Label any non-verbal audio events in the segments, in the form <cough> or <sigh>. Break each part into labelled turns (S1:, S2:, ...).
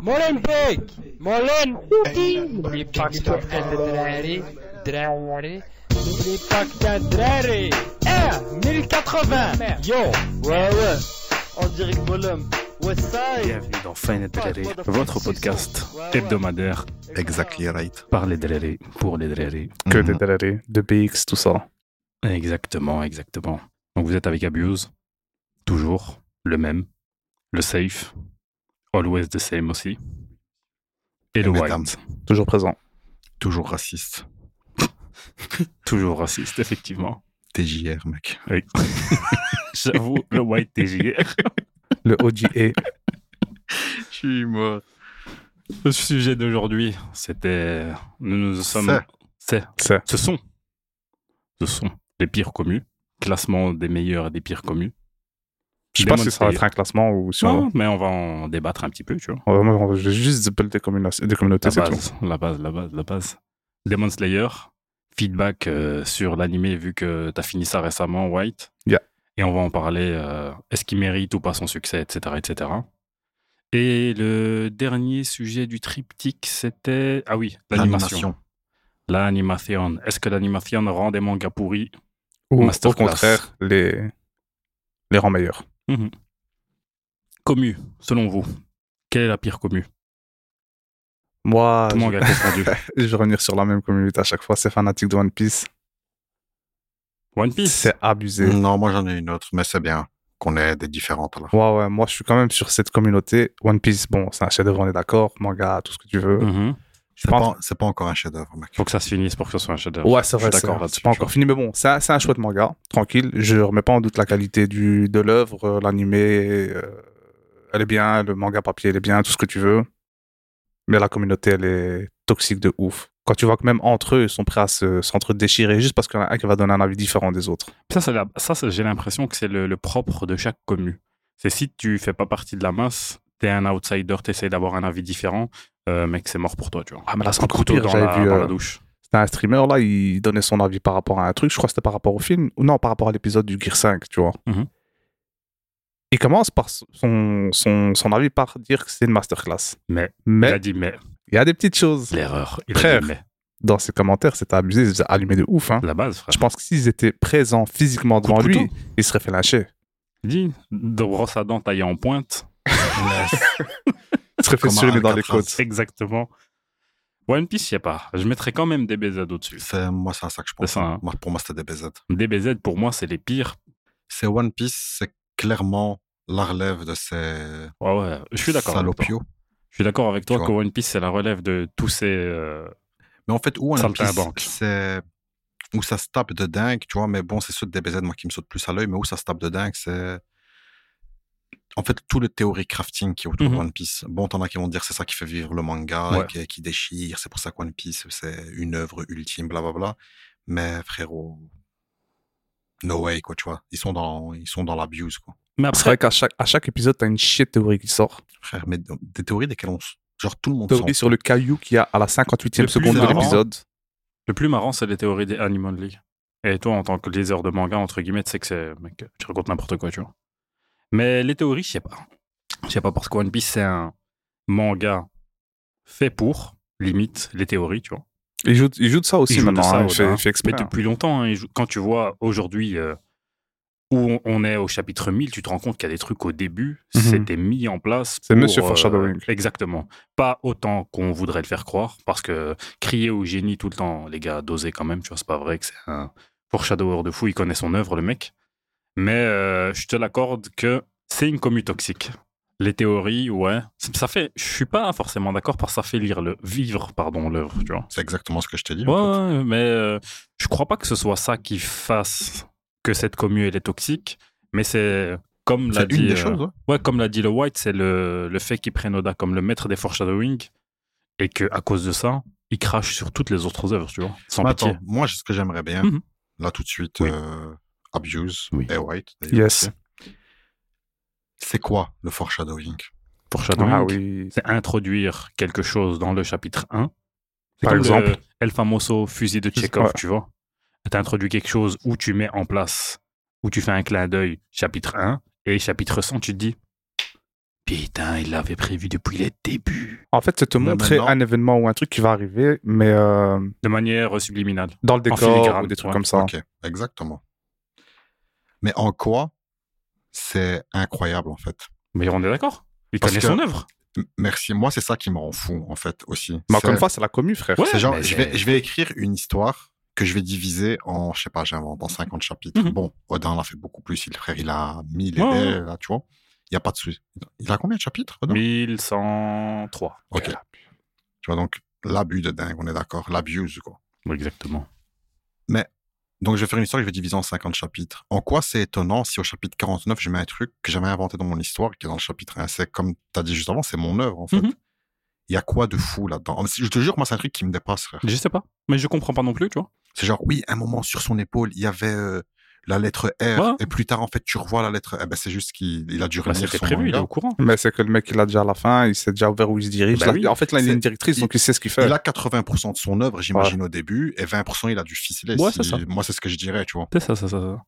S1: Molenbeek Molenbeek N'oublie pas que t'as fait des drari Drari N'oublie pas que t'as drari Eh 1080 Yo Ouais ouais En direct Molum Westside
S2: Bienvenue dans Fine Dréré, votre podcast hebdomadaire
S3: Exactly right.
S2: par les drérés, pour les drérés.
S4: Que
S3: Mhm.
S4: des drérés, de BX, tout ça.
S2: Exactement, exactement. Donc vous êtes avec Abuse, toujours le même, le safe, always the same aussi, et le
S3: Et
S2: white,
S3: Madame.
S4: Toujours présent.
S3: Toujours raciste.
S2: toujours raciste, effectivement.
S3: TJR, mec.
S2: Oui. J'avoue, le white
S4: <laughs>
S2: TJR.
S4: Le <laughs> OGA.
S3: Je suis mort.
S2: Le sujet d'aujourd'hui, c'était... Nous nous sommes...
S3: Ça.
S2: C'est...
S4: Ça.
S2: Ce sont... Ce sont les pires commus, classement des meilleurs et des pires commus.
S4: Je sais pas
S2: Demon
S4: si ça va
S2: Slayer.
S4: être un classement ou si on
S2: Non, mais on va en débattre un petit peu, tu vois.
S4: on va. Vraiment, on va juste zappeler des, communa- des communautés,
S2: La
S4: c'est tout.
S2: base, la base, la base, la base. Demon Slayer, feedback euh, sur l'animé vu que t'as fini ça récemment, White.
S4: Yeah.
S2: Et on va en parler. euh, Est-ce qu'il mérite ou pas son succès, etc., etc. Et le dernier sujet du triptyque, c'était ah oui, l'animation. L'animation. Est-ce que l'animation rend des mangas pourris
S4: Ou au
S2: Masterclass.
S4: contraire, les, les rend meilleurs.
S2: commu selon vous Quelle est la pire commu
S4: Moi,
S2: Tout manga
S4: <laughs>
S2: confondu.
S4: Ah, je, je vais revenir sur la même communauté à chaque fois. C'est fanatique de One Piece.
S2: One Piece.
S4: C'est abusé.
S2: Mm.
S3: Non, moi j'en ai une autre, mais c'est bien qu'on ait des différentes alors.
S4: Ouais, ouais, moi, je suis quand même sur cette communauté. One Piece, bon, c'est un chef-d'œuvre, on est d'accord. Manga, tout ce que tu veux.
S2: Mhm.
S4: Je
S3: C'est
S4: pense.
S3: pas, c'est pas encore un chef-d'œuvre, mec.
S2: Faut
S3: <laughs>
S2: que ça se finisse pour que ce soit un chef-d'œuvre.
S4: Ouais, c'est
S2: Je suis
S4: vrai, c'est
S2: d'accord
S4: vrai.
S2: là-dessus,
S4: C'est pas
S2: tu vois.
S4: encore fini, mais bon, c'est un, c'est un chouette manga, tranquille. Je remets pas en doute la qualité du, de l'œuvre, euh, l'animé, euh, elle est bien, le manga papier, elle est bien, tout ce que tu veux. Mais la communauté, elle est toxique de ouf. Quand tu vois que même entre eux, ils sont prêts à se- s'entre-déchirer juste parce qu'il y en a un qui va donner un avis différent des autres.
S2: Ça, c'est la- ça, c'est- j'ai l'impression que c'est le, le propre de chaque commu. C'est si tu fais pas partie de la masse, t'es un outsider, t'essayes d'avoir un avis différent, euh, mec, c'est mort pour toi, tu vois.
S4: Ah, mais là, c'est
S2: Coup de
S4: encore pire,
S2: dans,
S4: j'avais
S2: la,
S4: vu,
S2: dans la
S4: euh,
S2: douche.
S4: C'était un streamer, là, il donnait son avis par rapport à un truc, je crois que c'était par rapport au film, ou non, par rapport à l'épisode du Gear 5, tu vois.
S2: Mhm.
S4: Il commence par son, son, son avis par dire que c'est une masterclass.
S2: Mais- Il
S4: mais
S2: a dit, mais
S4: il y a des petites choses.
S2: l'erreur. Il a
S4: Frère.
S2: dit, mais
S4: dans ses commentaires, c'était abusé, il se faisait allumer de ouf. Hein.
S2: la base, frère.
S4: Je pense que s'ils étaient présents physiquement devant
S2: Coup de
S4: lui,
S2: couteau.
S4: il serait fait lâcher.
S2: Dis, de brosse à dents taillée en pointe.
S4: Il serait fait
S3: Comme un
S4: surer dans les
S3: Alcatraz.
S4: côtes.
S2: Exactement. One Piece, je sais pas. Je mettrais quand même DBZ au-dessus.
S3: C'est moi, c'est à ça que je pense.
S2: C'est ça, hein.
S3: Moi, pour moi, c'était des BZ.
S2: DBZ, pour moi, c'est les pires.
S3: C'est One Piece, c'est clairement la relève de ces
S2: Ouais, ouais. Je suis d'accord. avec toi.
S3: salopios.
S2: Je suis d'accord avec toi
S3: Tu
S2: que One Piece, c'est la relève de tous ces. euh,
S3: Mais en fait, où One
S2: Saltimbanque.
S3: Piece, c'est où ça se tape de dingue, tu vois. Mais bon, c'est ceux de DBZ, moi, qui me saute plus à l'œil. Mais où ça se tape de dingue, c'est en fait tout le théorie crafting qui est autour
S2: Mhm.
S3: de One Piece. Bon, t'en as qui vont dire c'est ça qui fait vivre le manga,
S2: Ouais.
S3: qui, qui déchire. C'est pour ça que One Piece, c'est une œuvre ultime, blablabla. Mais frérot, no way, quoi, tu vois. Ils sont dans, ils sont dans l'abuse, quoi.
S2: Mais
S4: C'est
S2: après,
S4: vrai qu'à chaque, à chaque épisode, t'as une chier de théorie qui sort.
S3: Frère, mais des théories desquelles on, s- genre tout le monde
S4: Théorie
S3: s'en-
S4: sur le caillou qu'il y a à la 58e
S2: Le plus
S4: seconde de
S3: marrant.
S4: l'épisode.
S2: Le plus marrant, c'est les théories des Animal League. Et toi, en tant que liseur de manga, entre guillemets, tu sais que c'est. Mec, tu racontes n'importe quoi, tu vois. Mais les théories, je sais pas. Je sais pas parce que One Piece, c'est un manga fait pour, limite, les théories, tu vois.
S4: Il joue, il joue de ça aussi
S2: joue de
S4: maintenant.
S2: ça,
S4: hein,
S2: Oda,
S4: il, fait,
S2: hein.
S4: il fait exprès.
S2: Mais depuis longtemps, hein, il joue- quand tu vois aujourd'hui euh, où on, on est au chapitre 1000, tu te rends compte qu'il y a des trucs au début,
S4: Mhm.
S2: c'était mis en place.
S4: C'est
S2: pour, euh,
S4: Monsieur Foreshadowing.
S2: Exactement. Pas autant qu'on voudrait le faire croire, parce que crier au génie tout le temps, les gars, doser quand même, tu vois, c'est pas vrai que c'est un foreshadower de fou, il connaît son œuvre, le mec. Mais euh, je te l'accorde que c'est une commu toxique. Les théories, ouais. Ça ça fait, je suis pas forcément d'accord parce que ça fait lire le, vivre, pardon, l'œuvre, tu vois.
S3: C'est exactement ce que je t'ai dit.
S2: Ouais,
S3: en fait.
S2: ouais, mais euh, je crois pas que ce soit ça qui fasse que cette commu elle est toxique, mais c'est comme l'a
S3: C'est
S2: dit
S3: une des
S2: euh,
S3: choses. hein. ouais.
S2: ouais comme l'a dit le White, c'est le, le fait qu'il prenne Oda comme le maître des foreshadowing et que à cause de ça, il crache sur toutes les autres œuvres, tu vois, sans
S3: Mais
S2: pitié.
S3: attends, moi, ce que j'aimerais bien,
S2: Mhm.
S3: là tout de suite,
S2: Oui.
S3: euh, Abuse
S2: Oui.
S3: et White. d'ailleurs,
S4: Yes.
S3: C'est quoi le foreshadowing
S2: Foreshadowing,
S4: Ah oui.
S2: c'est introduire quelque chose dans le chapitre 1. C'est
S4: Par
S2: comme
S4: exemple.
S2: le El Famoso fusil de Tchekhov,
S4: Ouais.
S2: tu vois. Tu introduit quelque chose où tu mets en place, où tu fais un clin d'œil, chapitre 1, et chapitre 100, tu te dis Putain, il l'avait prévu depuis les débuts.
S4: En fait, c'est te
S3: Mais
S4: montrer
S3: maintenant-
S4: un événement ou un truc qui va arriver, mais euh,
S2: De manière euh, subliminale.
S4: dans le décor
S2: filigrane,
S4: ou des trucs
S2: ouais.
S4: comme ça.
S3: Ok, exactement. Mais en quoi c'est incroyable, en fait.
S2: Mais on est d'accord. Il
S3: Parce
S2: connaît
S3: que-
S2: son œuvre.
S3: M- Merci. Moi, c'est ça qui me rend fou, en fait, aussi.
S4: Mais
S3: C'est-
S4: encore une fois, c'est la commu, frère.
S2: Bah, Ouais,
S3: C'est genre,
S2: mais
S3: je
S2: c'est-
S3: vais, je vais écrire une histoire que je vais diviser en, je sais pas, j'invente, en 50 chapitres.
S2: Mhm.
S3: Bon, Odin l'a fait beaucoup plus, il, frère, il a 1000 et
S2: Ouais,
S3: des,
S2: ouais.
S3: là, tu vois. Il n'y a pas de souci. Il a combien de chapitres, Odin
S2: 1103.
S3: Ok. Tu vois, donc, l'abus de dingue, on est d'accord, l'abuse, quoi.
S2: Exactement.
S3: Donc, je vais faire une histoire que je vais diviser en 50 chapitres. En quoi c'est étonnant si au chapitre 49, je mets un truc que j'avais inventé dans mon histoire, qui est dans le chapitre 1 C'est comme tu as dit juste avant, c'est mon œuvre, en fait.
S2: Mhm.
S3: Il y a quoi de fou là-dedans Je te jure, moi, c'est un truc qui me dépasse, frère.
S2: Je sais pas. Mais je comprends pas non plus, tu vois.
S3: C'est genre, oui, un moment sur son épaule, il y avait euh, la lettre R.
S2: Ouais.
S3: Et plus tard, en fait, tu revois la lettre. Eh ben, c'est juste qu'il il a dû
S2: Bah,
S3: relire
S2: C'était
S3: son
S2: prévu, il est
S3: manga.
S2: au courant.
S4: Mais c'est que le mec, il a déjà la fin, il sait déjà vers où il se dirige.
S2: Bah
S4: La-
S2: oui.
S4: En fait, là, il a
S3: Ben C'est-
S4: une directrice,
S3: il-
S4: donc il sait ce qu'il fait.
S3: Il a 80% de son œuvre, j'imagine, au début, et 20%, il a dû ficeler.
S2: Ouais,
S3: si-
S2: c'est ça.
S3: Moi, c'est ce que je dirais, tu vois.
S2: C'est ça, ça, ça. ça.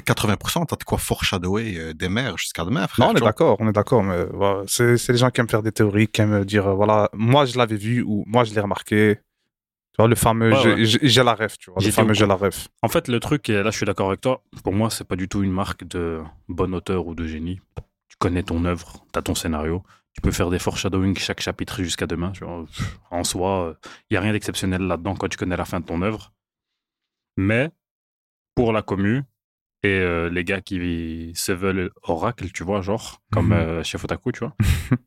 S3: 80%, t'as de quoi foreshadower euh, des mères jusqu'à demain, frère.
S4: Non, on
S3: tu
S4: est
S3: vois.
S4: d'accord, on est d'accord, mais voilà, c'est c'est les gens qui aiment faire des théories, qui aiment dire, euh, voilà, moi je l'avais vu ou moi je l'ai remarqué. Tu vois, le fameux
S2: Ouais,
S4: j'ai-
S2: ouais.
S4: j'ai j'ai la ref, tu vois, le
S2: J'étais
S4: fameux
S2: au
S4: j'ai la ref.
S2: En fait, le truc, et là, je suis d'accord avec toi. Pour moi, c'est pas du tout une marque de bon auteur ou de génie. Tu connais ton œuvre, t'as ton scénario. Tu peux faire des foreshadowing chaque chapitre jusqu'à demain. tu vois. Pff, en soi, il y a rien d'exceptionnel là-dedans quand tu connais la fin de ton œuvre. Mais pour la commu et euh, les gars qui se veulent oracle, tu vois, genre comme
S4: Mhm.
S2: euh, chez Fotaku, tu vois, <laughs>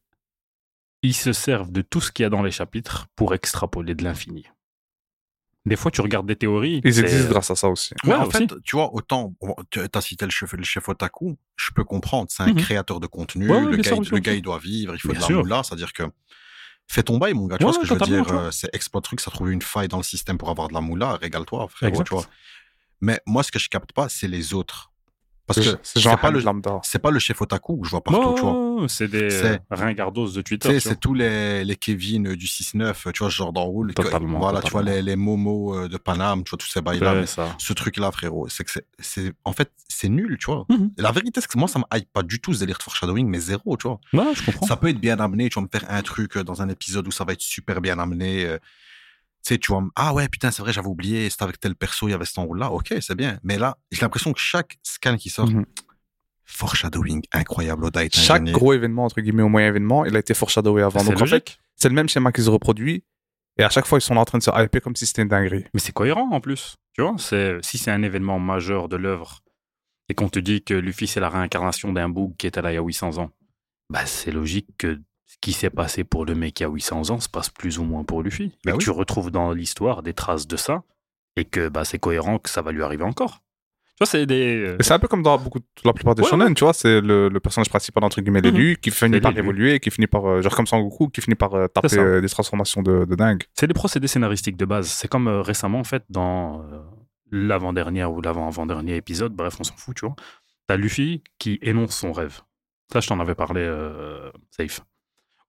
S2: ils se servent de tout ce qu'il y a dans les chapitres pour extrapoler de l'infini. Des fois, tu regardes des théories.
S4: Ils
S2: c'est-
S3: euh,
S4: existent grâce à ça aussi.
S3: Mais
S2: Ouais,
S3: en
S2: aussi.
S3: fait, tu vois, autant, bon, tu as cité le chef, le chef Otaku, je peux comprendre, c'est un
S2: Mhm.
S3: créateur de contenu,
S2: Ouais, ouais,
S3: le,
S2: bien
S3: gars,
S2: sûr,
S3: il-
S2: bien sûr,
S3: le
S2: bien
S3: gars,
S2: sûr.
S3: il doit vivre, il faut
S2: Bien
S3: de la
S2: sûr.
S3: moula, c'est-à-dire que fais ton bail, mon gars, tu
S2: Ouais,
S3: vois ce que je veux
S2: totalement,
S3: dire,
S2: tu vois.
S3: euh, c'est exploite le truc, ça trouve une faille dans le système pour avoir de la moula, régale-toi, frère,
S2: Exact.
S3: tu vois. Mais moi, ce que je capte pas, c'est les autres. Parce que c'est
S4: c'est genre
S3: pas le,
S4: lambda.
S3: c'est pas le chef Otaku que je vois partout,
S2: Ouais,
S3: tu vois.
S2: ouais, ouais, C'est des
S3: C'est-
S2: ringardos de
S3: Tu sais,
S2: Twitter. tu
S3: c'est tous les, les Kevin euh, du 6-9, tu vois, ce genre d'enroule.
S2: Totalement,
S3: Voilà, tu vois,
S2: totalement.
S3: les, les Momo euh, de Paname, tu vois, tous ces
S2: vois. Euh,
S3: bails-là.
S2: Ouais,
S3: mais
S2: ça.
S3: ce truc-là, frérot, c'est que c'est- c'est, en fait, c'est nul, tu vois.
S2: Mhm.
S3: La vérité, c'est que moi, ça me hype pas du tout ce délire de foreshadowing, mais zéro, tu vois.
S2: Ouais, je comprends.
S3: Ça peut être bien amené, tu vas me faire un truc euh, dans un épisode où ça va être super bien amené. euh, Tu sais, tu vois, ah ouais, putain, c'est vrai, j'avais oublié, c'était avec tel perso, il y avait cet enroule-là, ok, c'est bien. Mais là, j'ai l'impression que chaque scan qui sort,
S4: Mhm.
S3: foreshadowing, incroyable, Oda est un
S4: Chaque
S3: génie.
S4: gros événement, entre guillemets, au moyen événement, il a été foreshadowé avant.
S2: C'est
S4: Donc en fait,
S2: logique.
S4: c'est le même schéma qui se reproduit, et à chaque fois, ils sont là en train de se hyper comme si c'était une dinguerie.
S2: Mais c'est cohérent en plus. Tu vois, c'est si c'est un événement majeur de l'œuvre et qu'on te dit que Luffy c'est la réincarnation d'un bouc qui était là il y a 800 ans, bah c'est logique que ce qui s'est passé pour le mec il y a 800 ans se passe plus ou moins pour Luffy. Mais
S3: Bah
S2: que
S3: oui.
S2: tu retrouves dans l'histoire des traces de ça et que bah c'est cohérent que ça va lui arriver encore. Tu vois, c'est des euh,
S4: Et c'est un peu comme dans beaucoup, la plupart des
S2: Ouais, Mhm.
S4: shonen, tu vois, c'est le, le personnage principal, entre guillemets, l'élu, qui finit
S2: C'est
S4: par
S2: l'élu.
S4: évoluer, qui finit par, euh, genre comme Sangoku, qui finit par euh, taper
S2: ça.
S4: euh, des transformations de, de dingue.
S2: C'est des procédés scénaristiques de base. C'est comme euh, récemment, en fait, dans euh, l'avant-dernière ou l'avant-avant-dernier épisode, bref, on s'en fout, tu vois. T'as Luffy qui énonce son rêve. Ça, je t'en avais parlé, euh, Safe.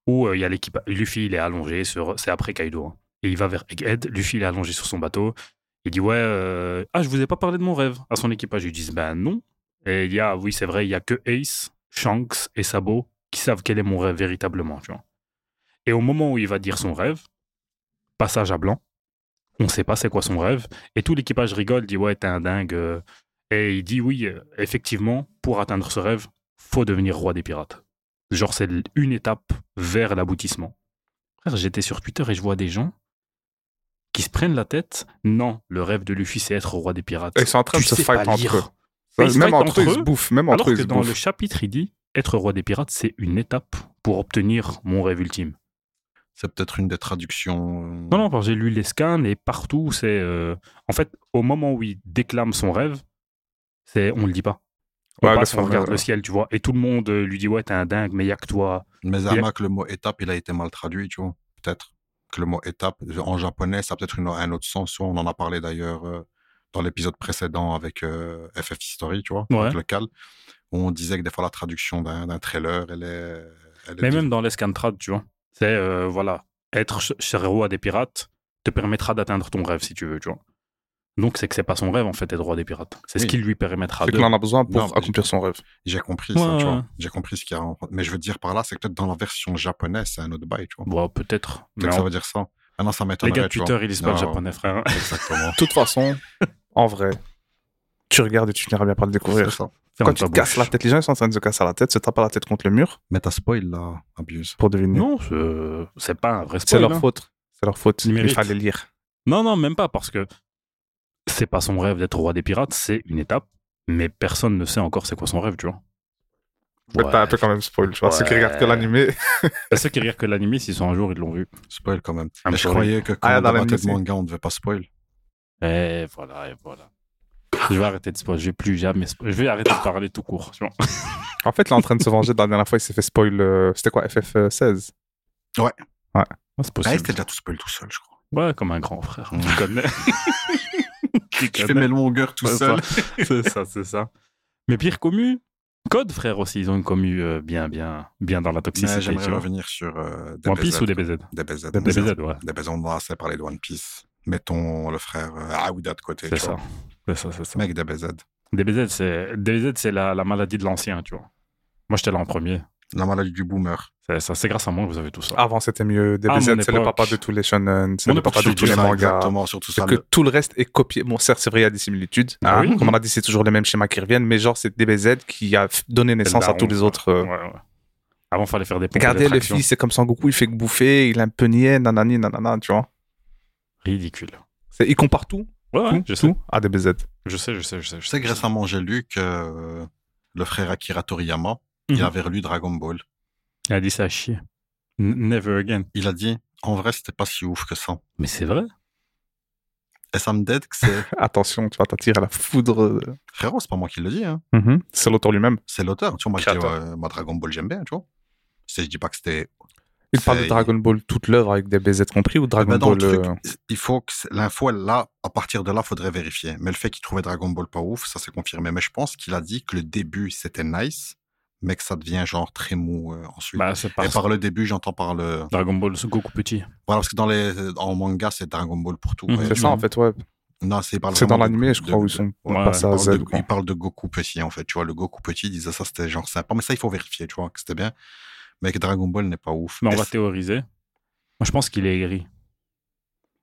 S2: Où euh, il y a l'équipe. Luffy, il est allongé sur. C'est après Kaido. hein. Et il va vers Egghead. Luffy, il est allongé sur son bateau. Il dit Ouais, euh, ah, je vous ai pas parlé de mon rêve. À son équipage, ils disent Ben non. Et il y a, oui, c'est vrai, il y a que Ace, Shanks et Sabo qui savent quel est mon rêve véritablement, tu vois. Et au moment où il va dire son rêve, passage à blanc. On sait pas c'est quoi son rêve. Et tout l'équipage rigole, dit ouais, t'es un dingue. euh. Et il dit oui, euh, effectivement, pour atteindre ce rêve, faut devenir roi des pirates. Genre, c'est l- une étape vers l'aboutissement. Frère, j'étais sur Twitter et je vois des gens qui se prennent la tête. Non, le rêve de Luffy, c'est être roi des pirates.
S4: Et ils sont en train
S2: Tu
S4: de se
S2: sais pas
S4: fight entre
S2: lire.
S4: eux.
S2: Mais ils se
S4: même
S2: fightent
S4: entre eux, ils
S2: entre
S4: se
S2: eux,
S4: bouffent. Même
S2: Alors
S4: entre eux,
S2: que
S4: ils se
S2: dans le
S4: bouffent.
S2: chapitre, il dit être roi des pirates, c'est une étape pour obtenir mon rêve ultime.
S3: C'est peut-être une des traductions. euh,
S2: Non, non, parce que j'ai lu les scans et partout, c'est. euh, En fait, au moment où il déclame son rêve, c'est on le dit pas. On
S4: Ouais,
S2: passe,
S4: le
S2: on
S4: fameux,
S2: regarde
S4: ouais.
S2: le ciel, tu vois. Et tout le monde euh, lui dit Ouais, t'es un dingue, mais il y a que toi.
S3: Mais
S2: Il y a-
S3: Zama, que le mot étape, il a été mal traduit, tu vois, peut-être. Que le mot étape, en japonais, ça a peut-être une- un autre sens. tu vois. On en a parlé d'ailleurs euh, dans l'épisode précédent avec euh, FF History, tu vois,
S2: Ouais.
S3: avec le cal, où on disait que des fois la traduction d'un d'un trailer, elle est. elle est
S2: Mais
S3: diff-
S2: même dans les scans trad, tu vois. C'est euh, voilà, être ch- cher roi des pirates te permettra d'atteindre ton rêve si tu veux, tu vois. Donc c'est que c'est pas son rêve en fait, les droits des pirates. C'est ce
S3: Oui.
S2: qui lui permettra
S4: C'est
S2: de.
S4: qu'il en a besoin pour
S3: Non, mais-
S4: accomplir son rêve.
S3: J'ai compris
S2: Ouais,
S3: ça, tu
S2: ouais.
S3: vois. J'ai compris ce qu'il y a. en- Mais je veux dire par là, c'est que peut-être dans la version japonaise, c'est un autre bail, tu vois.
S2: Bon, peut-être.
S3: Peut-être
S2: Mais
S3: que ça
S2: en-
S3: veut dire ça. Ah non, ça
S2: Les
S3: m'étonnerait.
S2: gars de
S3: tu vois.
S2: Twitter, ils lisent pas le
S3: Non.
S2: japonais, frère. hein.
S3: Exactement.
S4: De toute façon, en vrai, tu regardes et tu finiras bien par le
S3: C'est
S4: découvrir.
S3: ça.
S2: <laughs> Ferme
S4: Quand tu
S2: ta
S4: te casses
S2: bouche.
S4: la tête, les gens ils sont en train de se casser la tête, se tapent la tête contre le mur
S3: Mais t'as spoil là, abuse.
S4: pour deviner.
S2: Non, c'est- c'est pas un vrai
S4: C'est
S2: spoil.
S4: leur
S2: hein.
S4: faute. C'est leur faute.
S2: Ils
S4: Il
S2: méritent.
S4: fallait lire.
S2: Non, non, même pas, parce que c'est pas son rêve d'être roi des pirates, c'est une étape, mais personne ne sait encore c'est quoi son rêve, tu vois.
S4: Mais
S2: Ouais.
S4: T'as un peu quand même spoil, tu vois. Ceux qui
S2: Ouais.
S4: regardent que l'animé.
S2: Ceux qui regardent que l'anime, s'ils sont un jour, ils l'ont vu.
S3: Spoil quand même.
S2: I'm
S3: Mais je
S2: sorry.
S3: croyais que quand
S4: Ah,
S3: on
S4: dans la
S3: débattait de
S4: musique.
S3: manga, on ne devait pas spoil.
S2: Et Eh, voilà, et voilà. Je vais arrêter de spoiler, je vais plus jamais spoiler. Je vais arrêter de parler tout court, tu vois.
S4: En fait, là, en train de se venger, la dernière fois, il s'est fait spoil. euh, C'était quoi FF16
S2: Ouais, c'est
S3: Ah, il
S2: possible.
S3: était déjà tout spoil tout seul, je crois.
S2: Ouais, comme un grand frère, on le connaît. Tu
S3: Je fais
S2: connais.
S3: mes
S2: <laughs>
S3: longueurs tout
S2: C'est
S3: seul.
S2: ça. C'est ça, c'est ça. Mais pire commu, Code, frère, aussi, ils ont une commu euh, bien, bien, bien dans la
S3: Mais
S2: toxicité, tu
S3: j'aimerais
S2: vois.
S3: revenir sur euh,
S2: One Piece
S3: DBZ.
S2: ou DBZ
S3: DBZ.
S2: DBZ, ouais.
S3: DBZ, on va assez parler de One Piece. Mettons le frère euh, Aouda de côté.
S2: C'est
S3: tu
S2: ça.
S3: vois.
S2: C'est ça, c'est ça.
S3: Mec DBZ.
S2: DBZ, c'est DBZ, c'est la, la maladie de l'ancien, tu vois. Moi, j'étais là en premier.
S3: La maladie du boomer.
S2: C'est ça, c'est grâce à moi que vous avez tout ça.
S4: Avant, c'était mieux.
S2: Ah, mon
S4: DBZ, c'est le
S2: époque.
S4: papa de tous les shonen. C'est
S2: Mon
S4: le
S2: époque,
S4: papa de
S2: surtout
S4: tous les
S2: ça,
S4: mangas.
S3: Exactement, surtout
S4: C'est
S3: ça.
S4: que
S3: le-
S4: tout le reste est copié. Bon, certes, c'est vrai, il y a des similitudes. hein.
S2: oui.
S4: Comme on a dit, c'est toujours les mêmes schémas qui reviennent, mais genre, c'est DBZ qui a f- donné naissance à
S2: daron,
S4: tous les
S2: quoi.
S4: autres. euh,
S2: Ouais, ouais. Avant, fallait faire des pompes. et
S4: Regardez
S2: des
S4: le
S2: tractions.
S4: fils, c'est comme Sangoku, il fait que bouffer, il est un peu niais, nanani, nanana, tu vois.
S2: Ridicule.
S4: C'est- Il compare tout,
S2: Ouais, ouais,
S4: tout,
S2: je sais.
S4: tout à DBZ.
S2: Je sais, je sais, je sais.
S3: Je sais que récemment, j'ai lu que euh, le frère Akira Toriyama, il
S2: Mhm.
S3: avait relu Dragon Ball.
S2: Il a dit ça à chier. N- Never again.
S3: Il a dit, en vrai, c'était pas si ouf que ça.
S2: Mais c'est vrai.
S3: Et ça me dette
S2: <laughs>
S3: que c'est.
S4: Attention, tu vas t'attirer à la foudre.
S3: Frérot, c'est pas moi qui le dis, hein.
S4: Mhm. C'est l'auteur lui-même.
S3: c'est l'auteur. Tu vois, moi, je dis,
S4: Créateur.
S3: ouais, moi, Dragon Ball, j'aime bien, tu vois. C'est- Je dis pas que c'était.
S4: Il parle
S3: C'est-
S4: de Dragon Ball toute l'œuvre avec DBZ compris ou Dragon
S3: Mais dans
S4: Ball.
S3: le
S4: euh,
S3: truc, il faut que c'est- l'info, elle, là, à partir de là, faudrait vérifier. Mais le fait qu'il trouvait Dragon Ball pas ouf, ça c'est confirmé. Mais je pense qu'il a dit que le début, c'était nice, mais que ça devient genre très mou euh, ensuite.
S2: Bah, c'est
S3: Et
S2: par
S3: par le début, j'entends par le.
S2: Dragon Ball ce Goku petit.
S3: Voilà, parce que dans les. En manga, c'est Dragon Ball pour tout.
S2: Mhm.
S3: ouais.
S4: C'est ça, en fait, ouais.
S3: Non, c'est par
S4: C'est dans l'animé, je crois, où ils sont
S2: Ouais,
S4: passés à
S3: parle
S4: Z.
S3: de-
S4: quoi.
S3: il parle de Goku petit, en fait. Tu vois, le Goku petit, il disait ça, c'était genre sympa. Mais ça, il faut vérifier, tu vois, que c'était bien. Mais que Dragon Ball n'est pas ouf.
S2: Mais on
S3: Et
S2: va
S3: c'est-
S2: théoriser. Moi, je pense qu'il est aigri.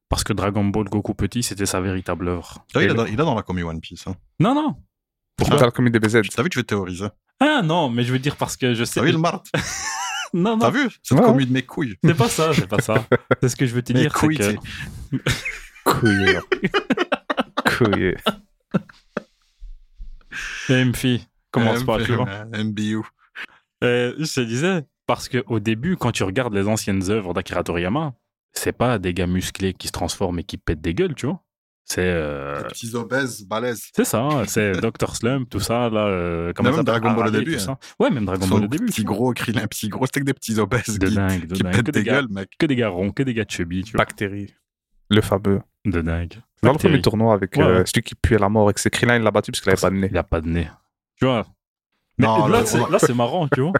S2: Parce que Dragon Ball Goku petit, c'était sa véritable œuvre.
S4: Ah
S3: Là,
S2: Et
S3: il, est
S2: le-
S3: dans, il est dans la commu One Piece. Hein.
S2: Non, non.
S4: Pourquoi t'as le commis DBZ
S3: T'as vu, tu veux théoriser.
S2: Ah non, mais je veux dire parce que je
S4: Ah
S2: sais.
S3: T'as vu le mart
S2: Non, non.
S3: T'as vu Cette
S4: Ouais.
S3: commu de mes couilles.
S2: C'est pas ça, c'est pas ça. C'est ce que je veux te
S3: Mes
S2: dire. c'est
S3: couilles,
S2: que-
S3: t'es-
S4: Couillé. <laughs> Couillé.
S2: Eh, Mfi, commence
S3: Euh,
S2: pas,
S3: <laughs>
S2: tu vois.
S3: euh, MBU.
S2: Euh, je te disais, parce qu'au début, quand tu regardes les anciennes œuvres d'Akira Toriyama, c'est pas des gars musclés qui se transforment et qui pètent des gueules, tu vois. C'est euh,
S3: Les petits obèses, balèzes.
S2: c'est ça, hein,
S3: <laughs>
S2: c'est Dr. Slump, tout ça, là. euh, comment
S3: Même
S2: ça s'appelle,
S3: Dragon Ball au
S2: Harley,
S3: début,
S2: tout
S3: hein.
S2: ça. Ouais, même Dragon Ball au début. tu
S3: Petit
S2: vois.
S3: gros, crie un petit gros. C'était que des petits obèses
S2: De
S3: qui,
S2: dingue, de
S3: qui
S2: dingue.
S3: pètent
S2: Que
S3: des
S2: des, gars,
S3: gueules, mec.
S2: que des gars ronds, que des gars chubby, tu vois.
S4: Bactérie. Le fameux.
S2: De dingue.
S4: Dans le
S2: Bactéries.
S4: premier tournoi avec
S2: Ouais,
S4: euh,
S2: ouais.
S4: celui qui puait la mort et que c'est Krillin, il l'a battu parce qu'il avait pas de nez.
S2: Il a pas de nez. Tu vois. Mais
S3: Non,
S2: là,
S3: le-
S2: c'est- là, c'est marrant, tu vois.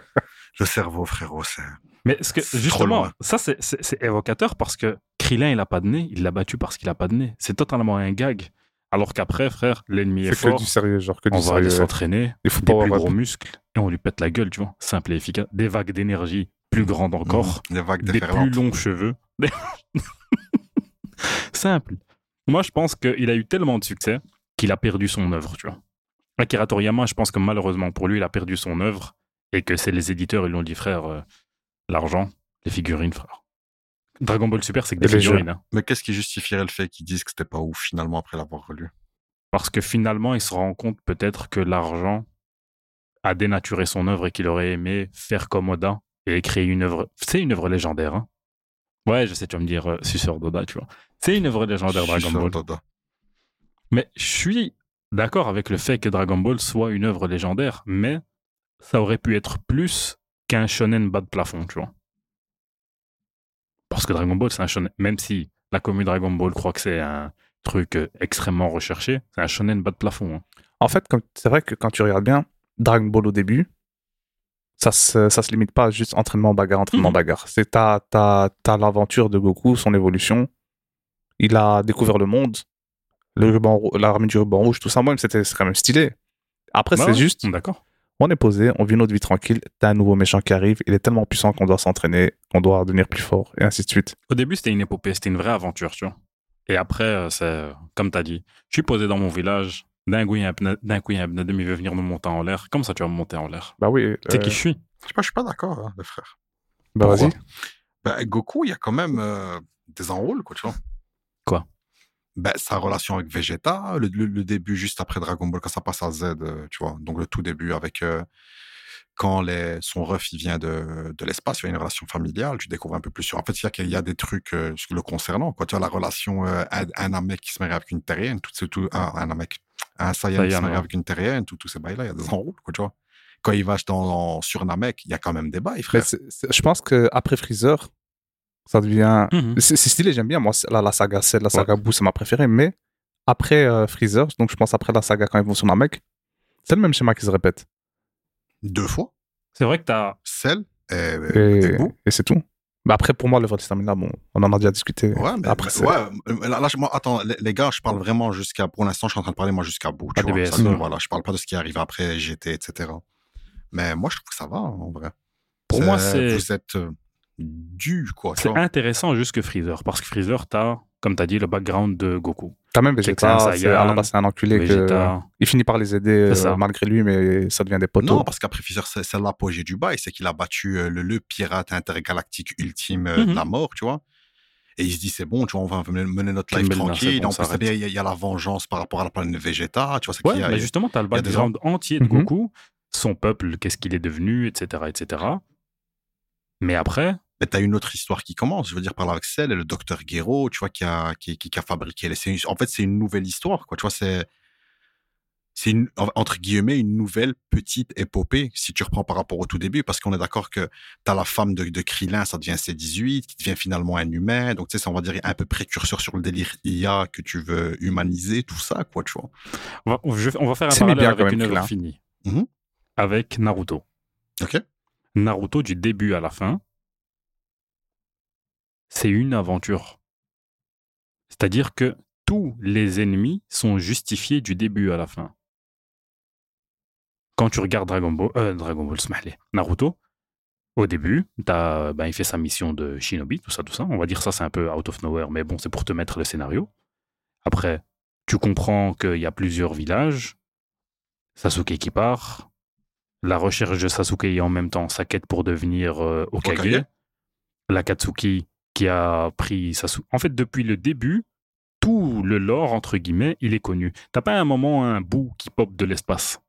S3: Le cerveau, frérot, c'est.
S2: Mais ce que,
S3: C'est trop
S2: justement,
S3: loin.
S2: ça c'est- c'est c'est évocateur parce que Krillin il a pas de nez, il l'a battu parce qu'il a pas de nez. C'est totalement un gag. Alors qu'après, frère, l'ennemi est,
S4: C'est que
S2: fort,
S4: du sérieux, genre que
S2: on
S4: du
S2: va aller
S4: sérieux.
S2: s'entraîner,
S4: Il faut
S2: des
S4: pas
S2: plus
S4: avoir
S2: gros muscles, et on lui pète la gueule, tu vois. Simple et efficace. Des vagues d'énergie plus grandes encore,
S3: Des vagues
S2: des plus
S3: déferlantes.
S2: longs cheveux. <laughs> Des- Simple. Moi, je pense qu'il a eu tellement de succès qu'il a perdu son œuvre, tu vois. Akira Toriyama, je pense que malheureusement pour lui, il a perdu son œuvre et que c'est les éditeurs, ils lui ont dit, frère, euh, l'argent, les figurines, frère. Dragon Ball Super, c'est que
S4: Et
S2: des
S4: les
S2: figurines. hein.
S3: Mais qu'est-ce qui justifierait le fait qu'ils disent que c'était pas ouf finalement après l'avoir relu
S2: Parce que finalement, il se rend compte peut-être que l'argent a dénaturé son œuvre et qu'il aurait aimé faire comme Oda et créer une œuvre. C'est une œuvre légendaire. hein. Ouais, je sais, tu vas me dire, euh, suceur d'Oda, tu vois. C'est une œuvre légendaire,
S3: Je suis
S2: Ah, Dragon
S3: sûr,
S2: Ball.
S3: Dada.
S2: Mais je suis d'accord avec le fait que Dragon Ball soit une œuvre légendaire, mais ça aurait pu être plus qu'un shonen bas de plafond, tu vois. Parce que Dragon Ball, c'est un shonen. Même si la commune Dragon Ball croit que c'est un truc euh, extrêmement recherché, c'est un shonen bas de plafond. hein.
S4: En fait, comme- c'est vrai que quand tu regardes bien, Dragon Ball au début, ça se, ça se limite pas à juste entraînement, bagarre, entraînement,
S2: Mhm.
S4: bagarre. C'est ta, ta, ta l'aventure de Goku, son évolution. Il a découvert le monde. le ruban, rou- la ramène du ruban rouge, tout ça, moi, c'était c'est quand même stylé. Après,
S2: Bah
S4: c'est
S2: ouais,
S4: juste,
S2: D'accord.
S4: on est posé, on vit notre vie tranquille, t'as un nouveau méchant qui arrive, il est tellement puissant qu'on doit s'entraîner, qu'on doit devenir plus fort, et ainsi de suite.
S2: Au début, c'était une épopée, c'était une vraie aventure, tu vois. Et après, euh, c'est euh, comme t'as dit, je suis posé dans mon village. D'un coup, il y a un pneu- d'un coup, il y a un pneu de il veut venir me monter en l'air. Comment ça, tu vas me monter en l'air
S4: Bah oui,
S2: Tu sais
S4: euh,
S2: qui je suis
S3: Je sais pas, je suis pas d'accord, hein, le frère.
S4: bah
S2: Pourquoi
S4: vas-y.
S3: Ben, Goku, il y a quand même euh, des enrôles, quoi, tu vois.
S2: Quoi
S3: ben, Sa relation avec Vegeta, le, le- le début juste après Dragon Ball, quand ça passe à Z, euh, tu vois. Donc, le tout début avec. euh, quand les, son ref, il vient de, de l'espace, il y a une relation familiale, tu découvres un peu plus sur. En fait, il y a, qu'il y a des trucs euh, sur le concernant, quoi. Tu vois, la relation, euh, un, un mec qui se marie avec une terrienne, tout, ce- tout, un, un mec, un Saiyan qui
S2: Saiyan,
S3: se marie
S2: ouais.
S3: avec une terrienne, tout- tous ces bails-là, il y a des enrôles, quoi, tu vois. Quand il va dans, sur Namek, il y a quand même des bails,
S4: Mais
S3: frère.
S4: c'est- c'est- je pense qu'après Freezer, ça devient.
S2: Mhm.
S4: C'est c'est stylé, j'aime bien. Moi, c'est- la, la saga 7, la saga Boo, c'est ma préférée. Mais après euh, Freezer, donc je pense après la saga quand ils vont sur Namek, c'est le même schéma qui se répète.
S3: Deux fois,
S2: C'est vrai que t'as.
S3: celle et, et
S4: Et,
S3: Boo.
S4: et c'est tout. Mais après, pour moi, le vol de stamina, bon, on en a déjà discuté.
S3: Ouais, mais
S4: après,
S3: mais-
S4: c'est-
S3: ouais, mais là, là, je- moi, attends, les, les gars, je parle vraiment jusqu'à. Pour l'instant, je suis en train de parler moi jusqu'à bout. Tu
S2: Pas
S3: vois,
S2: DBS,
S3: ça,
S2: ouais.
S3: voilà, je parle pas de ce qui arrive après GT, etc. Mais moi, je trouve que ça va en vrai.
S2: Pour moi, c'est.
S3: Vous êtes euh, durs, quoi. tu
S2: C'est
S3: vois.
S2: intéressant jusque Freezer, parce que Freezer, t'as, comme t'as dit, le background de Goku.
S4: Quand même,
S2: c'est que c'est un
S4: Vegeta, c'est- à la
S2: Saiyan,
S4: base, c'est un enculé. Que...
S2: Vegeta.
S4: Il finit par les aider euh,
S2: ça.
S4: malgré lui, mais ça devient des poteaux.
S3: Non, parce qu'après Freezer, c'est c'est l'apogée du bail, c'est qu'il a battu euh, le, le pirate intergalactique ultime euh, de
S2: Mhm.
S3: la mort, tu vois. Et il se dit, c'est bon, tu vois, on va mener- mener notre life
S2: Kimbell, non, c'est
S3: tranquille.
S2: bon,
S3: en plus,
S2: s'arrête.
S3: il y, a- il y a la vengeance par rapport à la planète Vegeta, tu vois. c'est qu'il
S2: Ouais,
S3: y a-
S2: bah justement, t'as le
S3: y a des
S2: background entier de
S4: Mhm.
S2: Goku, son peuple, qu'est-ce qu'il est devenu, etc., etc. Mais après,
S3: Mais Bah, t'as une autre histoire qui commence, je veux dire, par là avec celle et le docteur Guéraud, tu vois, qui a, qui, qui- qui a fabriqué. les- c'est une- en fait, c'est une nouvelle histoire, quoi. Tu vois, c'est. C'est une- en- entre guillemets une nouvelle petite épopée, si tu reprends par rapport au tout début, parce qu'on est d'accord que t'as la femme de, de Krillin, ça devient C18, qui devient finalement un humain. Donc, tu sais, c'est, on va dire, un peu précurseur sur le délire IA que tu veux humaniser, tout ça, quoi, tu vois.
S2: on va, je- on va faire un
S4: C'est mis
S2: parallèle
S4: bien
S2: avec
S4: quand même,
S2: une œuvre
S4: Krillin.
S2: finie.
S3: Mhm.
S2: Avec Naruto.
S3: OK
S2: Naruto, du début à la fin, c'est une aventure. C'est-à-dire que tous les ennemis sont justifiés du début à la fin. Quand tu regardes Dragon Ball, euh, Dragon Ball, <laughs> smiley, Naruto, au début, t'as, ben, il fait sa mission de shinobi, tout ça, tout ça. On va dire ça, c'est un peu out of nowhere, mais bon, c'est pour te mettre le scénario. Après, tu comprends qu'il y a plusieurs villages. Sasuke qui part. La recherche de Sasuke et en même temps sa quête pour devenir euh, Hokage.
S3: Hokage.
S2: La Katsuki qui a pris Sasuke. En fait, depuis le début, tout le lore, entre guillemets, il est connu. T'as pas un moment, un bout qui pop de l'espace.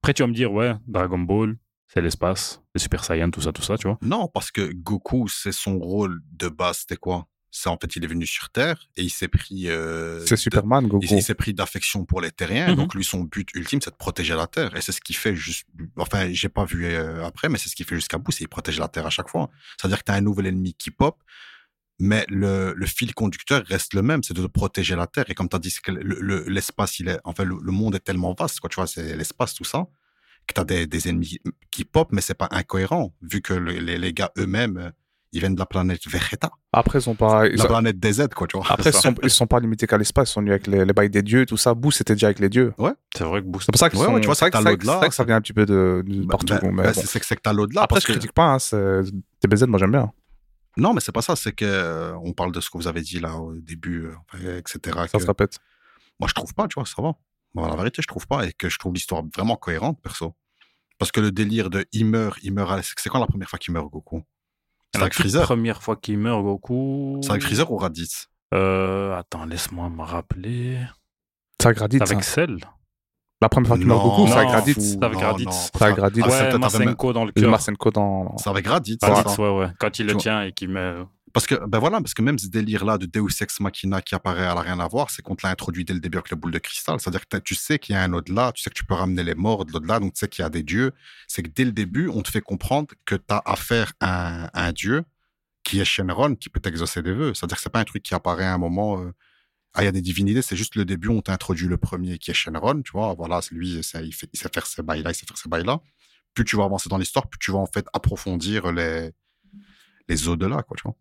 S2: Après, tu vas me dire, ouais, Dragon Ball, c'est l'espace, les Super Saiyan, tout ça, tout ça, tu vois.
S3: Non, parce que Goku, c'est son rôle de base, c'était quoi C'est en fait, il est venu sur Terre et il s'est pris. euh,
S4: C'est
S3: de-
S4: Superman, Goku.
S3: Il, il s'est pris d'affection pour les terriens,
S2: Mhm.
S3: donc lui, son but ultime, c'est de protéger la Terre. Et c'est ce qu'il fait juste. Enfin, j'ai pas vu euh, après, mais c'est ce qu'il fait jusqu'à bout, c'est qu'il protège la Terre à chaque fois. C'est-à-dire que tu as un nouvel ennemi qui pop, mais le, le fil conducteur reste le même, c'est de protéger la Terre. Et comme tu as dit, c'est que le- le- l'espace, il est. Enfin, le, le monde est tellement vaste, quoi, tu vois, c'est l'espace, tout ça, que tu as des, des ennemis qui pop, mais c'est pas incohérent, vu que le- les, les gars eux-mêmes, euh, ils viennent de la planète Vegeta,
S4: Après, ils sont pas. ils
S3: la
S4: sont-
S3: planète des Z, quoi, tu vois.
S4: Après,
S3: <laughs>
S2: C'est
S4: ils
S2: ça.
S4: sont, ils sont pas limités qu'à l'espace, ils sont venus avec les, les bails des dieux, tout ça. Boo, c'était déjà avec les dieux.
S2: C'est vrai que Boost.
S4: C'est pour ça que,
S3: Ouais,
S4: sont-
S3: ouais, tu vois,
S4: c'est vrai
S3: c'est que t'as
S4: que- c'est vrai que-
S3: l'au-delà,
S4: c'est vrai que ça vient un petit peu de, de partout.
S3: Ben,
S4: mais
S3: ben,
S4: bon.
S3: c'est- c'est que c'est que t'as
S2: Ah,
S3: l'au-delà.
S4: Après,
S3: parce
S4: je
S3: que-
S4: critique pas, hein, c'est- TBZ, moi j'aime bien.
S3: Non, mais c'est pas ça. C'est que euh, on parle de ce que vous avez dit là au début, euh, enfin, etc.
S4: Ça
S3: que-
S4: se répète.
S3: Moi, je trouve pas, tu vois, ça va. Moi, la vérité, je trouve pas et que je trouve l'histoire vraiment cohérente, perso. Parce que le délire de il meurt, il meurt. à la- C'est quand la première fois qu'il meurt, Goku C'est
S2: La
S3: avec Freezer.
S2: première fois qu'il meurt, Goku.
S3: C'est avec Freezer ou Raditz
S2: Euh, attends, laisse-moi me rappeler.
S4: C'est avec Raditz.
S2: C'est avec
S4: hein.
S2: Cell.
S4: La première fois qu'il meurt
S3: Non,
S4: Goku, c'est avec
S2: non,
S4: Raditz.
S2: fou. C'est avec
S3: Non,
S2: Raditz.
S3: non,
S2: C'est
S3: pas
S4: avec Raditz.
S3: Ah, c'est
S2: ouais,
S3: peut-être avec-
S2: Masenko dans le
S4: Le
S2: cœur.
S4: Marsenko dans.
S3: C'est avec Raditz, c'est
S2: Raditz,
S3: ça.
S2: ouais, ouais. Quand il le
S3: Tu vois.
S2: tient et qu'il me.
S3: Parce que, ben voilà, parce que même ce délire-là de Deus Ex Machina qui apparaît à la rien à voir, c'est qu'on te l'a introduit dès le début avec le boule de cristal. C'est-à-dire que t'as- tu sais qu'il y a un au-delà, tu sais que tu peux ramener les morts de l'au-delà, donc tu sais qu'il y a des dieux. C'est que dès le début, on te fait comprendre que tu as affaire à un, à un dieu qui est Shenron, qui peut t'exaucer des vœux. C'est-à-dire que c'est pas un truc qui apparaît à un moment. euh, ah, il y a des divinités, c'est juste le début, on t'introduit le premier qui est Shenron, tu vois. Voilà, c'est lui, c'est- il, fait- il sait faire ces bails-là, il sait faire ces bails-là. Plus tu vas avancer dans l'histoire, plus tu vas en fait approfondir les, les au-delà, quoi, tu vois.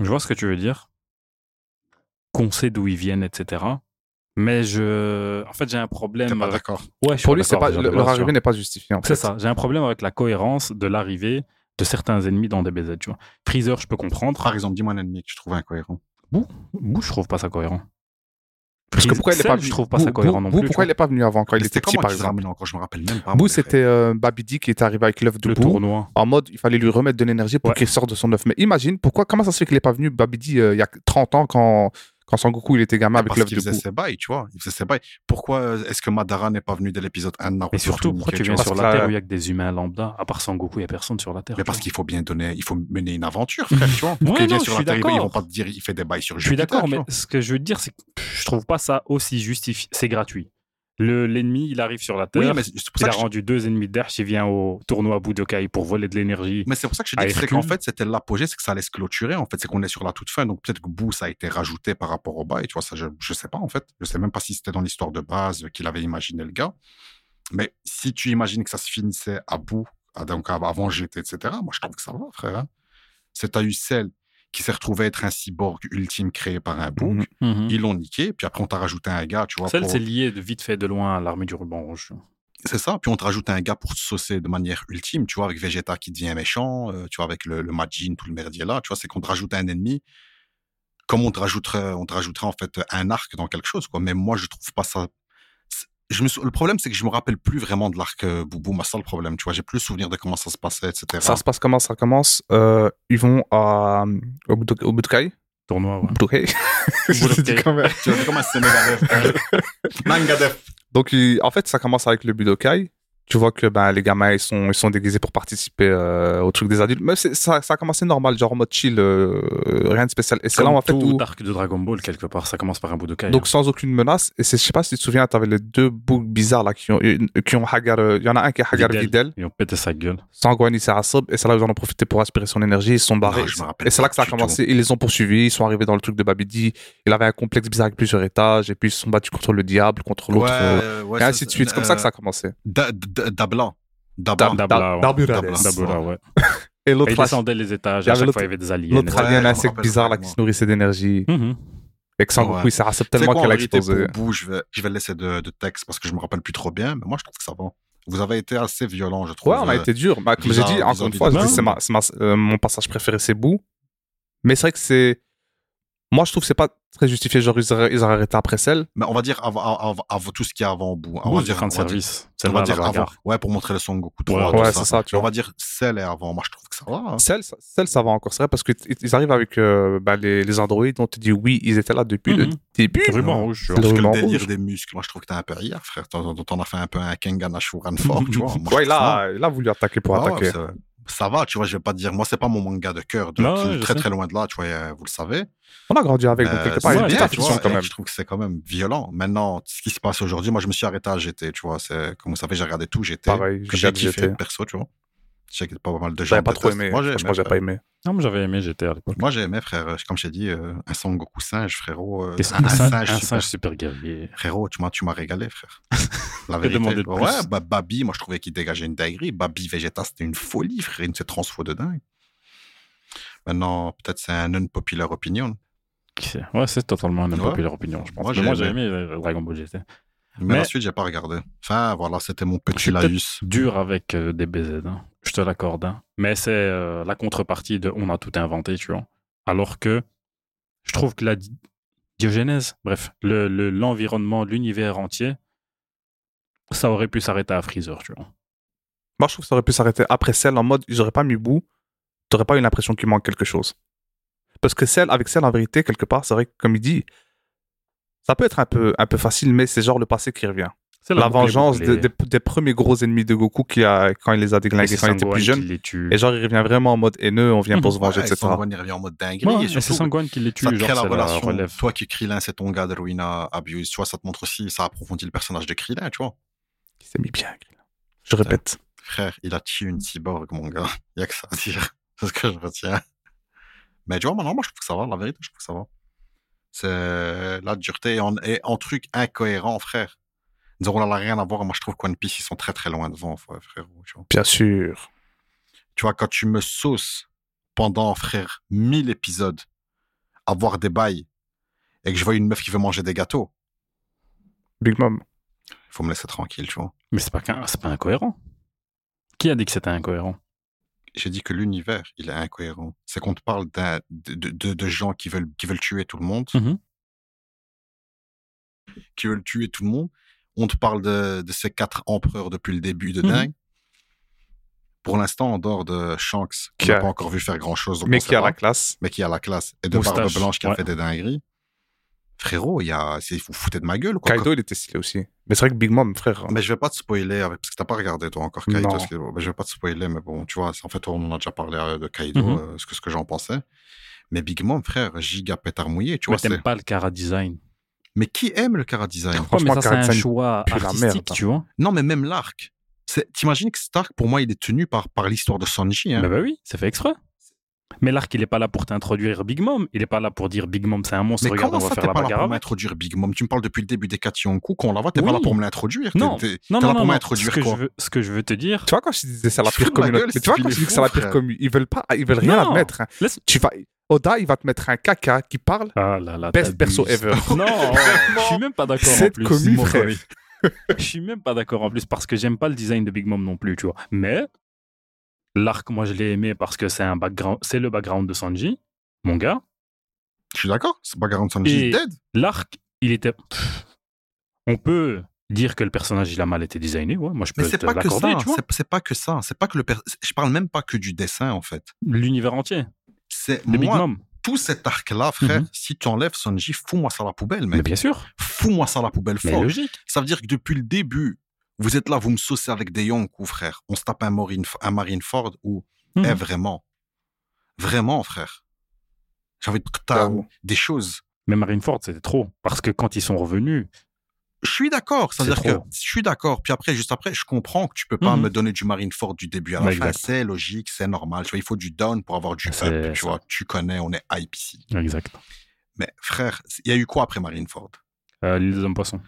S2: Je vois ce que tu veux dire. qu'on sait d'où ils viennent, etc. Mais je, en fait, j'ai un
S3: T'es
S2: problème.
S3: pas
S2: avec-
S3: d'accord.
S2: Ouais, je suis
S4: Pour lui,
S2: pas
S4: c'est
S2: d'accord
S4: pas,
S2: déjà,
S4: le-
S2: de base, tu
S4: leur
S2: vois.
S4: arrivée n'est pas justifiée. en
S2: C'est
S4: fait.
S2: ça. J'ai un problème avec la cohérence de l'arrivée de certains ennemis dans DBZ. Tu vois. Freezer, je peux comprendre.
S3: Par exemple, dis-moi un ennemi que je trouve incohérent.
S2: Bou, je trouve pas ça cohérent.
S4: Parce que
S2: Freezer-
S4: pourquoi il est
S2: Cell,
S4: pas
S2: Je
S4: venu-
S2: trouve pas ça
S4: Bou-
S2: cohérent
S4: Bou-
S2: non
S4: Bou,
S2: plus. tu
S4: pourquoi il
S2: vois.
S4: est pas venu avant quand
S3: Mais
S4: il était
S3: c'était
S4: petit
S3: comment
S4: par
S3: qu'ils se
S4: exemple
S3: ramènent encore Je me rappelle même pas.
S4: Bou,
S3: mon
S4: c'était euh, Babidi qui était arrivé avec l'œuf de
S2: le
S4: Bou.
S2: tournoi
S4: En mode, il fallait lui remettre de l'énergie pour
S2: Ouais.
S4: qu'il sorte de son œuf. Mais imagine, pourquoi, comment ça se fait qu'il n'est pas venu Babidi euh, il y a 30 ans quand, quand Sangoku il était
S2: Ah,
S4: gamin avec
S3: parce
S4: l'œuf
S3: qu'il
S4: de
S3: faisait
S4: Bou
S3: ses bails, tu vois. Il faisait ses bails. Pourquoi euh, est-ce que Madara n'est pas venu dès l'épisode 1 de Naruto
S2: Et surtout,
S3: tout
S2: pourquoi
S3: niquer,
S2: tu viens
S3: vois
S2: sur
S4: parce
S2: la
S4: que-
S2: Terre où il y a que des humains lambda À part Sangoku, il y a personne sur la Terre.
S3: Mais
S2: tu
S3: parce
S2: vois.
S3: qu'il faut bien donner, il faut mener une aventure, frère,
S2: <laughs>
S3: tu vois. Pour
S2: Ouais,
S3: qu'il vienne
S2: non,
S3: sur
S2: je
S3: la
S2: suis
S3: Terre, ils vont
S2: d'accord.
S3: pas te dire, il fait des bails sur
S2: Je suis
S3: Jupiter.
S2: d'accord,
S3: tu
S2: mais
S3: vois.
S2: ce que je veux dire, c'est que je trouve pas ça aussi justifié. C'est gratuit. Le l'ennemi, il arrive sur la Terre.
S3: Oui, mais c'est pour
S2: il
S3: ça
S2: a
S3: que je-
S2: rendu deux ennemis d'Erch. Il vient au tournoi Budokai pour voler de l'énergie.
S3: mais c'est pour ça que je
S2: à
S3: dis que c'est qu'en
S2: Hercule.
S3: fait, c'était l'apogée, c'est que ça allait se clôturer, en fait. C'est qu'on est sur la toute fin. Donc, peut-être que Boo, ça a été rajouté par rapport au bail, tu vois. Ça, je, je sais pas, en fait. Je sais même pas si c'était dans l'histoire de base euh, qu'il avait imaginé le gars. Mais si tu imagines que ça se finissait à Boo, à- donc à- avant GT, etc., moi, je trouve que ça va, frère. hein. C'est à Ucel qui s'est retrouvé être un cyborg ultime créé par un Book.
S4: Mhm.
S2: Mhm.
S3: Ils l'ont niqué, puis après, on t'a rajouté un gars, tu vois.
S2: Celle,
S3: Mm-hmm. pour-
S2: c'est lié de vite fait de loin à l'armée du ruban rouge.
S3: C'est ça. Puis on te rajoute un gars pour te saucer de manière ultime, tu vois, avec Vegeta qui devient méchant, euh, tu vois, avec le, le Majin, tout le merdier là, tu vois, c'est qu'on te rajoute un ennemi comme on te rajouterait, on te rajouterait en fait un arc dans quelque chose, quoi. Mais moi, je trouve pas ça. c'est- Je me sou- Le problème, c'est que je me rappelle plus vraiment de l'arc euh, Boubou, ma ça le problème, tu vois. J'ai plus le souvenir de comment ça se passait, etc.
S4: Ça se passe comment Ça commence. euh, ils vont à, euh, au Budok- au Budokai.
S2: Tournoi, ouais.
S4: Budokai. <laughs> Je dis quand même.
S3: Tu vois, c'est comme un
S4: <laughs>
S3: Sénégalais. Nangadef.
S4: Donc, il- en fait, ça commence avec le Budokai. Tu vois que ben, les gamins, ils sont, ils sont déguisés pour participer euh, au truc des adultes. Mais c'est- ça, ça a commencé normal, genre en mode chill, euh, rien de spécial. Et c'est là,
S2: Comme
S4: en fait,
S2: tout
S4: où,
S2: arc de Dragon Ball, quelque part, ça commence par un
S3: hein.
S2: Budokai. hein.
S4: donc sans aucune menace. Et c'est- je sais pas si tu te souviens, t'avais les deux boucs bizarres là qui ont, une- qui ont Hagar. euh, Il y en a un qui est Hagar
S2: Videl.
S4: Videl,
S2: Ils ont pété sa gueule.
S4: Sangwani Sarasub. Et c'est là, où ils en ont profité pour aspirer son énergie. Ils se sont barrés.
S3: Non, je me rappelle
S4: et c'est là
S3: pas
S4: que ça a
S3: du tout.
S4: commencé. Ils les ont poursuivis. Ils sont arrivés dans le truc de Babidi. Il avait un complexe bizarre avec plusieurs étages. Et puis ils se sont battus contre le diable, contre l'autre. euh,
S3: Ouais, ouais,
S4: et
S3: ça, euh,
S4: ainsi de suite. C'est comme ça que ça a commencé.
S3: Da- da- Dabla.
S4: Da-
S3: Dabla.
S4: da-
S2: Dabla, ouais.
S4: Darburales.
S3: Dabla.
S2: Dabura, ouais.
S4: Et
S2: Et
S4: l'autre
S2: Ils descendaient les étages.
S4: Il y
S2: À
S4: avait
S2: chaque
S4: l'autre-
S2: fois, il y avait des aliens.
S4: L'autre
S2: etc.
S4: alien,
S3: Ouais, je
S4: insecte
S3: me
S4: bizarre là
S3: rappelle
S4: qui se nourrissait d'énergie.
S2: Mhm.
S4: Et que Sangoku,
S3: Ouais.
S4: il s'est rassep
S3: C'est
S4: tellement
S3: quoi, en
S4: qu'elle a
S3: vérité,
S4: explosé.
S3: pour Boo, je vais, je vais laisser de, de texte parce que je me rappelle plus trop bien, mais moi je trouve que ça va. Vous avez été assez violent, je trouve.
S4: Ouais, on a
S3: Euh,
S4: été dur. Bah, comme j'ai
S3: bizarre-
S4: dit, encore
S3: bizarre
S4: une fois, je
S2: bizarre.
S4: dis, c'est ma- c'est ma- euh, mon passage préféré, c'est Boo. Mais c'est vrai que c'est. Moi, je trouve que c'est pas très justifié. Genre, ils auraient, ils auraient arrêté après celle.
S3: Mais on va dire avant, avant- avant- avant tout ce qu'il y a avant bout. hein, On
S2: Boost
S3: va
S2: de
S3: Oh, dire,
S2: fin de
S3: on va dire-
S2: service.
S3: on va
S2: Celle-là,
S3: dire
S2: la
S3: avant.
S2: bagarre.
S3: Ouais, pour montrer le Son Goku 3.
S2: Ouais,
S3: tout
S4: Ouais,
S3: ça.
S4: c'est ça, tu
S3: Mais on
S4: vois.
S3: va dire celle est avant. Moi je trouve que ça va. hein.
S4: Celle, ça- celle, ça va encore. C'est vrai parce qu'ils ils arrivent avec euh, bah, les, les androïdes. On te dit oui, ils étaient là depuis le
S2: Mhm.
S4: début.
S2: Ruban rouge. tu vois.
S4: C'est
S3: Parce que le
S4: Vraiment
S3: délire
S4: rouge.
S3: des muscles, moi je trouve que t'es un peu hier, frère. T'en, t'en as fait un peu un Kengan Ashuran forme, tu vois. Moi, je
S4: Ouais,
S3: trouve ça va.
S4: là, il a voulu attaquer pour
S3: Ouais, ouais,
S4: attaquer.
S3: ça- ça va, tu vois, je vais pas te dire. Moi, c'est pas mon manga de cœur, de,
S2: Non,
S3: qui-
S2: ouais, je
S3: très
S2: sais.
S3: très loin de là, tu vois, euh, vous le savez.
S4: On a grandi avec, donc
S3: Euh,
S4: quelque part, il
S3: c'est
S4: y a une petite
S3: bien, tu
S4: affection
S3: vois,
S4: quand
S3: et
S4: même.
S3: Je trouve que c'est quand même violent. Maintenant, ce qui se passe aujourd'hui, moi, je me suis arrêté à GT, tu vois. C'est, comme vous savez, j'ai regardé tout GT.
S4: Pareil,
S3: que
S4: je
S3: j'ai
S4: regarde
S3: kiffé,
S4: GT.
S3: perso, tu vois. J'ai pas mal de gens.
S4: J'avais pas trop
S3: détestent.
S4: aimé.
S3: Moi, j'ai
S4: Franchement, j'ai
S3: aimé,
S4: pas aimé.
S2: Non, mais j'avais aimé j'étais à l'époque.
S3: frère. Moi, j'ai aimé, frère. Comme je t'ai dit, euh, un Son Goku singe, frérot. euh,
S2: Qu'est-ce
S3: un,
S2: qu'un
S3: un
S2: singe,
S3: singe,
S2: un
S3: super.
S2: singe super guerrier
S3: Frérot, tu m'as, tu m'as
S2: <laughs>
S3: régalé, frère. La vérité.
S2: demander de
S3: Ouais,
S2: plus
S3: bah, Babi, moi, je trouvais qu'il dégageait une dinguerie. Babi Vegeta, c'était une folie, frère. Une de ces transfos de dingue. Maintenant, peut-être c'est un unpopular opinion.
S2: Qui- Ouais, c'est totalement une
S3: Ouais.
S2: populaire opinion, je pense.
S3: Moi,
S2: Moi,
S3: j'ai
S2: mais moi, j'ai
S3: aimé.
S2: aimé euh, Dragon Ball GT.
S3: Mais,
S2: Mais-
S3: la suite, j'ai pas regardé. Enfin, voilà, c'était mon petit
S2: C'est peut-être-
S3: laïus.
S2: Dur avec euh, des BZ, hein. je te l'accorde. hein. Mais c'est euh, la contrepartie de on a tout inventé, tu vois. Alors que je trouve que la di- diogénèse, bref, le- le- l'environnement, l'univers entier, ça aurait pu s'arrêter à Freezer, tu vois.
S4: Moi, je trouve que ça aurait pu s'arrêter après celle en mode, ils auraient pas mis bout, t'aurais pas eu l'impression qu'il manque quelque chose. Parce que celle, avec celle, en vérité, quelque part, c'est vrai que, comme il dit, ça peut être un peu, un peu facile, mais c'est genre le passé qui revient.
S2: C'est boucle
S4: La,
S2: est
S4: vengeance
S2: bouclée.
S4: de- des, des premiers gros ennemis de Goku qui a, quand il les a
S2: Et
S4: déglingués
S2: c'est
S4: quand il était
S2: Sangwan
S4: plus jeune.
S2: qui les tue.
S4: Et genre, il revient vraiment en mode haineux, on vient pour se venger,
S3: Ouais,
S4: etc.
S3: Sangwan, il revient en mode dinguerie.
S2: Ouais,
S3: et
S2: et c'est
S3: surtout,
S2: Sangwan qui les tue,
S3: ça
S2: genre,
S3: crée la
S2: c'est la
S3: relation.
S2: relève.
S3: Toi qui Krillin, c'est ton gars de Ruina Abuse. Tu vois, ça te montre aussi, ça approfondit le personnage de Krillin, tu vois.
S4: Il s'est mis bien, Krillin. Je répète.
S3: Frère, il a tué une cyborg, mon gars. <laughs> Il a que ça à dire. <laughs> C'est ce que je retiens. Mais tu vois, maintenant, moi, je trouve que ça va. La vérité, je trouve que ça va. C'est la dureté et en, et en truc incohérent, frère. Ils diront, on n'a rien à voir. Moi, je trouve qu'One Piece, ils sont très, très loin devant, frère. frérot, Tu vois.
S4: Bien sûr.
S3: Tu vois, quand tu me sauces pendant, frère, 1000 épisodes, avoir des bails et que je vois une meuf qui veut manger des gâteaux,
S4: Big Mom.
S3: il faut me laisser tranquille, tu vois.
S2: Mais c'est pas, qu'un- c'est pas incohérent. Qui a dit que c'était incohérent
S3: J'ai dit que l'univers, il est incohérent. C'est qu'on te parle d'un- de, de- de- de gens qui veulent, qui veulent tuer tout le monde,
S4: Mmh
S2: Mhm.
S3: qui veulent tuer tout le monde. On te parle de, de ces quatre empereurs depuis le début de
S4: Mmh
S2: Mhm.
S3: dingue. Pour l'instant, en dehors de Shanks, qui
S4: Qui
S3: n'a
S4: a-
S3: pas encore vu faire grand-chose, donc
S4: Mais
S3: on sait
S4: qui a
S3: pas,
S4: la classe.
S3: mais qui a la classe, et de
S2: Moustache,
S3: Barbe Blanche qui a
S2: ouais.
S3: fait des dingueries. Frérot, il y a... c'est- vous vous foutez de ma gueule, quoi.
S4: Kaido, il était stylé aussi. Mais c'est vrai que Big Mom, frère.
S3: Mais je vais pas te spoiler, avec- parce que t'as pas regardé toi encore Kaido.
S4: Non.
S3: parce que- ben, je vais pas te spoiler, mais bon, tu vois, c'est- en fait, on en a déjà parlé euh, de Kaido,
S2: Mhm.
S3: euh, ce que, ce que j'en pensais. Mais Big Mom, frère, giga pétard mouillé, tu
S2: Mais
S3: vois. c'est-
S2: t'aimes pas le cara design.
S3: Mais qui aime le
S2: <laughs>
S3: cara design
S2: Ouais, mais
S4: Franchement,
S2: ça, c'est
S4: cara
S2: un
S4: design
S2: choix
S4: pue la merde,
S2: artistique,
S4: hein.
S2: tu vois.
S3: Non, mais même l'arc. C'est- T'imagines que cet arc, pour moi, il est tenu par, par l'histoire de Sanji. hein.
S2: Bah, bah oui, c'est fait exprès. Mais l'arc, il est pas là pour t'introduire Big Mom. Il est pas là pour dire Big Mom, c'est un monstre.
S3: Mais
S2: regarde,
S3: comment
S2: on va
S3: ça, t'es
S2: faire la
S3: pas là
S2: bagarre
S3: pour
S2: avec.
S3: m'introduire Big Mom Tu me parles depuis le début des Katianku, qu'on la voit, t'es pas
S2: Oui.
S3: là pour me l'introduire. t'es-
S2: Non.
S3: t'es-
S2: Non, non,
S3: t'es là
S2: non,
S3: pour
S2: non.
S3: m'introduire
S2: Ce que,
S3: quoi
S2: je veux, ce que je veux te dire,
S4: Tu vois, quand je disais c'est la
S3: Tu te
S4: pire
S3: fous de ma
S4: communauté.
S3: gueule,
S4: Mais tu vois,
S3: c'est
S4: quand je
S3: fini
S4: dis que c'est la
S3: fou,
S4: pire
S3: frère.
S4: communauté, ils veulent pas, ils veulent rien
S2: Non.
S4: admettre. hein.
S2: laisse.
S4: Tu vas, Oda, il va te mettre un caca qui parle.
S2: Ah là là.
S4: Best
S2: t'abuses.
S4: perso
S2: <laughs>
S4: ever.
S3: <laughs>
S2: Non, je suis même pas d'accord en
S4: Cette
S2: plus.
S4: commu,
S2: Mon
S4: frère.
S2: collègue. Je suis même pas d'accord en plus parce que j'aime pas le design de Big Mom non plus, tu vois. Mais l'arc, moi, je l'ai aimé parce que c'est un background, c'est le background de Sanji, mon gars.
S3: Je suis d'accord, c'est pas de Sanji
S2: Et-
S3: il est dead.
S2: L'arc, il était. Pff. On peut dire que le personnage il a mal été designé, ouais. Moi, je
S3: Mais
S2: peux
S3: c'est
S2: te
S3: pas que
S2: l'accorder,
S3: ça,
S2: tu vois.
S3: c'est- c'est pas que ça, c'est pas que le per- je parle même pas que du dessin en fait.
S2: L'univers entier
S3: C'est
S2: de Big
S3: moi,
S2: Mom.
S3: tout cet arc-là, frère,
S2: Mhm.
S3: si tu enlèves Sanji, fous-moi ça à la poubelle,
S2: Mais
S3: mec.
S2: bien sûr,
S3: Fous-moi ça à la poubelle
S2: mais
S3: fort.
S2: logique.
S3: Ça veut dire que depuis le début, vous êtes là, vous me saucez avec des Yonkou, frère. On se tape un, Maureen- un Marineford ou.
S2: Mhm.
S3: Eh, vraiment. Vraiment, frère. J'ai envie de t'as
S4: Bravo.
S3: des choses.
S2: Mais Marineford, c'était trop. Parce que quand ils sont revenus,
S3: Je suis d'accord,
S2: C'est
S3: c'est-à-dire que
S2: trop.
S3: je suis d'accord. Puis après, juste après, je comprends que tu peux pas
S2: Mhm.
S3: me donner du Marineford du début à la
S2: Bah,
S3: fin.
S2: exact.
S3: C'est logique, c'est normal. Tu vois, il faut du down pour avoir du
S2: C'est
S3: up. Tu
S2: ça.
S3: vois, tu connais, on est hype ici.
S2: exact,
S3: Mais frère, il y a eu quoi après Marineford
S2: Euh, l'île des hommes poissons.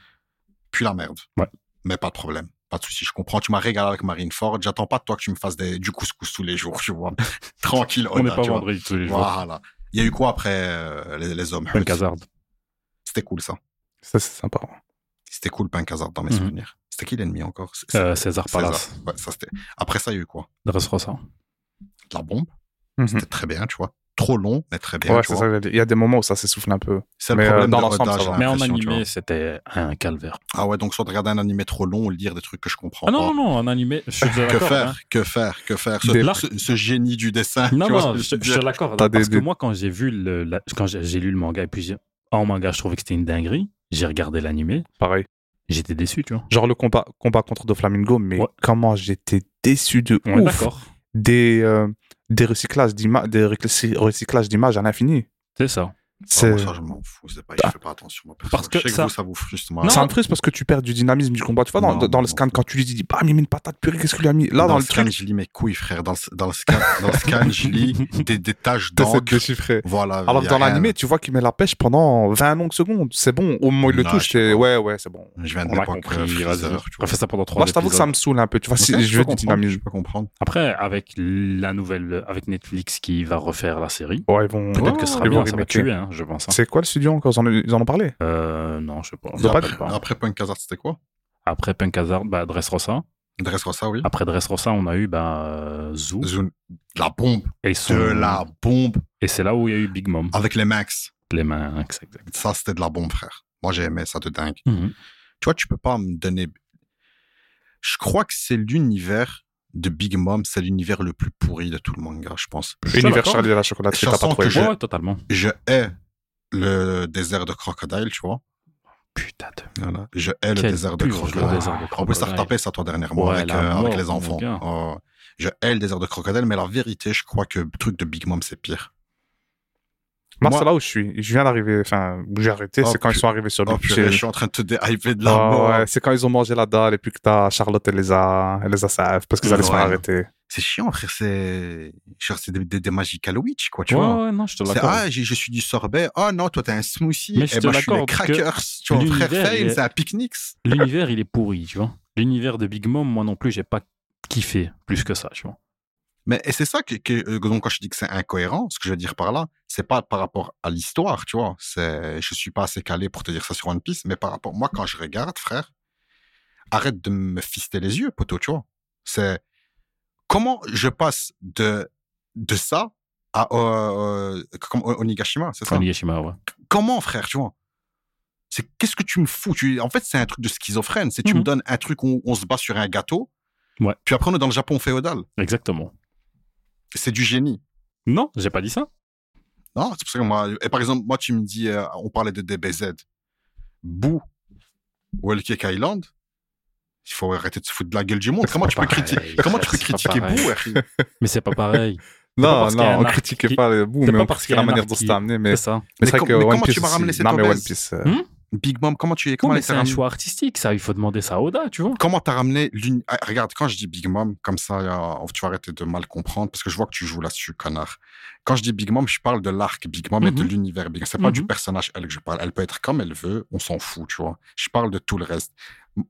S3: puis la merde.
S2: Ouais.
S3: Mais pas de problème. Pas de souci, je comprends. Tu m'as régalé avec Marine Ford. J'attends pas de toi que tu me fasses des, du couscous tous les jours, tu
S2: <laughs>
S3: vois. Tranquille,
S2: On n'est
S3: Oda,
S2: pas
S3: Oh, tu vois.
S2: vendredi tous les jours.
S3: Voilà. Il y a eu quoi après euh, les, les hommes
S2: Punk Hazard.
S3: C'était cool, ça.
S4: Ça, c'est sympa.
S3: C'était cool, Punk Hazard, dans mes
S2: Mhm.
S3: souvenirs. C'était qui l'ennemi encore C'est-
S2: Euh,
S3: c'est-
S2: César
S3: César.
S2: Palace.
S3: Ouais, ça, c'était- Après ça, il y a eu quoi
S2: Dressrosa.
S3: De La bombe.
S4: Mhm.
S3: C'était très bien, tu vois. Trop long, mais très bien.
S4: Ouais,
S3: tu
S4: c'est
S3: vois.
S4: ça. Il y a des moments où ça s'essouffle un peu.
S3: C'est le
S4: Mais, euh,
S3: problème
S4: dans
S3: de
S4: l'ensemble,
S3: Oda,
S4: ça
S3: j'ai
S4: va.
S2: Mais en
S3: l'impression, tu
S2: animé,
S3: vois.
S2: c'était un calvaire.
S3: Ah ouais, donc soit de regarder un animé trop long ou lire des trucs que je comprends
S2: Ah non, non,
S3: pas.
S2: non, en animé, je te
S3: <laughs> Que
S2: l'accorde.
S3: faire,
S2: hein.
S3: que faire, que faire
S2: Des
S3: ce,
S2: larcs.
S3: ce- ce génie du dessin.
S2: Non,
S3: tu vois
S2: non,
S3: ce que
S2: je,
S3: veux
S2: je
S3: dire
S2: te l'accorde.
S4: T'as
S2: Parce
S4: des-
S2: que
S4: des-
S2: moi, quand j'ai vu le, la- quand j'ai j'ai lu le manga et puis j'ai- en manga, je trouvais que c'était une dinguerie. J'ai regardé l'animé,
S4: Pareil.
S2: j'étais déçu, tu vois.
S4: Genre le combat, combat contre Doflamingo, mais
S2: Ouais.
S4: comment j'étais déçu de
S2: On est
S4: ouf
S2: d'accord.
S4: des, euh, des recyclages d'ima- des recyc- recyclages d'images à l'infini.
S2: C'est ça.
S3: Ah,
S4: C'est Bah,
S3: moi, ça, je m'en fous. c'est Pas, je fais pas attention. Moi, perso.
S2: Parce que
S3: je sais que
S2: ça-
S3: vous, ça vous frustre. Moi.
S2: Non,
S4: ça me frustre parce que tu perds du dynamisme du combat. Tu vois, dans,
S3: Non,
S4: dans le
S3: non,
S4: scan,
S3: non.
S4: quand tu lui dis, bam, il met une patate purée, qu'est-ce qu'il lui a mis Là, dans, le
S3: scan,
S4: truc,
S3: je lis mes couilles, frère. Dans le, dans le, scan, dans le scan, je lis
S4: <laughs>
S3: des, des taches
S4: t'essaies de
S3: d'encre.
S4: déchiffrer.
S3: Voilà.
S4: Alors
S3: Euh, y
S4: que
S3: a
S4: dans
S3: rien.
S4: l'animé, tu vois qu'il met la pêche pendant 20 longues secondes. C'est bon, au moment où il le
S3: Non,
S4: touche,
S3: je sais
S4: t'es-
S3: pas.
S4: ouais, ouais, c'est bon.
S3: Je viens de
S2: On a
S3: l'époque
S2: compris.
S3: euh,
S2: vas-y.
S3: Freezer. tu
S2: On
S3: vois.
S2: fait ça pendant trois
S4: Moi, je t'avoue que ça
S2: épisodes.
S4: me saoule un peu. Tu vois,
S3: Ok,
S4: si je veux
S3: peux
S4: du
S3: comprendre,
S4: dynamisme.
S3: Je peux comprendre.
S2: Après, avec la nouvelle, avec Netflix qui va refaire la série,
S4: Ouais, ils vont.
S2: peut-être
S3: Ouais,
S2: que ce sera
S4: ils vont
S2: bien, ça va
S4: remaker.
S2: tuer, hein, je pense. hein.
S4: C'est quoi le studio encore ils en, ils en ont parlé
S2: Euh, non, je sais pas.
S4: Ils ont pas
S3: après,
S4: de-
S3: après Punk Hazard, c'était quoi
S2: Après Punk Hazard, bah, Dressrosa.
S3: Dressrosa, oui.
S2: Après Dressrosa, on a eu bah, euh, Zoo.
S3: Zoom. La bombe.
S2: Et, son-
S3: De la bombe.
S2: et c'est là où il y a eu Big Mom.
S3: Avec les max.
S2: Les mains, hein, exact. exact.
S3: Ça, c'était de la bombe, frère. Moi, j'ai aimé ça de dingue.
S2: Mhm.
S3: tu vois, tu peux pas me donner. Je crois que c'est l'univers de Big Mom, c'est l'univers le plus pourri de tout le manga, je pense. Je suis
S4: Univers
S3: d'accord.
S4: Charlie et la chocolaterie,
S3: Ça
S4: t'as pas
S3: sent
S4: trop
S3: que
S4: aimé.
S3: je-
S2: Ouais, totalement.
S3: Je hais le désert de Crocodile, tu vois.
S2: Putain de.
S3: Voilà. Je hais le
S2: Quel
S3: désert de
S2: pur
S3: Crocodile.
S2: désert de
S3: On peut s'en
S2: Crocodile.
S3: retaper ça, toi, dernièrement,
S2: Ouais,
S3: avec,
S2: la
S3: euh, avec
S2: mort,
S3: les
S2: mon
S3: enfants.
S2: gars.
S3: Oh. je hais le désert de Crocodile, mais la vérité, je crois que le truc de Big Mom, c'est pire.
S4: Moi,
S3: Moi-
S4: c'est là où je suis. Je viens d'arriver, enfin, où j'ai arrêté,
S3: Oh,
S4: c'est quand ils
S3: pu-
S4: sont arrivés sur
S2: Ah,
S3: Oh,
S4: lui.
S3: purée,
S4: C'est-
S3: je suis en train de te déhyper de la
S4: Ah
S3: mort.
S4: ouais, c'est quand ils ont mangé la dalle et puis que t'as Charlotte et les a, elle les a save parce qu'ils allaient se faire
S3: Ouais.
S4: arrêter.
S3: C'est chiant, frère. C'est genre, c'est des, des, des Magical Witch, quoi, tu
S2: Ouais,
S3: vois.
S2: ouais, non, je te
S3: C'est,
S2: l'accorde.
S3: ah, j'ai- je suis du sorbet. Ah non, toi, t'es un smoothie.
S2: Mais je
S3: et
S2: te
S3: moi, je suis des
S2: l'accorde que
S3: crackers. Tu vois, frère
S2: l'univers, il
S3: Fail,
S2: est-
S3: c'est un pique-nique.
S2: L'univers, il est pourri, tu vois. L'univers de Big Mom, moi non plus, j'ai pas kiffé plus que ça, tu vois.
S3: Mais et c'est ça que, que euh, donc, quand je dis que c'est incohérent, ce que je veux dire par là, c'est pas par rapport à l'histoire, tu vois. C'est, je suis pas assez calé pour te dire ça sur One Piece, mais par rapport moi quand je regarde, frère, arrête de me fister les yeux, poteau, tu vois. C'est comment je passe de de ça à euh, euh, comme Onigashima, c'est ça.
S2: Onigashima, ouais.
S3: Comment, frère, tu vois C'est qu'est-ce que tu me fous tu, En fait, c'est un truc de schizophrène. C'est tu
S2: Mhm.
S3: me donnes un truc où on se bat sur un gâteau.
S2: Ouais.
S3: Puis après, on est dans le Japon féodal.
S2: Exactement.
S3: C'est du génie.
S2: Non, j'ai pas dit ça.
S3: Non, c'est pour ça que moi. Et par exemple, moi, tu me dis, euh, on parlait de DBZ. Boo, Cake Island. Il faut arrêter de se foutre de la gueule du monde.
S2: C'est
S3: Comment
S2: pas
S3: tu peux
S2: pareil,
S3: critiquer,
S2: <laughs>
S3: comment tu peux
S2: c'est pas
S3: critiquer
S2: pareil.
S3: Boo, RI?
S2: Mais c'est pas pareil. pas parce
S4: Non,
S2: qu'il y a
S4: non,
S2: un
S4: on
S2: arc
S4: critiquait
S2: qui-
S4: pas les bouts,
S2: C'est
S4: mais
S2: pas
S4: on
S2: parce qu'il y
S4: critiquait
S2: a
S4: la
S2: un
S4: manière
S2: arc
S4: dont
S2: qui-
S4: c'est amené. Mais,
S2: C'est
S4: mais
S2: ça.
S4: c'est vrai
S3: com-
S4: que
S3: <laughs> mais
S4: One
S3: comment
S4: Piece.
S3: tu m'as
S4: aussi-
S3: ramené cette
S4: non, mais
S3: obèse
S4: One Piece. euh, <laughs>
S2: Hum
S3: Big Mom, comment tu
S2: Oui,
S3: comment
S2: mais
S3: t'as
S2: c'est un
S3: ramené-
S2: choix artistique, ça. Il faut demander ça à Oda, tu vois.
S3: Comment t'as ramené l'une Ah, Regarde, quand je dis Big Mom, comme ça, euh, tu vas arrêter de mal comprendre parce que je vois que tu joues là-dessus, connard. Quand je dis Big Mom, je parle de l'arc Big Mom et de
S2: Mhm.
S3: l'univers Big Mom. C'est pas
S2: Mhm.
S3: du personnage elle que je parle. Elle peut être comme elle veut, on s'en fout, tu vois. Je parle de tout le reste.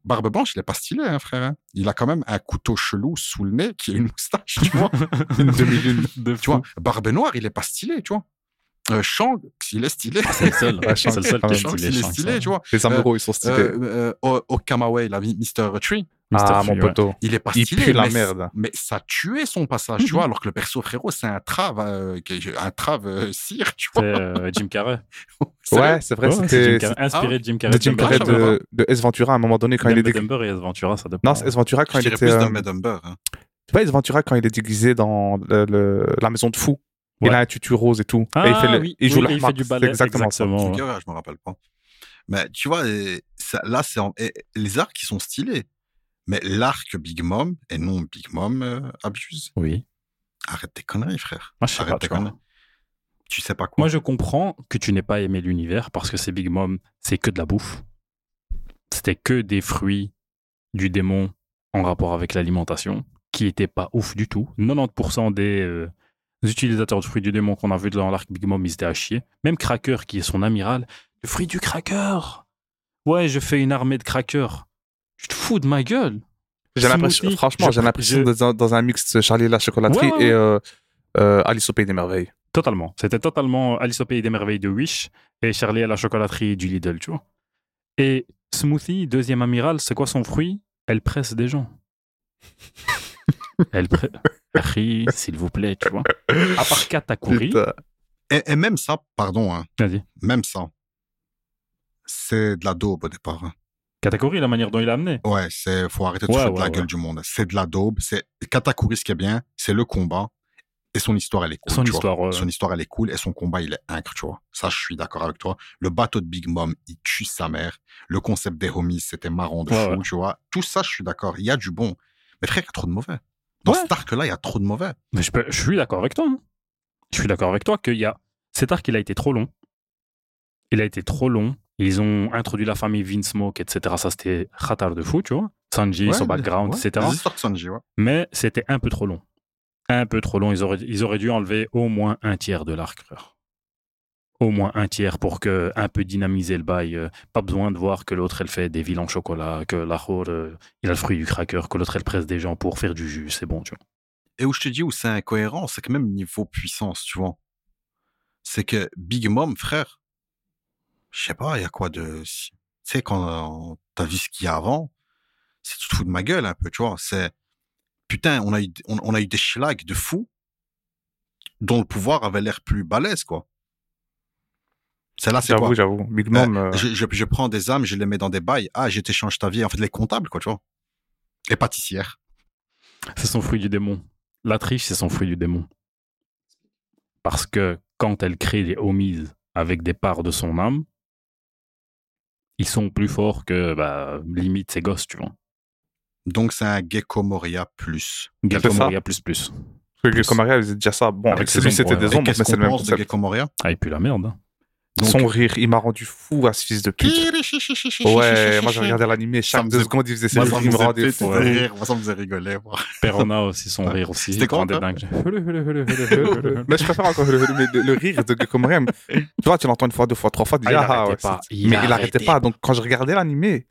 S3: Barbe Blanche, il est pas stylé, hein, frère. hein. Il a quand même un couteau chelou sous le nez qui est une moustache, tu vois.
S2: Une
S3: <laughs>
S2: demi-lune. <laughs> De
S3: tu vois, Barbe Noire, il est pas stylé, tu vois. Euh, Shang, il est stylé.
S2: Ah, C'est le seul.
S4: Ouais,
S2: C'est le seul
S4: quand
S2: qui est
S3: <laughs>
S4: même.
S3: Shang,
S2: stylé. hein.
S3: il est
S2: Shanks,
S3: stylé,
S2: ouais.
S3: tu vois.
S4: Les Amuro, ils sont
S3: Euh,
S4: stylé.
S3: euh, O- Okamaway, la vie- Mr. Tree,
S4: Ah,
S2: Mr.
S4: mon
S2: Free, ouais.
S4: poteau.
S3: il est pas
S4: Il
S3: stylé.
S4: pue la
S3: mais-
S4: merde. Mhm.
S3: Mais ça tuait son passage, tu vois, alors que le perso frérot, c'est un trave, euh, qui- un trave euh, cire, tu
S2: C'est
S3: vois.
S2: euh, Jim Carrey.
S3: Sérieux
S4: Ouais, c'est vrai,
S2: Ah Ouais, c'est Jim
S4: c'était.
S2: Carrey. Inspiré de Jim Carrey.
S4: De Jim
S3: Dumber,
S4: Carrey
S3: je savais
S4: de, de S. Ventura à un moment donné quand il est
S2: Dumber,
S4: déguisé.
S2: Dumber et Ace Ventura, ça hein. dépend.
S4: Non, c'est S. Ventura quand
S3: Je
S4: il
S3: dirais
S4: était.
S3: plus
S4: euh,
S3: d'un Medumber. hein.
S4: C'est pas S. Ventura quand il est déguisé dans le- le- la maison de fou.
S2: Ouais.
S4: Il a un tutu rose et tout.
S2: Ah,
S4: et il, fait le-
S2: oui,
S4: il joue
S2: oui,
S4: la
S2: et il fait du ballet.
S4: exactement,
S2: exactement, ouais.
S3: Jim Carrey, je me rappelle pas. Mais tu vois, et ça- là, c'est en- et- et les arcs qui sont stylés. Mais l'arc Big Mom, et non Big Mom, euh, abuse.
S2: Oui.
S3: Arrête tes conneries, frère.
S2: Moi, je sais
S3: Arrête
S2: pas,
S3: tes
S2: tu vois.
S3: conneries. Tu sais pas quoi.
S2: Moi, je comprends que tu n'aies pas aimé l'univers parce que c'est Big Mom, c'est que de la bouffe. C'était que des fruits du démon en rapport avec l'alimentation qui n'étaient pas ouf du tout. 90% des euh, utilisateurs de fruits du démon qu'on a vu dans l'arc Big Mom, ils étaient à chier. Même Cracker, qui est son amiral, le fruit du Cracker Ouais, je fais une armée de Cracker. Je te fous de ma gueule
S4: J'ai l'impression,
S2: Smoothie,
S4: franchement,
S2: je-
S4: j'ai l'impression
S2: je-
S4: d'être dans, dans un mix Charlie et la chocolaterie
S2: Ouais, ouais, ouais.
S4: et euh, euh, Alice au pays des merveilles.
S2: Totalement. C'était totalement Alice au pays des merveilles de Wish et Charlie à la chocolaterie du Lidl, tu vois. Et Smoothie, deuxième amiral, c'est quoi son fruit Elle presse des
S3: <laughs>
S2: gens. Elle presse. Ri, s'il vous plaît, tu vois. À <laughs> part Katakuri.
S4: Putain.
S3: Et, et même ça, pardon, hein,
S2: Vas-y.
S3: même ça, c'est de la daube au départ. hein.
S2: Katakuri, la manière dont il a amené.
S3: Ouais, c'est faut arrêter de
S2: Ouais,
S3: se foutre de
S2: ouais, ouais.
S3: la gueule du monde. C'est de la daube. C'est Katakuri, ce qui est bien, c'est le combat et son histoire, elle est cool.
S2: Son
S3: tu vois.
S2: histoire. euh, ouais.
S3: Son histoire, elle est cool et son combat, il est incre, tu vois. Ça, je suis d'accord avec toi. Le bateau de Big Mom, il tue sa mère. Le concept des homies, c'était marrant de
S2: Ouais,
S3: fou,
S2: ouais.
S3: tu vois. Tout ça, je suis d'accord. Il y a du bon. Mais frère, il y a trop de mauvais. Dans
S2: Ouais.
S3: cet arc-là, il y a trop de mauvais.
S2: Mais je, peux- je suis d'accord avec toi. hein. Je suis d'accord avec toi qu'il y a. Cet arc, il a été trop long. Il a été trop long. Ils ont introduit la famille Vince Moke, etc. Ça, c'était ratard de fou, tu vois. Sanji,
S3: Ouais,
S2: son background,
S3: ouais.
S2: etc.
S3: Les histoires de Sanji, ouais.
S2: mais c'était un peu trop long. Un peu trop long. Ils auraient, ils auraient dû enlever au moins un tiers de l'arc. frère. Au moins un tiers pour que un peu dynamiser le bail. euh, Pas besoin de voir que l'autre elle fait des villes en chocolat, que l'Aho euh, il a le fruit du cracker, que l'autre elle presse des gens pour faire du jus. C'est bon, tu vois.
S3: Et où je te dis où c'est incohérent, c'est que même niveau puissance, tu vois. C'est que Big Mom, frère, je sais pas, il y a quoi de. si- Tu sais, quand euh, t'as vu ce qu'il y a avant, c'est tu te fous de ma gueule un peu, tu vois. C'est. Putain, on a, eu, on, on a eu des schlags de fous dont le pouvoir avait l'air plus balèze, quoi. Celle-là, c'est quoi
S4: J'avoue, j'avoue. Big Mom. euh,
S3: je, je- je prends des âmes, je les mets dans des bails. Ah, je t'échange ta vie. En fait, les comptables, quoi, tu vois. Et pâtissière.
S2: C'est son fruit du démon. La triche, c'est son fruit du démon. Parce que quand elle crée des homies avec des parts de son âme, ils sont plus forts que bah, limite ses gosses, tu vois.
S3: Donc, c'est un Gecko Moria plus.
S2: Gecko
S4: ça.
S2: Moria plus plus.
S4: Parce que Komaria, elle faisait déjà ça. Bon,
S2: Avec
S4: avec
S2: ses
S4: celui,
S2: ombres,
S4: c'était
S2: ouais.
S4: des
S3: Et
S4: ombres, mais
S3: qu'est-ce
S4: c'est
S3: qu'on
S4: le même
S3: pense de
S4: concept.
S3: Gecko Moria
S2: Ah, et puis la merde. hein.
S3: Donc-
S4: Son rire, il m'a rendu fou à ce fils de pute. Ouais, moi, je regardais l'animé.
S3: Ça
S4: Chaque
S3: me
S4: deux
S3: faisait-
S4: secondes, il faisait ce
S3: Moi,
S4: rire,
S3: ça
S4: il
S3: me
S4: me rendait
S3: faisait
S4: fou.
S3: péter de
S2: ouais.
S3: rire. Moi, ça me faisait rigoler. moi.
S4: <laughs>
S2: Perona aussi, son
S4: Ah,
S2: rire aussi.
S3: C'était
S2: il rendait
S4: hein.
S3: grand,
S2: dingue.
S4: <laughs> Mais je préfère encore le, le- le rire de Gecko Moria. Tu vois, tu l'entends une fois, deux fois, trois fois. tu
S2: Ah,
S4: dis,
S2: il
S4: ah,
S2: arrêtait
S4: ouais,
S2: pas.
S4: c'est-
S2: Il
S4: mais il
S2: arrêtait
S4: arrêtait pas. Donc, quand je regardais l'animé,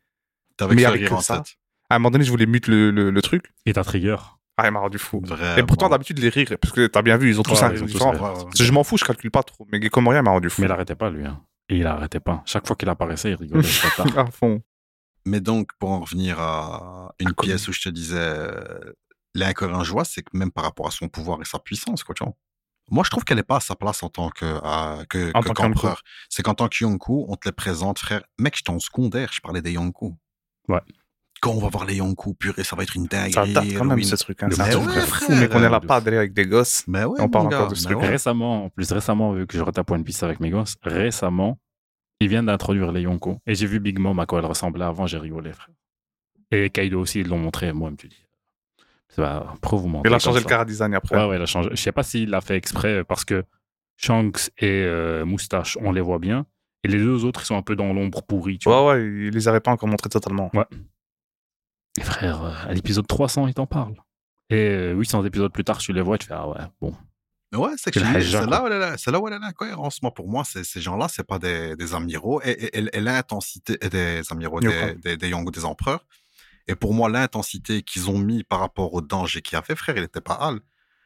S3: T'avais
S4: Mais
S3: ce
S4: avec
S3: rire hein,
S4: que
S3: en
S4: ça.
S3: tête.
S4: à un moment donné, je voulais mute le, le, le truc.
S2: Et t'as trigger.
S4: Ah, il m'a rendu fou.
S3: Vraiment.
S4: Et pourtant, d'habitude, les rires, parce que t'as bien vu, ils ont tous
S2: Ouais,
S4: un
S2: ils
S4: rire
S2: ont tous
S4: différent.
S2: des-
S3: Ouais, ouais, ouais.
S4: Parce que Je m'en fous, je calcule pas trop. Mais Gekomoria m'a rendu fou.
S2: Mais il arrêtait pas, lui. hein. Et il arrêtait pas. Chaque fois qu'il apparaissait, il rigolait. trop
S4: <laughs>
S2: tard.
S4: <laughs> à fond.
S3: Mais donc, pour en revenir à une pièce où je te disais euh, l'incohérent joie, c'est que même par rapport à son pouvoir et sa puissance, quoi, tu vois. Moi, je trouve qu'elle n'est pas à sa place en tant que, à- que,
S4: En
S3: que
S4: tant
S3: qu'empereur. C'est qu'en tant que Yonkou, on te les présente, frère. Mec, j'étais en secondaire, je parlais des Yonkou.
S2: Ouais.
S3: Quand on va voir les Yonkou, purée, ça va être une dinguerie.
S4: Ça date quand même,
S3: Halloween.
S4: ce truc. Hein.
S2: Mais
S4: C'est un
S2: ouais,
S4: truc de
S3: frère.
S4: fou, mais qu'on est là
S2: De
S4: pas d'aller avec des gosses.
S3: Mais ouais,
S4: On
S3: mon
S4: parle
S3: gars,
S4: encore de
S3: mais
S4: ce truc.
S3: ben ouais.
S2: Récemment, en plus récemment, vu que je retape One Piece avec mes gosses, récemment, ils viennent d'introduire les Yonko. Et j'ai vu Big Mom à quoi elle ressemblait avant, j'ai rigolé, frère. Et Kaido aussi, ils l'ont montré, moi, je me suis dit. Ça va, pourquoi vous mentez
S4: Il a
S2: comme
S4: changé le
S2: ça
S4: cara design après.
S2: Ouais, ouais, il a changé. Je sais pas s'il l'a fait exprès euh, parce que Shanks et euh, Moustache, on les voit bien. Et les deux autres, ils sont un peu dans l'ombre pourrie, tu vois.
S4: Ouais, ouais, il les avait pas encore montrés totalement.
S2: Et frère, euh, à l'épisode 300, il t'en parle. Et euh, 800 épisodes plus tard, tu les vois, tu fais Ah ouais, bon.
S3: Ben Ouais, c'est que
S2: C'est
S3: je te
S2: le
S3: dis,
S2: Haja,
S3: c'est là où elle est la- c'est là où elle est l'incohérence. Moi, pour moi, c'est- ces gens-là, c'est pas des, des amiraux. Et, et- et- et l'intensité et des amiraux, des,
S4: Yonko.
S3: des, des Yonko, des empereurs. Et pour moi, l'intensité qu'ils ont mis par rapport au danger qu'il y avait, frère, il était pas hal.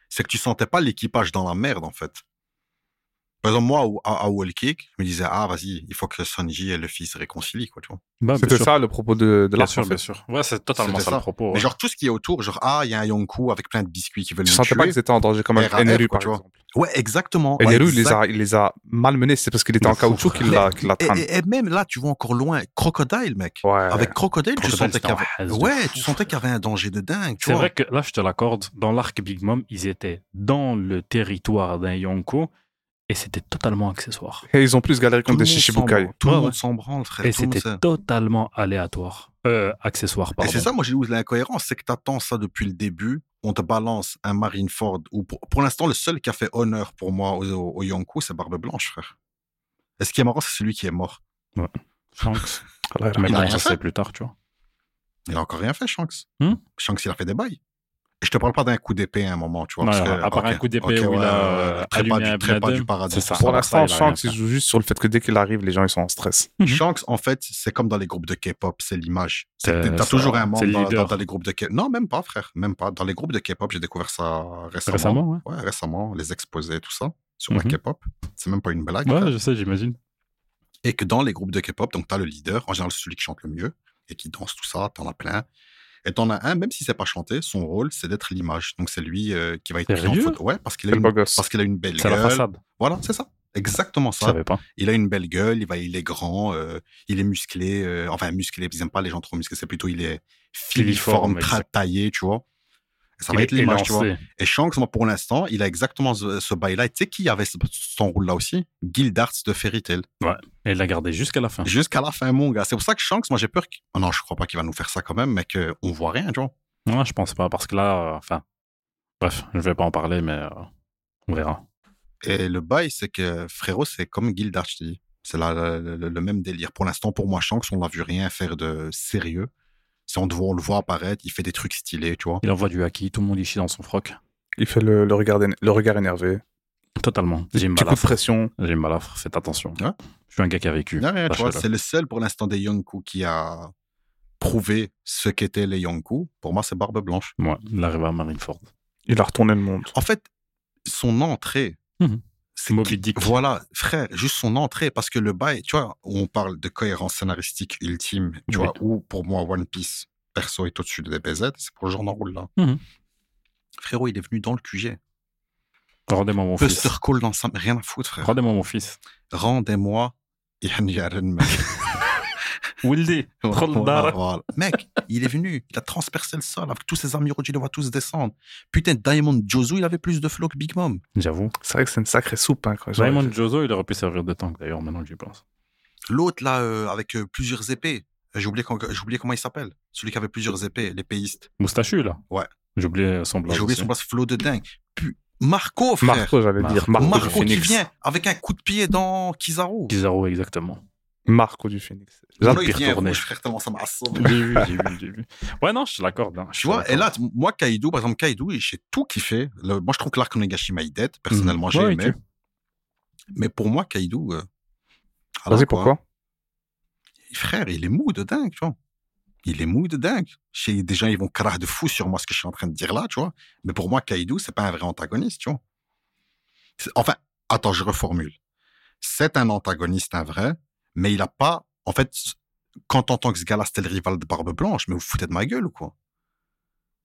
S3: C'est que tu sentais pas l'équipage dans la merde, en fait. Par exemple, moi, au- à, à Wall Kick, je me disais, ah, vas-y, il faut que Sanji et le fils se réconcilient, quoi, tu vois.
S2: Bah,
S4: C'était ça le propos de, de
S2: Bien
S4: l'arc,
S2: sûr,
S4: en
S2: bien
S4: fait.
S2: sûr. Ouais, c'est totalement
S3: C'était
S2: ça,
S3: ça.
S2: le propos.
S3: Mais
S2: ouais.
S3: genre, tout ce qui est autour, genre, ah, il y a un Yonkou avec plein de biscuits qui veulent
S4: Tu
S3: le
S4: sentais pas
S3: tuer.
S4: qu'ils étaient en danger comme avec
S3: RAF,
S4: Eneru,
S3: quoi,
S4: par
S3: tu vois.
S4: exemple.
S3: Ouais, exactement. Ouais,
S4: Eneru, il les a, il les a malmenés. C'est parce qu'il était
S2: De
S4: en
S2: fou,
S4: caoutchouc
S2: frère.
S4: qu'il l'a, qu'il l'a
S3: Et,
S4: traîné.
S3: et- et même là, tu vois encore loin, Crocodile, mec.
S4: Ouais.
S3: Avec Crocodile, tu
S2: Crocodile,
S3: sentais
S2: c'était
S3: qu'il y avait...
S2: un has de
S3: Ouais,
S2: fou,
S3: tu sentais qu'il y avait un danger de dingue, tu
S2: C'est
S3: vois.
S2: vrai que là, je te l'accorde, dans l'arc Big Mom, ils étaient dans le territoire d'un Yonko et c'était totalement accessoire.
S4: Et ils ont plus galéré
S3: Tout
S4: contre des
S3: le monde s'en
S4: Shishibukai.
S3: branle. Tout le
S2: Ouais,
S3: monde
S2: ouais.
S3: s'en branle, frère.
S2: Et
S3: tout le monde
S2: c'était
S3: sait.
S2: totalement aléatoire. Euh, accessoire,
S3: Et
S2: pardon.
S3: c'est ça, moi, j'ai eu l'incohérence, c'est que t'attends ça depuis le début. On te balance un Marineford, ou pour, pour l'instant, le seul qui a fait honneur pour moi au, au- au Yonkou, c'est Barbe Blanche, frère. Et ce qui est marrant, c'est celui qui est mort.
S2: Shanks.
S4: Ouais,
S2: Mais
S3: Il a
S2: bon,
S3: rien
S2: ça,
S3: fait.
S2: c'est plus tard, tu vois.
S3: Il a encore rien fait, Shanks.
S2: Hmm
S3: Shanks, il a fait des bails. Et je te parle pas d'un coup d'épée à un moment, tu vois.
S2: Non,
S3: parce
S2: non,
S3: que-
S2: à part un
S3: ok,
S2: coup d'épée
S3: ok,
S2: où il
S3: ouais,
S2: a,
S3: ouais,
S2: euh,
S3: trépas
S2: allumé
S3: du-
S2: un
S3: trépas du
S2: Bladem.
S3: paradis.
S2: C'est ça.
S4: Pour
S2: Ah, donc ça, il
S4: l'instant,
S2: a rien
S4: Shanks,
S2: fait.
S4: il joue juste sur le fait que dès qu'il arrive, les gens ils sont en stress.
S2: Mhm.
S3: Shanks, en fait, c'est comme dans les groupes de K-pop, c'est l'image. C'est que
S2: Euh,
S3: t'as
S2: ça,
S3: toujours un
S2: c'est
S3: membre
S2: le
S3: dans,
S2: leader.
S3: dans- dans les groupes de K-pop. Non, même pas, frère. Même pas. Dans les groupes de K-pop, j'ai découvert ça récemment.
S2: Récemment, ouais.
S3: Ouais, récemment, les exposés, tout ça, sur
S2: Mhm.
S3: la K-pop. C'est même pas une blague. frère.
S2: Ouais, je sais, j'imagine.
S3: Et que dans les groupes de K-pop, donc t'as le leader, en général celui qui chante le mieux et qui danse tout ça, t'en as plein. Et t'en as un, même si c'est pas chanté, son rôle, c'est d'être l'image. Donc c'est lui euh, qui va être pris en
S2: Sérieux
S3: photo. Ouais, parce qu'il a,
S4: Quel
S3: une,
S4: beau gosse.
S3: parce qu'il a une belle
S2: C'est la
S3: gueule.
S2: façade.
S3: Voilà, c'est ça. Exactement
S2: Je
S3: ça.
S2: savais pas.
S3: Il a une belle gueule, il, va, il est grand, euh, il est musclé, euh, enfin musclé, ils n'aiment pas les gens trop musclés, c'est plutôt il est
S2: Filiforme,
S3: filiforme,
S2: exact.
S3: tra- taillé, tu vois. Et ça
S2: Il
S3: va être
S2: est
S3: l'image, tu vois.
S2: élancé.
S3: Et Shanks, moi, pour l'instant, il a exactement ce, ce bail-là. Et Tu sais qui avait ce- son rôle-là aussi Guildarts de Fairy Tail.
S2: Et il l'a gardé jusqu'à la fin.
S3: Jusqu'à la fin, mon gars. C'est pour ça que Shanks, moi, j'ai peur. qu'- Oh non, je crois pas qu'il va nous faire ça quand même, mais qu'on voit rien, tu vois.
S2: Non, je pense pas, parce que là, euh, enfin. bref, je vais pas en parler, mais euh, on verra.
S3: Et le bail, c'est que, frérot, c'est comme Guildarts, je te dis. C'est la- la- la- le, même délire. Pour l'instant, pour moi, Shanks, on l'a vu rien faire de sérieux. Si on, te voit- on le voit apparaître, il fait des trucs stylés, tu vois.
S2: Il envoie du haki, tout le monde y chie dans son froc.
S4: Il fait le, le regard, éner- le regard énervé.
S2: Totalement. J'ai
S4: Petit coup de
S2: malafre.
S4: pression.
S2: J'ai malafre, faites attention.
S3: Ouais.
S2: Je suis un gars qui a vécu.
S3: Non, rien, tu vois,
S2: Sachez-le.
S3: c'est le seul pour l'instant des Yonkou qui a prouvé ce qu'étaient les Yonkou. Pour moi, c'est Barbe Blanche.
S2: Moi, il arrive à Marineford.
S4: Il a retourné le monde.
S3: En fait, son entrée,
S2: Mhm.
S3: c'est
S2: Moby
S3: qui-
S2: Dick.
S3: Voilà, frère, juste son entrée, parce que le bail, tu vois, on parle de cohérence scénaristique ultime, tu
S2: Oui.
S3: vois, où pour moi, One Piece, perso, est au-dessus de DBZ, c'est pour ce genre d'enroule-là.
S2: Mhm.
S3: Frérot, il est venu dans le QG.
S2: Rendez-moi mon fils.
S3: Buster Call dans sa... Rien à foutre, frère.
S2: Rendez-moi mon fils.
S3: Rendez-moi Yann
S2: <laughs>
S3: Yaren, mec.
S2: Wildy.
S3: Voilà, voilà. Mec, il est venu, il a transpercé le sol avec tous ses amis Roger, il les voit tous descendre. Putain, Diamond Jozu, il avait plus de flow que Big Mom.
S2: J'avoue.
S4: C'est vrai que c'est une sacrée soupe. Hein, quand ils ont-
S2: Raymond Jozo, il aurait pu servir de tank d'ailleurs, maintenant que j'y pense.
S3: L'autre, là, euh, avec euh, plusieurs épées, j'ai oublié, quand- j'ai oublié comment il s'appelle. Celui qui avait plusieurs épées, l'épéiste.
S2: Moustachu, là.
S3: Ouais.
S2: J'ai oublié son blague.
S3: J'ai oublié son
S2: aussi.
S3: place flow de dingue. Pu- Marco, frère.
S4: Bah, Marco, j'allais
S2: Marco.
S4: dire. Marco,
S3: Marco
S4: du
S3: qui
S4: Phoenix.
S3: vient avec un coup de pied dans Kizaru.
S2: Kizaru, exactement.
S4: Marco du Phoenix.
S3: Là,
S2: pire
S3: il vient
S2: tournée.
S3: rouge, frère, tellement ça m'a assommé.
S2: <laughs> J'ai vu, j'ai vu, j'ai vu. Ouais, non, je te l'accorde.
S4: Ah,
S2: hein. Je
S3: Tu
S2: te
S3: vois, et
S2: l'accorde.
S3: là, t- moi, Kaido, par exemple, Kaido, j'ai tout kiffé. Le- moi, je trouve que l'arc Onegashima, il
S4: Mmh.
S3: dette. Personnellement, j'ai
S2: Ouais,
S3: aimé.
S2: ok.
S3: Mais pour moi, Kaido. euh, alors quoi.
S4: Vas-y, pourquoi
S3: Frère, il est mou de dingue, tu vois. il est mou de dingue. Chez des gens, ils vont cracher de fou sur moi ce que je suis en train de dire là, tu vois. Mais pour moi, Kaido, c'est pas un vrai antagoniste, tu vois. C'est- Enfin, attends, je reformule. C'est un antagoniste, un vrai, mais il a pas. En fait, quand t'entends que ce gars-là, c'était le rival de Barbe Blanche, mais vous vous foutez de ma gueule ou quoi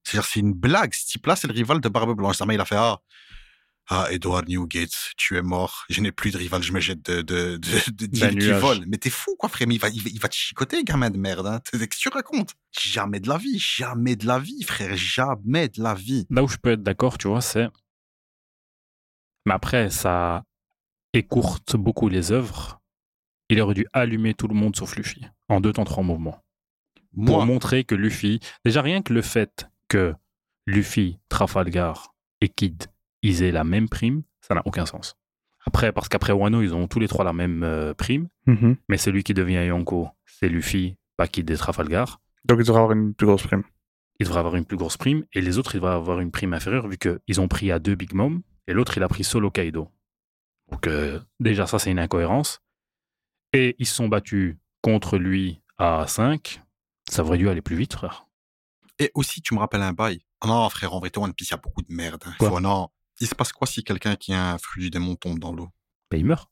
S3: C'est-à-dire, c'est une blague. Ce type-là, c'est le rival de Barbe Blanche. Ça m'a, il a fait Ah, ah Edward Newgate, tu es mort. Je n'ai plus de rival, je me jette de, de, de, de- d'île qui
S2: nuage.
S3: vole. Mais t'es fou, quoi, frère. Mais il va, il, va- il va te chicoter, gamin de merde. Hein. Qu'est-ce que tu racontes Jamais de la vie, jamais de la vie, frère. Jamais de la vie.
S2: Là où je peux être d'accord, tu vois, c'est. Mais après, ça écourte beaucoup les œuvres. Il aurait dû allumer tout le monde sauf Luffy, en deux temps trois mouvements. pour
S3: Moi,
S2: montrer que Luffy, déjà rien que le fait que Luffy, Trafalgar et Kid, ils aient la même prime, ça n'a aucun sens. Après, parce qu'après Wano, ils ont tous les trois la même euh, prime,
S4: Mhm.
S2: mais celui qui devient Yonko, c'est Luffy, pas Kid et Trafalgar.
S4: Donc, ils devraient avoir une plus grosse prime.
S2: Il devrait avoir une plus grosse prime, et les autres, ils devraient avoir une prime inférieure, vu qu'ils ont pris à deux Big Mom, et l'autre, il a pris solo Kaido. Donc, euh, déjà, ça, c'est une incohérence. Et ils se sont battus contre lui à 5. Ça aurait dû aller plus vite, frère.
S3: et aussi, tu me rappelles un bail. Ah Non, frère, en vérité, One Piece, il y a beaucoup de merde. hein.
S2: Quoi
S3: Faut- non. Il se passe quoi si quelqu'un qui a un fruit du démon tombe dans l'eau
S2: Ben, il meurt.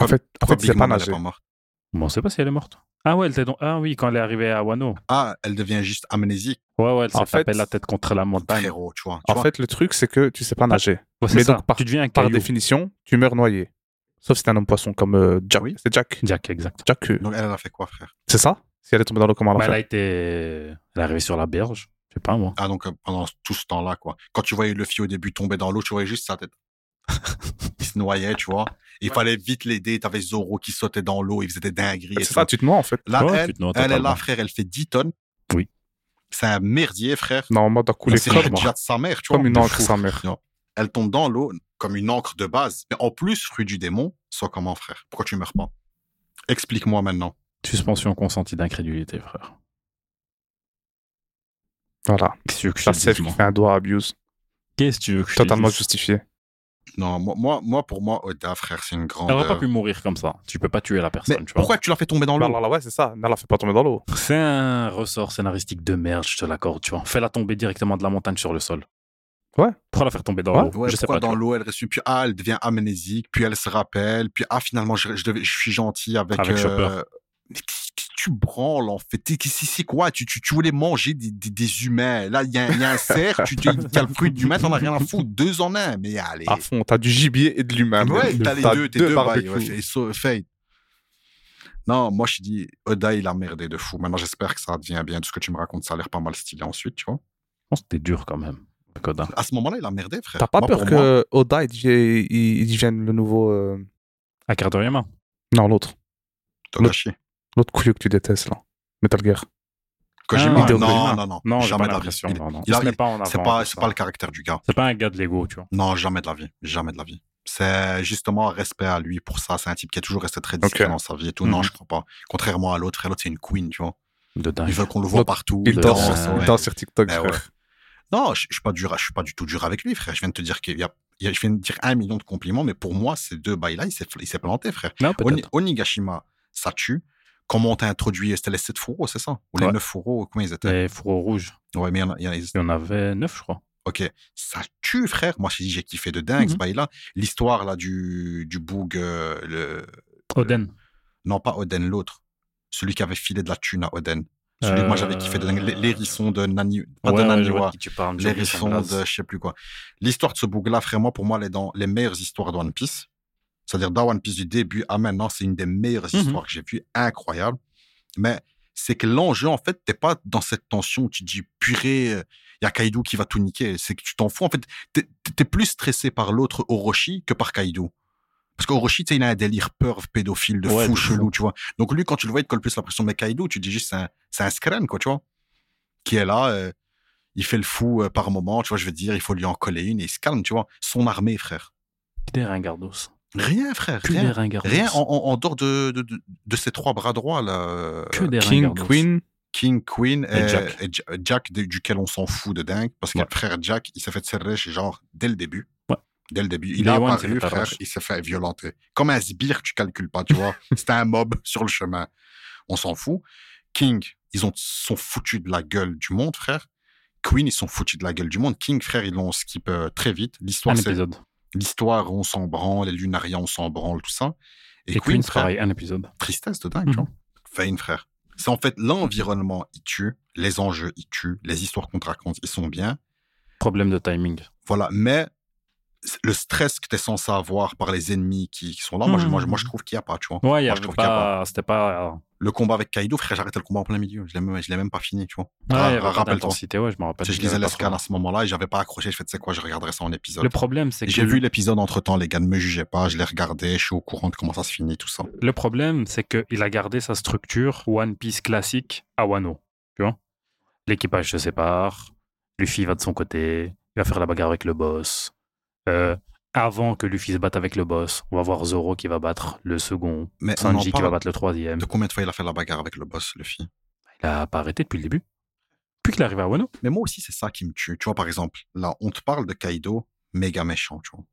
S4: En fait, en
S3: Pourquoi
S4: fait, c'est
S3: Big
S4: pas
S3: Mom, elle est
S4: nager.
S3: pas morte
S2: Bon, on sait pas si elle est morte. Ah ouais, elle était dans... Ah oui, quand elle est arrivée à Wano.
S3: Ah, elle devient juste amnésique,
S2: Ouais, ouais, elle
S4: En
S2: s'est tapée
S4: fait-
S2: la tête contre la montagne.
S3: frérot, tu vois. Tu
S4: En
S3: vois
S4: fait, le truc, c'est que tu sais pas nager.
S2: Ouais, c'est
S4: Mais
S2: ça.
S4: donc, par-
S2: tu deviens un
S4: Par
S2: caillou.
S4: définition, tu meurs noyé. Sauf si c'est un homme poisson comme euh, Jack.
S3: Oui.
S4: C'est Jack.
S2: Jack, exact.
S4: Jack. euh,
S3: Donc, elle, elle a fait quoi, frère
S4: C'est ça hein. Si elle est tombée dans l'eau, comment elle
S2: Bah,
S4: a
S2: elle
S4: fait
S2: a été... Elle est arrivée sur la berge. Je sais pas, moi.
S3: Ah, donc, euh, pendant tout ce temps-là, quoi. Quand tu voyais Luffy au début tomber dans l'eau, tu voyais juste
S2: <laughs>
S3: sa tête. il se noyait, tu vois. Il fallait vite l'aider. T'avais Zoro qui sautait dans l'eau, il faisait des dingueries. et
S4: C'est ça,
S3: tout.
S4: tu te mens en fait.
S3: Là,
S2: Ouais,
S3: elle,
S2: Bah, tu te noies
S3: elle est
S2: totalement.
S3: là, frère, elle fait 10 tonnes.
S2: Oui.
S3: C'est un merdier, frère.
S4: Normalement, t'as coulé
S3: Bah, C'est
S4: comme,
S3: le déjà de sa mère, tu vois.
S4: comme une
S3: De
S4: encre
S3: fou.
S4: sans mère.
S3: Elle tombe dans l'eau comme une encre de base. Mais en plus, rue du démon, sois comment, frère Pourquoi tu meurs pas Explique-moi maintenant.
S2: Suspension consentie d'incrédulité, frère.
S4: Voilà.
S2: Qu'est-ce que tu veux que je
S4: Ça,
S2: te
S4: c'est
S2: dise,
S4: qui
S2: moi
S4: fait un doigt à abuse.
S2: Qu'est-ce que tu veux que je te
S4: Totalement
S2: dise
S4: justifié.
S3: Non, moi, moi, moi, pour moi, Oda, frère, c'est une grande.
S2: Elle aurait pas
S3: euh,
S2: pu mourir comme ça. Tu peux pas tuer la
S3: Mais
S2: personne, tu vois.
S3: pourquoi tu l'as fait tomber dans
S4: Bah,
S3: l'eau
S4: alors là, ouais, c'est ça. Nala fait pas tomber dans l'eau.
S2: C'est un ressort scénaristique de merde, je te l'accorde, tu vois. Fais-la tomber directement de la montagne sur le sol.
S4: Ouais.
S2: Pourquoi la faire tomber dans
S4: Ouais.
S2: l'eau
S3: Ouais,
S2: Je sais pas. tu
S3: pourquoi dans
S2: vois.
S3: l'eau elle reste puis ah elle devient amnésique puis elle se rappelle puis ah finalement je, je, devais- je suis gentil avec, euh,
S2: Avec Chopper.
S3: mais qu'est-ce que tu branles en fait T'es- qu'est-ce- c'est quoi tu, tu, tu voulais manger des, des, des humains là il y, a un- il y a un cerf tu tu- il y a le fruit d'humain t'en as rien à foutre deux en un mais allez
S4: À fond, t'as du gibier et de l'humain.
S3: ouais
S4: même.
S3: t'as les deux t'es deux bails
S4: barbecues.
S3: ouais, c'est- so- fait. non moi je dis Oda il a merdé de fou maintenant j'espère que ça devient bien tout ce que tu me racontes ça a l'air pas mal stylé ensuite tu vois
S2: Je pense que t'es dur quand même, Koda.
S3: à ce moment là il a merdé frère
S4: T'as pas
S3: Moi,
S4: peur
S3: pour moi-
S4: que Oda il devienne, il- il devienne le nouveau. euh,
S2: Akatoriyama.
S4: Non, l'autre.
S3: Togashi
S4: L'autre couilleux que tu détestes, là. Metal Gear.
S3: Kojima,
S4: Hideo
S3: non,
S4: Kojima.
S3: non, non,
S2: Non, j'ai
S3: jamais
S2: pas
S3: de la vie.
S2: l'impression.
S3: Il-
S2: Non, non.
S3: il
S2: Il
S3: a-
S2: se met pas en avant.
S3: C'est pas,
S2: comme
S3: c'est
S2: ça.
S3: pas le caractère du gars.
S2: C'est pas un gars de l'ego, tu vois.
S3: Non, jamais de la vie. Jamais de la vie. C'est justement un respect à lui pour ça. C'est un type qui a toujours resté très discret
S4: Ok.
S3: dans sa vie et tout.
S2: Mhm.
S3: Non, je crois pas. Contrairement à l'autre, frère, l'autre, c'est une queen, tu vois.
S2: De dingue.
S3: Il veut qu'on le voit
S4: L'autre,
S3: partout.
S4: Il
S2: de-
S4: danse,
S2: ouais.
S4: sur- il
S3: ouais.
S4: danse sur TikTok,
S3: Ben
S4: frère.
S3: ouais. Non, je, je suis pas dur, je suis pas du tout dur avec lui, frère. Je viens de te dire qu'il y a, il y a- je viens de dire un million de compliments, mais pour moi, ces deux bails-là, il s'est, il s'est planté, frère.
S2: Non,
S3: Oni-
S2: peut-être.
S3: Onigashima, ça tue. Comment on t'a introduit C'était les 7 fourreaux, c'est ça Ou
S2: Ouais.
S3: les 9 fourreaux, comment ils étaient
S2: Les fourreaux rouges.
S3: Ouais, mais il y en a- il y en a, ils-
S2: Il y en avait neuf, je crois.
S3: Ok, ça tue, frère. Moi, j'ai dit, j'ai kiffé de dingue
S2: Mhm.
S3: ce bail-là. L'histoire là du, du boug, euh, le...
S2: Oden.
S3: non pas Oden, l'autre, celui qui avait filé de la thune à Oden. Celui que moi j'avais kiffé de dingue, L- l'hérisson de Nani, pas
S2: Euh. Ouais,
S3: de
S2: ouais,
S3: Naniwa,
S2: je vois de qui tu parles. j'ai oublié son
S3: l'hérisson
S2: blaze.
S3: de je sais plus quoi. L'histoire de ce boug-là, frère, moi, pour moi, elle est dans les meilleures histoires de One Piece. C'est-à-dire, dans One Piece du début à maintenant, c'est une des meilleures
S2: Mhm.
S3: histoires que j'ai vues, incroyable. Mais c'est que l'enjeu, en fait, t'es pas dans cette tension où tu te dis, purée, il y a Kaido qui va tout niquer. C'est que tu t'en fous. En fait, t'es t'es plus stressé par l'autre Orochi que par Kaido. Parce qu'Orochi, tu sais, il a un délire peur pédophile de
S2: Ouais,
S3: fou
S2: de fou.
S3: chelou, tu vois. Donc lui, quand tu le vois, il te colle plus la pression. Mais Kaido, tu te dis juste, c'est un, c'est un scran, quoi, tu vois. Qui est là, euh, il fait le fou euh, par moment, tu vois, je veux dire, il faut lui en coller une et il se calme, tu vois. Son armée, frère.
S2: Que Des ringardos.
S3: Rien, frère,
S2: Que des
S3: rien.
S2: ringardos.
S3: Rien en, en- en dehors de, de, de- de ces trois bras droits, là. euh,
S2: Que des
S4: King,
S2: ringardos.
S4: Queen.
S3: King, Queen et,
S2: Et Jack.
S3: et Ja- euh, Jack, de- duquel on s'en fout de dingue, parce que
S2: Ouais.
S3: frère Jack, il s'est fait serrer, chez genre, dès le début.
S2: Ouais.
S3: Dès le début.
S2: Day
S3: Il a
S2: one, il s'est
S3: apparu,
S2: fait
S3: frère,
S2: arracher.
S3: il s'est fait
S2: <laughs>
S3: violenter. Comme un sbire, que tu calcules pas, tu vois. C'était un mob sur le chemin. On s'en fout. King, ils ont, sont foutus de la gueule du monde, frère. Queen, ils sont foutus de la gueule du monde. King, frère, ils l'ont skip euh, très vite.
S2: Un
S3: L'histoire, c'est
S2: épisode.
S3: l'histoire, on s'en branle, les Lunaria, on s'en branle, tout ça. Et,
S2: Et,
S3: Queen,
S2: Queen
S3: frère,
S2: travaille un épisode.
S3: tristesse de dingue,
S2: Mhm.
S3: tu vois. Fane, frère. C'est en fait l'environnement, il tue, les enjeux, il tue, les histoires qu'on te raconte, ils sont bien.
S2: Problème de timing.
S3: Voilà, mais c- le stress que tu es censé avoir par les ennemis qui, qui sont là, moi, je,
S2: Mhm.
S3: moi, je- moi, je trouve qu'il n'y a pas, tu vois.
S2: Ouais, il y
S3: Moi, je
S2: avait
S3: trouve qu'il y a Ah,
S2: pas. C'était pas. euh,
S3: Le combat avec Kaido, frère, j'arrêtais le combat en plein milieu. Je l'ai même, je l'ai même pas fini, tu vois.
S2: Ouais,
S3: Ah,
S2: il y avait pas
S3: rappelle-toi.
S2: d'intensité, ouais, je me rappelle.
S3: Tu sais,
S2: Il
S3: je
S2: y
S3: lisais
S2: avait pas trop.
S3: l'escale à ce moment-là et j'avais pas accroché. Je fais, tu sais quoi, je regarderai ça en épisode.
S2: Le problème, c'est que
S3: J'ai vu l'épisode entre temps, les gars, ne me jugez pas, je l'ai regardé, je suis au courant de comment ça se finit, tout ça.
S2: Le problème, c'est qu'il a gardé sa structure One Piece classique à Wano. Tu vois L'équipage se sépare, Luffy va de son côté, il va faire la bagarre avec le boss. Euh, avant que Luffy se batte avec le boss, on va voir Zoro qui va battre le second,
S3: Mais on en
S2: Sanji qui
S3: parle
S2: va battre le troisième.
S3: De combien de fois il a fait la bagarre avec le boss, le film
S2: Il a pas arrêté depuis le début. Depuis qu'il arrive à Wano.
S3: Mais moi aussi, c'est ça qui me tue. Tu vois, par exemple, là, on te parle de Kaido, méga méchant, tu vois.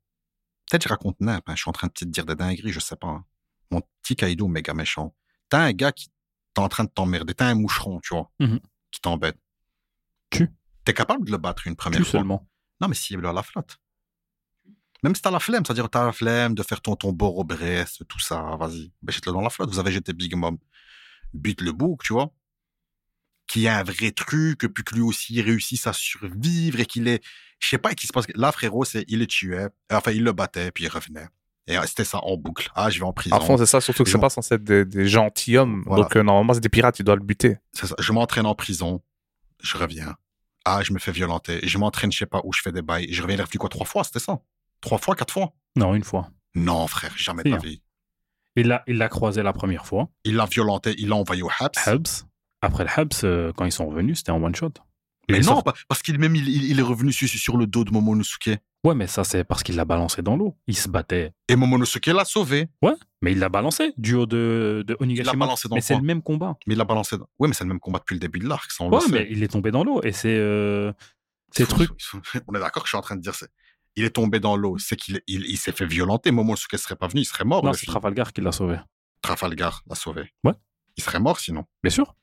S3: Peut-être je raconte n'importe, hein, je suis en train de te dire des dingueries, je sais pas. hein. Mon petit Kaido, méga méchant. T'as un gars qui t'es en train de t'emmerder, t'as un moucheron, tu vois,
S2: Mhm.
S3: qui t'embête.
S2: Tue.
S3: T'es capable de le battre une première
S2: Tout
S3: fois.
S2: seulement.
S3: Non, mais s'il a la flotte. Même si t'as la flemme, c'est-à-dire t'as la flemme de faire ton, ton beau Brest, tout ça, vas-y, ben, jette-le dans la flotte. Vous avez jeté Big Mom. Bute le bouc, tu vois. Qui a un vrai truc, puis que lui aussi il réussisse à survivre et qu'il est. Je sais pas, qu'il se passe. Là, frérot, c'est il le tuait, enfin, il le battait, puis il revenait. Et euh, c'était ça en boucle. Ah, je vais en prison.
S4: À fond, c'est ça, surtout que
S3: Ils
S4: c'est
S3: ont-
S4: pas censé être des, des gentilshommes.
S3: Voilà.
S4: Donc, euh, normalement, c'est des pirates, ils doivent le buter.
S3: C'est ça. Je m'entraîne en prison, je reviens. Ah, je me fais violenter. Je m'entraîne, je sais pas où, je fais des bails. Je reviens, il est revenu quoi, trois fois, c'était ça Trois fois, quatre fois
S2: Non, une fois.
S3: Non, frère, jamais de
S2: Si,
S3: la
S2: hein.
S3: vie.
S2: Il l'a il l'a croisé la première fois,
S3: Il l'a violenté, il l'a envoyé au Habs.
S2: Hubs. Après le Hubs, euh, quand ils sont revenus, c'était en one shot.
S3: Mais
S2: Il
S3: non,
S2: sort-
S3: pa- parce qu'il même il, il- il est revenu sur, sur le dos de Momonosuke.
S2: Ouais, mais ça, c'est parce qu'il l'a balancé dans l'eau. Il se battait
S3: Et Momonosuke l'a sauvé.
S2: Ouais, mais il l'a balancé du haut de, de
S3: Il l'a
S2: Onigashima.
S3: balancé dans
S2: mais
S3: le
S2: c'est
S3: coin.
S2: le même combat.
S3: Mais il l'a balancé. dans- Ouais, mais c'est le même combat depuis le début de l'arc, ça on
S2: Ouais,
S3: le sait.
S2: mais il est tombé dans l'eau et c'est euh, ces
S3: Ils sont-
S2: trucs.
S3: ils sont- <laughs> ils sont- On est d'accord que je suis en train de dire c'est. Il est tombé dans l'eau, c'est qu'il est- il, il s'est fait violenter. Momonosuke serait pas venu, il serait mort.
S2: non,
S3: le
S2: c'est
S3: fils.
S2: Trafalgar qui l'a sauvé.
S3: Trafalgar l'a sauvé.
S2: Ouais.
S3: Il serait mort sinon.
S2: Bien sûr.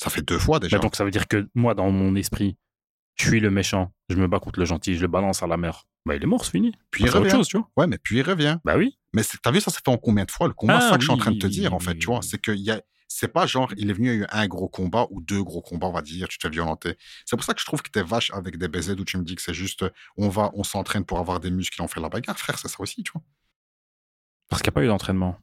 S3: Ça fait deux fois déjà.
S2: Mais donc ça veut dire que moi, dans mon esprit, je suis le méchant, je me bats contre le gentil, je le balance à la mer. Bah, il est mort, c'est fini.
S3: puis il
S2: c'est autre
S3: revient.
S2: chose, tu vois.
S3: Ouais, mais puis il revient.
S2: Bah oui.
S3: Mais c'est- t'as vu, ça s'est fait en combien de fois le combat
S2: Ah,
S3: C'est ça que je suis en
S2: oui,
S3: train de te
S2: oui,
S3: dire, en
S2: oui,
S3: fait,
S2: oui,
S3: tu vois.
S2: oui.
S3: C'est que y a... c'est pas genre, il est venu, il y a eu un gros combat ou deux gros combats, on va dire, tu te fais violenter. C'est pour ça que je trouve que t'es vache avec des BZ où tu me dis que c'est juste, euh, on va, on s'entraîne pour avoir des muscles et on fait la bagarre, frère, c'est ça aussi, tu vois.
S2: Parce qu'il n'y a pas eu d'entraînement.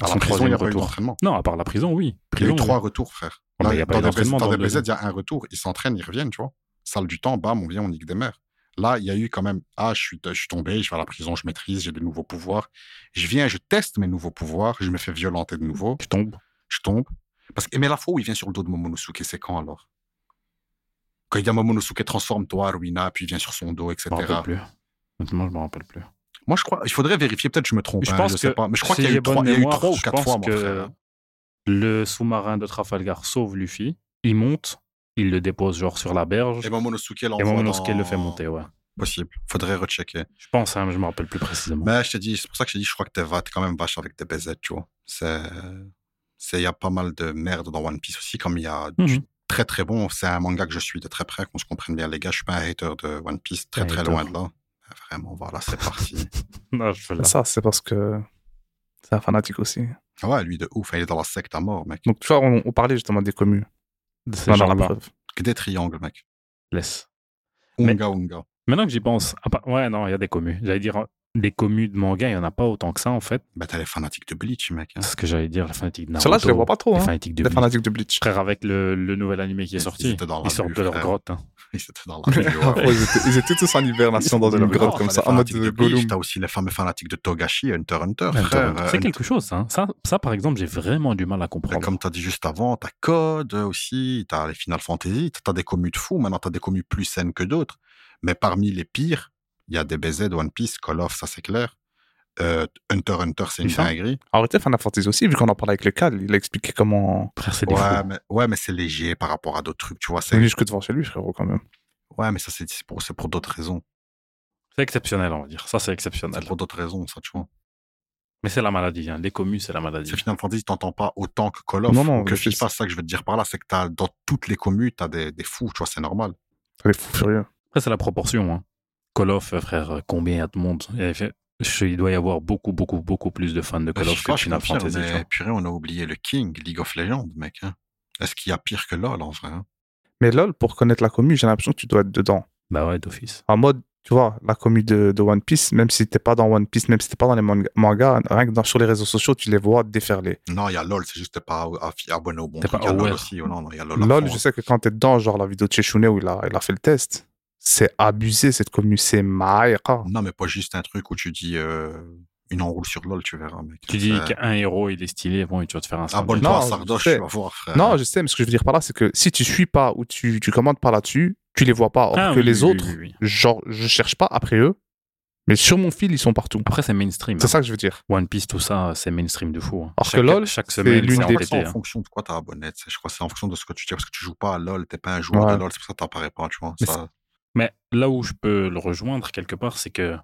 S2: À
S3: À
S2: son
S3: la prison, il
S2: troisième
S3: n'y a pas eu
S2: retour.
S3: d'entraînement.
S2: Non, à part la prison, oui.
S3: Il y a
S2: Prison,
S3: eu trois retours, frère.
S2: Ah,
S3: Là,
S2: mais il y a pas eu
S3: dans des BZ,
S2: d'entraînement
S3: dans
S2: dans
S3: des
S2: le-
S3: BZ, il y a un retour, ils s'entraînent, ils reviennent, tu vois. Salle du temps, bam, on vient, on nique des mères. Là, il y a eu quand même, ah, je suis, je suis tombé, je vais à la prison, je maîtrise, j'ai de nouveaux pouvoirs. Je viens, je teste mes nouveaux pouvoirs, je me fais violenter de nouveau.
S2: Tu tombes.
S3: je tombe. Parce que, mais la fois où il vient sur le dos de Momonosuke, c'est quand alors Quand il dit à Momonosuke, transforme-toi, Ruina, puis il vient sur son dos, etc.
S2: Je me rappelle plus. Honnêtement, je me rappelle plus.
S3: Moi, je crois, il faudrait vérifier, peut-être je me trompe,
S2: Je
S3: hein,
S2: pense
S3: je sais
S2: que
S3: pas. Mais je crois
S2: si
S3: qu'il y a
S2: j'ai
S3: eu trois,
S2: bonne
S3: il y a eu
S2: mémoire,
S3: trois ou
S2: je
S3: quatre
S2: pense
S3: fois, mon
S2: que
S3: frère. hein.
S2: Le sous-marin de Trafalgar sauve Luffy. Il monte, il le dépose genre sur la berge.
S3: Et Momonosuke
S2: Et
S3: l'envoie.
S2: Momonosuke
S3: dans-
S2: le fait monter, ouais.
S3: Possible. Faudrait rechecker.
S2: Je pense, hein, mais je me rappelle plus précisément. <laughs>
S3: Mais je te dis, c'est pour ça que je te dis, je crois que t'es va- t'es quand même vache avec tes BZ, tu vois. C'est. c'est- Il y a pas mal de merde dans One Piece aussi, comme il y a du
S2: Mhm.
S3: très très bon. C'est un manga que je suis de très près, qu'on se comprenne bien, les gars. Je suis pas un hater de One Piece, très
S2: Un
S3: très
S2: hater.
S3: loin de là. Ah, Vraiment, voilà, c'est parti.
S2: Non, je fais là.
S4: Ça, c'est parce que c'est un fanatique aussi.
S3: Ouais, lui de ouf, hein, il est dans la secte à mort, mec.
S4: Donc, tu vois, on, on parlait justement des communes.
S2: De ces
S4: On en a la
S2: gens-là.
S4: preuve.
S3: Que des triangles, mec.
S2: euh, Laisse. Mais-
S3: Unga, unga.
S2: Maintenant que j'y pense, à part- ouais, non, il y a des communes. J'allais dire, hein, des communes de manga, il n'y en a pas autant que ça, en fait.
S3: Bah, t'as les fanatiques de Bleach, mec. hein. <laughs>
S2: C'est ce que j'allais dire, les fanatiques de Naruto.
S4: Ceux-là, je les vois pas trop.
S2: Les
S4: Hein.
S2: fanatiques de
S4: Des
S2: Bleach.
S4: fanatiques de Bleach.
S2: Frère, avec le, le nouvel animé qui est
S3: Ils-
S2: sorti,
S3: ils
S2: ils,
S3: étaient dans la
S2: sortent
S3: rue,
S2: de leur
S3: frère.
S2: grotte. hein.
S3: Ils étaient dans la rue,
S4: Ouais,
S3: ouais.
S4: Oh, ils, étaient, ils étaient tous en hibernation dans une
S2: Grave,
S4: grotte comme
S3: T'as
S4: ça,
S3: les
S4: en mode euh,
S3: fanatiques de Bleach,
S4: Gollum.
S3: T'as aussi les fameux fanatiques de Togashi, Hunter x Hunter,
S2: Hunter,
S3: frère.
S2: Hunter.
S3: Euh,
S2: C'est
S3: Hunter-
S2: quelque chose, hein. ça, ça, par exemple, j'ai vraiment du mal à comprendre.
S3: Bah, Comme t'as dit juste avant, t'as Code euh, aussi, t'as les Final Fantasy, t'as t'as des communes de fous, maintenant t'as des communes plus saines que d'autres. Mais parmi les pires, il y a des BZ, One Piece, Call of, ça c'est clair. Euh, Hunter x Hunter, c'est une
S2: Putain.
S3: dinguerie.
S4: En réalité, Final Fantasy aussi, vu qu'on en parlait avec le Cal, il a expliqué comment
S2: Frère, c'est des
S3: Ouais
S2: fous.
S3: mais, ouais, mais c'est léger par rapport à d'autres trucs, tu vois.
S4: c'est
S3: c'est-
S4: venu jusque devant chez lui, frérot, quand même.
S3: Ouais, mais ça, c'est c'est pour, c'est pour d'autres raisons.
S2: C'est exceptionnel, on va dire. Ça, c'est
S3: C'est
S2: exceptionnel.
S3: pour d'autres raisons, ça, tu vois.
S2: Mais c'est la maladie, hein. les communes, c'est la maladie.
S3: C'est Final Fantasy, t'entends pas autant que Call of.
S4: Non, non,
S3: que
S4: mais
S3: c'est
S4: c'est-
S3: pas ça que je veux te dire par là, c'est que t'as, dans toutes les communes, t'as des, des fous, tu vois, c'est normal.
S4: Elle est fou furieux.
S2: Après, c'est la proportion. Hein. Call of, euh, frère, euh, combien il y a de monde Et fait- je- Il doit y avoir beaucoup, beaucoup, beaucoup plus de fans de Call of Ah, que
S3: FIFA,
S2: de
S3: je
S2: Final
S3: confirme,
S2: Fantasy. tu
S3: mais
S2: vois.
S3: purée, on a oublié le King, League of Legends, mec. hein. Est-ce qu'il y a pire que LoL, en vrai hein
S4: Mais lol, pour connaître la commu, j'ai l'impression que tu dois être dedans.
S2: Bah ouais, d'office.
S4: En mode, tu vois, la commu de, de One Piece, même si t'es pas dans One Piece, même si t'es pas dans les manga- mangas, rien que dans- sur les réseaux sociaux, tu les vois déferler.
S3: Non, il y a LoL, c'est juste que t'es pas aff- abonné au ah bon
S2: T'es
S3: truc.
S2: pas
S3: Il y a LoL
S2: aware.
S3: aussi. oh non, non, il y a LoL. à
S4: LOL,
S3: fond,
S4: je
S3: hein.
S4: sais que quand t'es dedans, genre la vidéo de Chechune où il a, il a fait le test, c'est abusé cette commu, c'est maïra.
S3: Non, mais pas juste un truc où tu dis euh, une enroule sur LoL, tu verras, mec. hein.
S2: Tu dis
S3: C'est-
S2: qu'un héros, il est stylé, bon, tu vas te faire un sandwich.
S3: Abonne-toi à
S4: Non, je
S3: Sardoche,
S4: sais.
S3: tu vas voir, frère.
S4: Non, je sais, mais ce que je veux dire par là, c'est que si tu suis pas ou tu, tu commandes pas là-dessus, tu les vois pas. Or
S2: Ah,
S4: que
S2: oui,
S4: les
S2: oui,
S4: autres,
S2: oui, oui.
S4: genre, je cherche pas après eux, mais sur mon fil, ils sont partout.
S2: Après, c'est mainstream. hein.
S4: C'est ça que je veux dire.
S2: One Piece, tout ça, c'est mainstream de fou. hein.
S4: Alors que
S2: Chaque-
S4: LoL,
S2: chaque
S4: c'est
S2: semaine,
S4: l'une
S2: c'est
S4: des-
S3: C'est
S2: embêté,
S3: en
S2: hein.
S3: fonction de quoi t'es abonné. tu sais. Je crois que c'est en fonction de ce que tu dis. Parce que tu joues pas à LoL, t'es pas un joueur
S4: Ouais.
S3: de LoL, c'est pour ça que t'apparais pas, tu vois.
S2: Mais
S3: Ça-
S2: Mais là où je peux le rejoindre quelque part, c'est que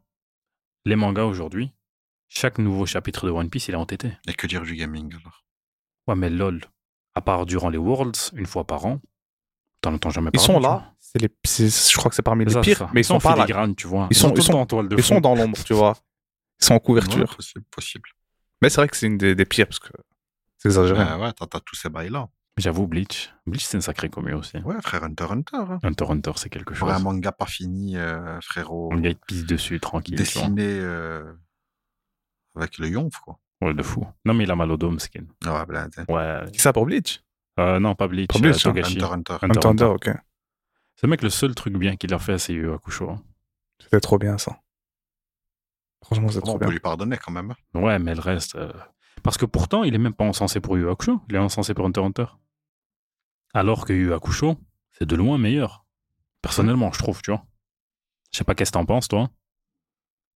S2: les mangas aujourd'hui, chaque nouveau chapitre de One Piece, il est entêté.
S3: Et que dire du gaming alors
S2: Ouais, mais lol, à part durant les Worlds, une fois par an, t'en entends jamais
S4: Ils
S2: parler.
S4: sont
S2: tu
S4: là,
S2: vois.
S4: c'est les, c'est- je crois que c'est parmi
S2: C'est
S4: les
S2: ça, c'est
S4: pires,
S2: ça.
S4: mais ils sont
S2: en
S4: pas là.
S2: filigrane, tu vois.
S4: Ils sont-
S2: tout le
S4: ils sont-
S2: temps en toile de
S4: Ils
S2: fond.
S4: sont dans l'ombre, tu vois. Ils sont en couverture.
S3: Ouais, possible, possible.
S4: Mais c'est vrai que c'est une des, des pires parce que c'est exagéré.
S3: Ouais, ouais, t'as t'as tous ces bails-là.
S2: J'avoue, Bleach. Bleach, c'est une sacrée commune aussi.
S3: Ouais, frère Hunter x Hunter. Hein.
S2: Hunter x Hunter, c'est quelque
S3: Pour
S2: chose.
S3: un manga pas fini, euh, frérot,
S2: On y te pisse dessus, tranquille. tu
S3: dessiné euh, avec le yonf, quoi. Ah
S2: vois. Ouais, de fou. Non, mais il a mal au dôme, Skin.
S3: Ouais, blindé.
S2: Ouais.
S4: C'est ça pour Bleach
S2: Euh, non, pas Bleach.
S4: Pas Bleach,
S2: euh,
S4: hein.
S2: Togashi.
S3: Hunter x Hunter.
S2: Hunter x
S4: Entendeur,
S2: Hunter.
S4: ok.
S2: Ce mec, le seul truc bien qu'il a fait, c'est Yu Hakusho. hein.
S4: C'était trop bien ça. Franchement, c'est
S3: Bon,
S4: trop
S3: on peut
S4: bien.
S3: lui pardonner quand
S4: <laughs>
S3: même. hein.
S2: Ouais, mais le reste. euh, Parce que pourtant, il est même pas encensé pour Yu Hakusho. Il est encensé pour Hunter x Hunter. Alors que Yu Hakusho, c'est de loin meilleur. Personnellement, je trouve, tu vois. Je sais pas qu'est-ce que t'en penses, toi.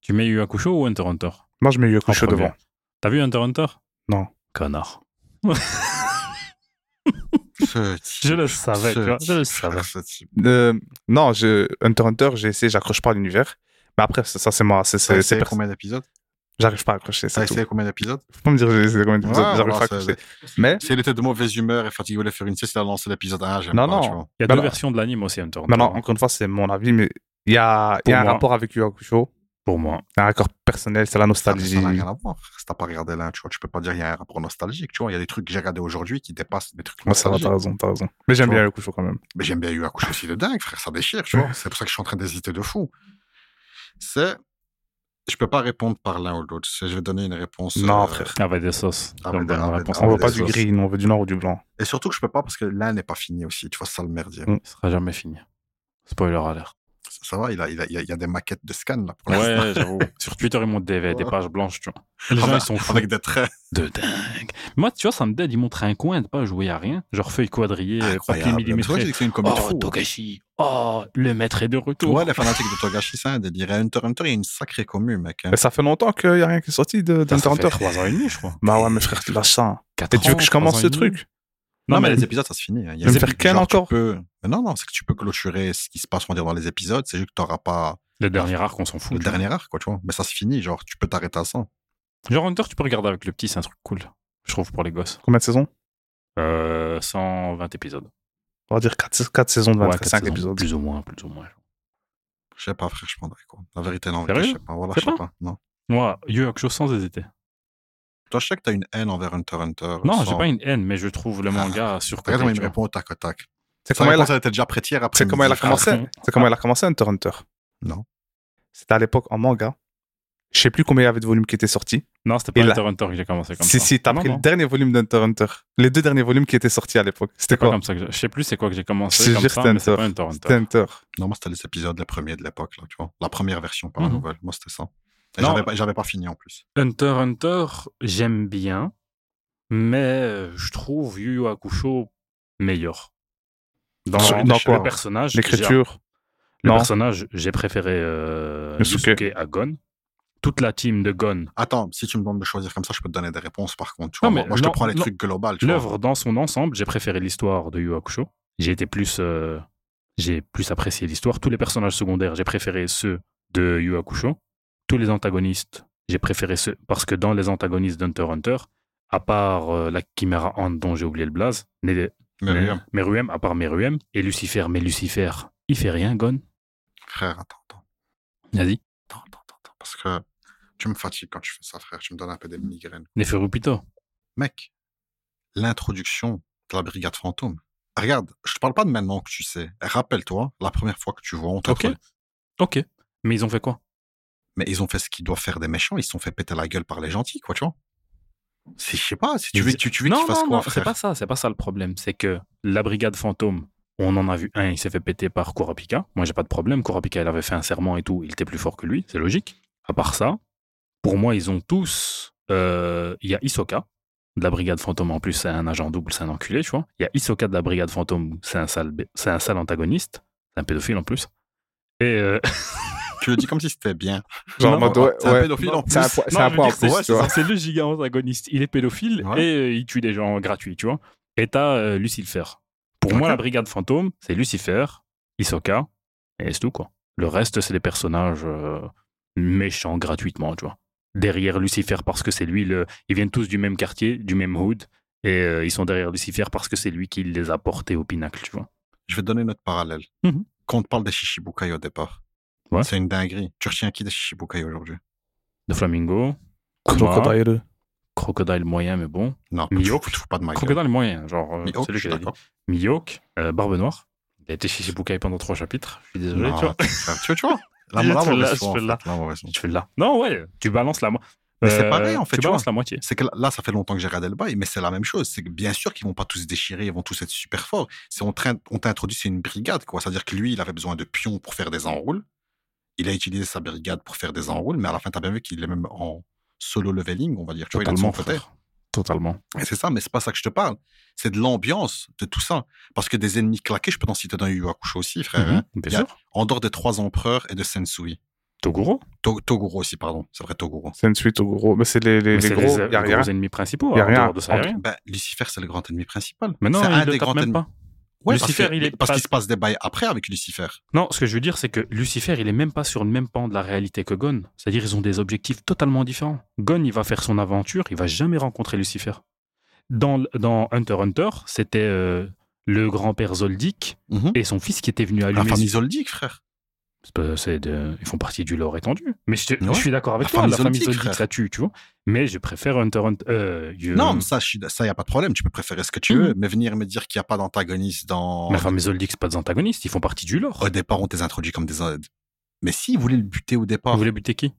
S2: Tu mets Yu Hakusho ou Hunter x Hunter
S4: Moi, je mets
S2: En
S4: Yokusho
S2: premier.
S4: devant.
S2: T'as vu Hunter x Hunter
S4: Non.
S2: Connard.
S3: Ce type,
S2: Je le savais,
S3: ce
S2: tu vois, je le
S3: type,
S2: savais.
S3: frère, ce type.
S4: Euh, non, je, Hunter x Hunter, j'ai essayé, j'accroche pas à l'univers. Mais après, ça, ça, c'est moi. c'est-
S3: T'as
S4: c'est- c'est
S3: essayé
S4: perso-
S3: combien d'épisodes
S4: J'arrive pas à accrocher,
S3: T'as
S4: c'est tout.
S3: essayé combien d'épisodes
S4: Faut pas me dire j'ai essayé combien d'épisodes,
S3: Ouais,
S4: j'arrive
S3: ouais,
S4: pas à
S3: c'est-
S4: accrocher. Mais
S3: Si elle était de mauvaise humeur et fatiguée de faire une sieste, elle a lancé l'épisode 1. J'aime
S4: Non,
S3: pas,
S4: non.
S3: tu vois.
S2: Il y a
S4: Bah
S2: deux
S4: non. Bah
S2: versions de l'anime aussi, Hunter hein, x Hunter.
S4: maintenant, encore une fois, c'est mon avis, mais il y a, il y a
S2: Pour
S4: un
S2: moi.
S4: rapport avec Yokusho.
S2: Pour moi.
S4: Un raccord personnel, c'est la
S3: Ça Ah, mais
S4: nostalgie.
S3: ça n'a rien à voir. Si t'as pas regardé l'un, tu vois, tu peux pas dire qu'il y a un rapport nostalgique, tu vois. Il y a des trucs que j'ai regardés aujourd'hui qui dépassent des trucs
S4: Ouais, ça va,
S3: nostalgiques.
S4: t'as raison, t'as raison. Mais j'aime
S3: Tu
S4: bien Yokusho quand même.
S3: Mais j'aime bien eu un coucher aussi de dingue, frère, ça déchire, tu vois. C'est pour ça que je suis en train d'hésiter de fou. C'est. Je peux pas répondre par l'un ou l'autre. Je vais donner une réponse.
S4: Non,
S3: euh,
S4: frère.
S2: Avec des sauces.
S3: Ah,
S2: Comme
S3: mais-
S2: dans
S3: ah,
S2: la
S3: mais-
S2: réponse
S3: ah,
S2: à
S4: On
S3: mais-
S4: veut
S2: Avec
S4: pas
S2: des
S4: du
S2: sauces.
S4: gris, nous, on veut du noir ou du blanc.
S3: Et surtout que je peux pas parce que l'un n'est pas fini aussi, tu vois, c'est ça le merdier.
S4: Mm.
S2: Ce sera jamais fini. Spoiler alert.
S3: Ça, ça va, il, a, il, a- il y a- il y a des maquettes de scan là pour
S4: <laughs>
S3: l'instant.
S2: Ouais, j'avoue. <laughs> Sur Twitter, ils montent des, des pages blanches, tu vois. Les gens,
S3: Avec-
S2: ils sont fous.
S3: Avec des traits.
S2: De dingue. Moi, tu vois, ça me dead, il montre un coin de page où il n'y a rien. Genre feuille quadrillée, euh, papier
S3: Incroyable. Mais C'est vrai que
S2: millimétré.
S3: c'est une comédie de
S2: Oh,
S3: fou.
S2: Togashi. Oh, le maître est de retour.
S3: Ouais, les fanatiques de Togashi, c'est un délire. Et Hunter x Hunter, il y a une sacrée commu, mec. hein.
S4: Mais ça fait longtemps qu'il n'y a rien qui est sorti de-
S2: Ça, ça
S4: d'Hunter x
S2: fait
S4: Hunter.
S2: trois ans et demi, je crois.
S4: Bah ouais, mais frère, tu lâches ça. hein.
S2: Quatre
S4: Et tu veux
S2: ans,
S4: que je
S2: trois ans
S4: commence
S2: et
S4: ce
S2: demi.
S4: truc
S3: Non, mais,
S2: mais-
S3: les épisodes, ça se finit. hein. Il y
S4: Je vais me
S3: des
S4: faire
S3: épisodes,
S4: ken
S3: genre, tu
S4: encore.
S3: peux- Mais non, non, c'est que tu peux clôturer ce qui se passe, on va dire, dans les épisodes. C'est juste que t'auras pas.
S2: Le dernier arc, on s'en fout.
S3: le
S2: tu vois.
S3: dernier arc, quoi, tu vois. Mais ça se finit, genre, tu peux t'arrêter à ça.
S2: Genre Hunter, tu peux regarder avec le petit, c'est un truc cool. Je trouve pour les gosses.
S4: Combien de saisons
S2: Euh, 120 épisodes.
S4: On va dire 4, saisons de 25
S2: quatre saisons,
S4: épisodes.
S2: Plus ou moins, plus ou moins.
S3: Je sais pas, frère, je prendrais quoi. La vérité, non, je
S2: Sérieux
S3: sais pas. Voilà, je
S2: C'est
S3: sais pas.
S2: pas
S3: Non.
S2: Moi, Yu Hakusho sans hésiter.
S3: Toi, je sais que t'as une haine envers Hunter x Hunter.
S2: Non,
S3: sans-
S2: j'ai pas une haine, mais je trouve le manga sur
S3: Regarde comment il me
S2: quoi.
S3: répond au tac au tac.
S4: C'est
S3: Sa
S4: comment elle a,
S3: réponse, elle était déjà prêtière après.
S4: c'est comment elle a commencé
S2: frère.
S4: C'est comment elle a commencé Hunter x Hunter
S3: Non.
S4: C'était à l'époque en manga. Je sais plus combien il y avait de volumes qui étaient sortis.
S2: Non, c'était pas
S4: Et là-
S2: Hunter x Hunter que j'ai commencé comme
S4: Si,
S2: ça. Ah
S4: si, t'as
S2: Non,
S4: pris
S2: non.
S4: le dernier volume d'Hunter x Hunter. Les deux derniers volumes qui étaient sortis à l'époque. C'était
S2: C'est pas
S4: quoi
S2: comme ça que je... je sais plus c'est quoi que j'ai commencé
S4: C'est
S2: comme
S4: juste
S2: ça, mais c'est
S4: Hunter.
S2: pas Hunter x
S4: C'était
S2: Hunter.
S4: Hunter.
S3: Non, moi, c'était les épisodes, les premiers de l'époque, là, tu vois. La première version, pas la
S2: Mhm.
S3: nouvelle. Moi, c'était ça. Et
S2: Non.
S3: j'avais pas- j'avais pas fini en plus.
S2: Hunter x Hunter, j'aime bien, mais euh, je trouve Yu Yu Hakusho meilleur. Dans,
S4: Sur-
S3: dans
S2: le
S3: quoi
S2: personnage, j'ai-
S4: L'écriture.
S2: le
S4: Non.
S2: personnage, j'ai préféré euh,
S4: Yusuke.
S2: Yusuke à Gon. Toute la team de Gon
S3: Attends, si tu me demandes de choisir comme ça, je peux te donner des réponses par contre. Tu vois.
S2: Non,
S3: Moi-
S2: mais
S3: moi, je te
S2: non,
S3: prends les
S2: non.
S3: trucs globaux, tu vois.
S2: L'œuvre dans son ensemble, j'ai préféré l'histoire de Yu Hakusho. J'ai été plus, euh, j'ai plus apprécié l'histoire. Tous les personnages secondaires, j'ai préféré ceux de Yu Hakusho. Tous les antagonistes, J'ai préféré ce. Parce que dans les antagonistes d'Hunter x Hunter, à part euh, la Chimera Ant dont j'ai oublié le blaze, né- Mmh.
S3: Meruem.
S2: Meruem, à part Meruem, et Lucifer, mais Lucifer, il fait rien, Gon.
S3: Frère, attends, attends,
S2: Vas-y.
S3: attends, attends, attends, parce que tu me fatigues quand tu fais ça, frère. Tu me donnes un peu des migraines.
S2: Neferupito.
S3: Mec, l'introduction de la brigade fantôme. Regarde, je te parle pas de maintenant que tu sais. Rappelle-toi, la première fois que tu vois, on
S2: Ok.
S3: t'introduit.
S2: Ok. Mais ils ont fait quoi
S3: Mais ils ont fait ce qu'ils doivent faire des méchants. Ils se sont fait péter la gueule par les gentils, quoi, tu vois. C'est- Je sais pas, si tu
S2: Ils-
S3: veux, tu, tu veux qu'ils fassent quoi,
S2: c'est
S3: frère
S2: pas ça, c'est pas ça le problème. C'est que la brigade fantôme, on en a vu un, il s'est fait péter par Kurapika. Moi, j'ai pas de problème. Kurapika, il avait fait un serment et tout, il était plus fort que lui, c'est logique. À part ça, pour moi, ils ont tous. euh, Il y a Isoka, de la brigade fantôme en plus, c'est un agent double, c'est un enculé, tu vois. Il y a Isoka de la brigade fantôme, c'est un sale, b- c'est un sale antagoniste, c'est un pédophile en plus. Et euh,
S3: <laughs> Tu le dis comme si c'était bien.
S4: Genre, en
S3: Non,
S4: mode, ouais,
S3: c'est un
S4: Bah, ouais.
S3: pédophile en
S4: C'est un
S3: plus.
S4: po- c'est
S2: Non,
S4: un
S2: je
S4: point
S2: veux
S4: en
S2: dire, c'est-
S4: plus,
S3: ouais,
S4: tu
S3: c'est ça.
S4: vois.
S2: c'est le giga antagoniste. Il est pédophile
S3: Ouais.
S2: et euh, il tue des gens gratuits, tu vois. Et t'as euh, Lucifer. Pour
S3: Ok.
S2: moi, la brigade fantôme, c'est Lucifer, Isoka, et c'est tout, quoi. Le reste, c'est des personnages euh, méchants gratuitement, tu vois. Derrière Lucifer parce que c'est lui, le... ils viennent tous du même quartier, du même hood, et euh, ils sont derrière Lucifer parce que c'est lui qui les a portés au pinacle, tu vois.
S3: Je vais te donner notre parallèle.
S2: Mhm.
S3: Quand on te parle des Shishibukai au départ,
S2: Ouais.
S3: c'est une dinguerie. Tu retiens qui des Shishibukai aujourd'hui
S2: De Flamingo, Kuma,
S4: Crocodile.
S2: Crocodile moyen, mais bon.
S3: Non,
S2: Miyok.
S3: tu te fous pas de ma gueule.
S2: Crocodile moyen, genre, euh,
S3: Miyok,
S2: c'est
S3: je
S2: lui qui
S3: suis
S2: l'a dit.
S3: d'accord.
S2: Miyok, euh, Barbe Noire. Il a été chez Shibukai pendant trois chapitres. Je suis désolé,
S3: Non,
S2: tu vois.
S3: attends, frère, tu vois, tu vois La,
S2: Je
S3: la
S2: te
S3: mauvaise
S2: la-
S3: foi,
S2: je te
S3: en
S2: la-
S3: fait, la mauvaise foi.
S2: Je fais là. <laughs> Non, ouais, tu balances la moitié.
S3: Mais c'est pareil, en fait,
S2: Tu
S3: tu
S2: balances la moitié.
S3: C'est que là- là, ça fait longtemps que j'ai regardé le bail, mais c'est la même chose. C'est que bien sûr qu'ils vont pas tous se déchirer, ils vont tous être super forts. C'est on traîne- on t'a introduit, c'est une brigade, quoi. C'est-à-dire que lui, il avait besoin de pions pour faire des enroules. Il a utilisé sa brigade pour faire des enroules, mais à la fin, t'as bien vu qu'il est même en solo leveling, on va dire. Tu vois, il a de son
S2: Totalement,
S3: côté.
S2: frère. Totalement.
S3: Et c'est ça, mais c'est pas ça que je te parle. C'est de l'ambiance de tout ça. Parce que des ennemis claqués, je peux t'en citer d'un Yu Yu Hakusho aussi, frère.
S2: Mhm,
S3: hein.
S2: Bien
S3: Il y a-
S2: sûr.
S3: En dehors des trois empereurs et de Sensui.
S2: Toguro.
S3: To- Toguro aussi, pardon. C'est vrai, Toguro.
S4: C'est une suite au gros. Mais c'est les,
S2: Mais
S4: les, les
S2: c'est
S4: gros.
S2: les,
S4: Il n'y a
S2: les
S4: rien.
S2: gros ennemis principaux. hein,
S4: Y a
S2: en
S4: rien.
S2: dehors de ça, y a
S4: En-
S2: rien.
S3: Ben, Lucifer, c'est le grand ennemi principal.
S2: Mais non,
S3: c'est un
S2: il
S3: des
S2: le
S3: grands
S2: tape même
S3: ennemis.
S2: pas.
S3: Ouais,
S2: Lucifer,
S3: parce que-
S2: il est
S3: Parce
S2: pas-
S3: qu'il se passe des bails après avec Lucifer.
S2: Non, ce que je veux dire, c'est que Lucifer, il est même pas sur le même pan de la réalité que Gon. C'est-à-dire, ils ont des objectifs totalement différents. Gon, il va faire son aventure, il va jamais rencontrer Lucifer. Dans, dans Hunter x Hunter, c'était euh, le grand-père Zoldyck
S3: Mhm.
S2: et son fils qui était venu à
S3: La
S2: lui.
S3: famille Zoldyck, frère.
S2: C'est pas- c'est de- ils font partie du lore étendu. Mais je, te-
S3: Ouais.
S2: je suis d'accord avec
S3: La
S2: toi,
S3: famille
S2: la famille
S3: Zoldyck,
S2: Zoldyck,
S3: frère.
S2: ça tue, tu vois. Mais je préfère Hunter x Hunter. euh, je-
S3: Non, mais ça, je suis- ça, y a pas de problème. Tu peux préférer ce que tu
S2: Mhm.
S3: veux, mais venir me dire qu'il n'y a pas d'antagoniste dans.
S2: mais la famille Zoldyck, c'est pas des antagonistes, ils font partie du lore.
S3: Au départ, on t'es introduit comme des. euh, Mais si, ils voulaient le buter au
S2: Vous
S3: départ.
S2: voulez buter qui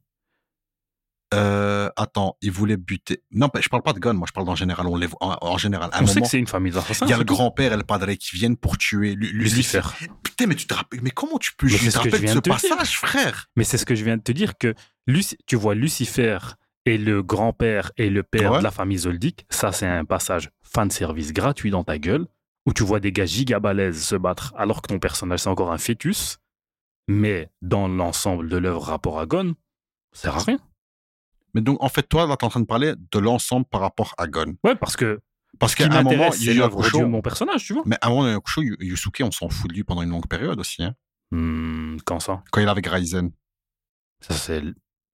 S3: Euh, attends, ils voulaient buter. Non, je parle pas de Gon, moi je parle en général. On les voit en, en général. À un
S2: On sait
S3: moment,
S2: que c'est une famille d'assassins.
S3: il y a le
S2: c'est tout.
S3: grand-père et le padre qui viennent pour tuer Lu-
S2: Lucifer.
S3: Lucifer. Putain, mais tu te rappelles, mais comment tu peux
S2: Mais
S3: Je
S2: c'est
S3: te
S2: ce que je
S3: rappelle
S2: viens
S3: ce
S2: de te dire.
S3: passage, frère
S2: Mais c'est ce que je viens de te dire que Luc- tu vois Lucifer et le grand-père et le père
S3: Ouais.
S2: de la famille Zoldyck, ça c'est un passage fan service gratuit dans ta gueule où tu vois des gars giga balèzes se battre alors que ton personnage c'est encore un fœtus. Mais dans l'ensemble de l'œuvre rapport à Gon, ça sert à rien.
S3: Mais donc, en fait, toi, là, t'es en train de parler de l'ensemble par rapport à Gon.
S2: Ouais, parce que
S3: Parce
S2: ce qui
S3: qu'à un moment,
S2: m'intéresse
S3: il y
S2: c'est
S3: a eu un
S2: l'œuvre de
S3: Kusho-
S2: mon personnage, tu vois.
S3: Mais avant il y a eu un Kusho, Yu- Yusuke, on s'en fout de lui pendant une longue période aussi, hein,
S2: Hmm, quand ça
S3: quand il est avec Raizen.
S2: Ça c'est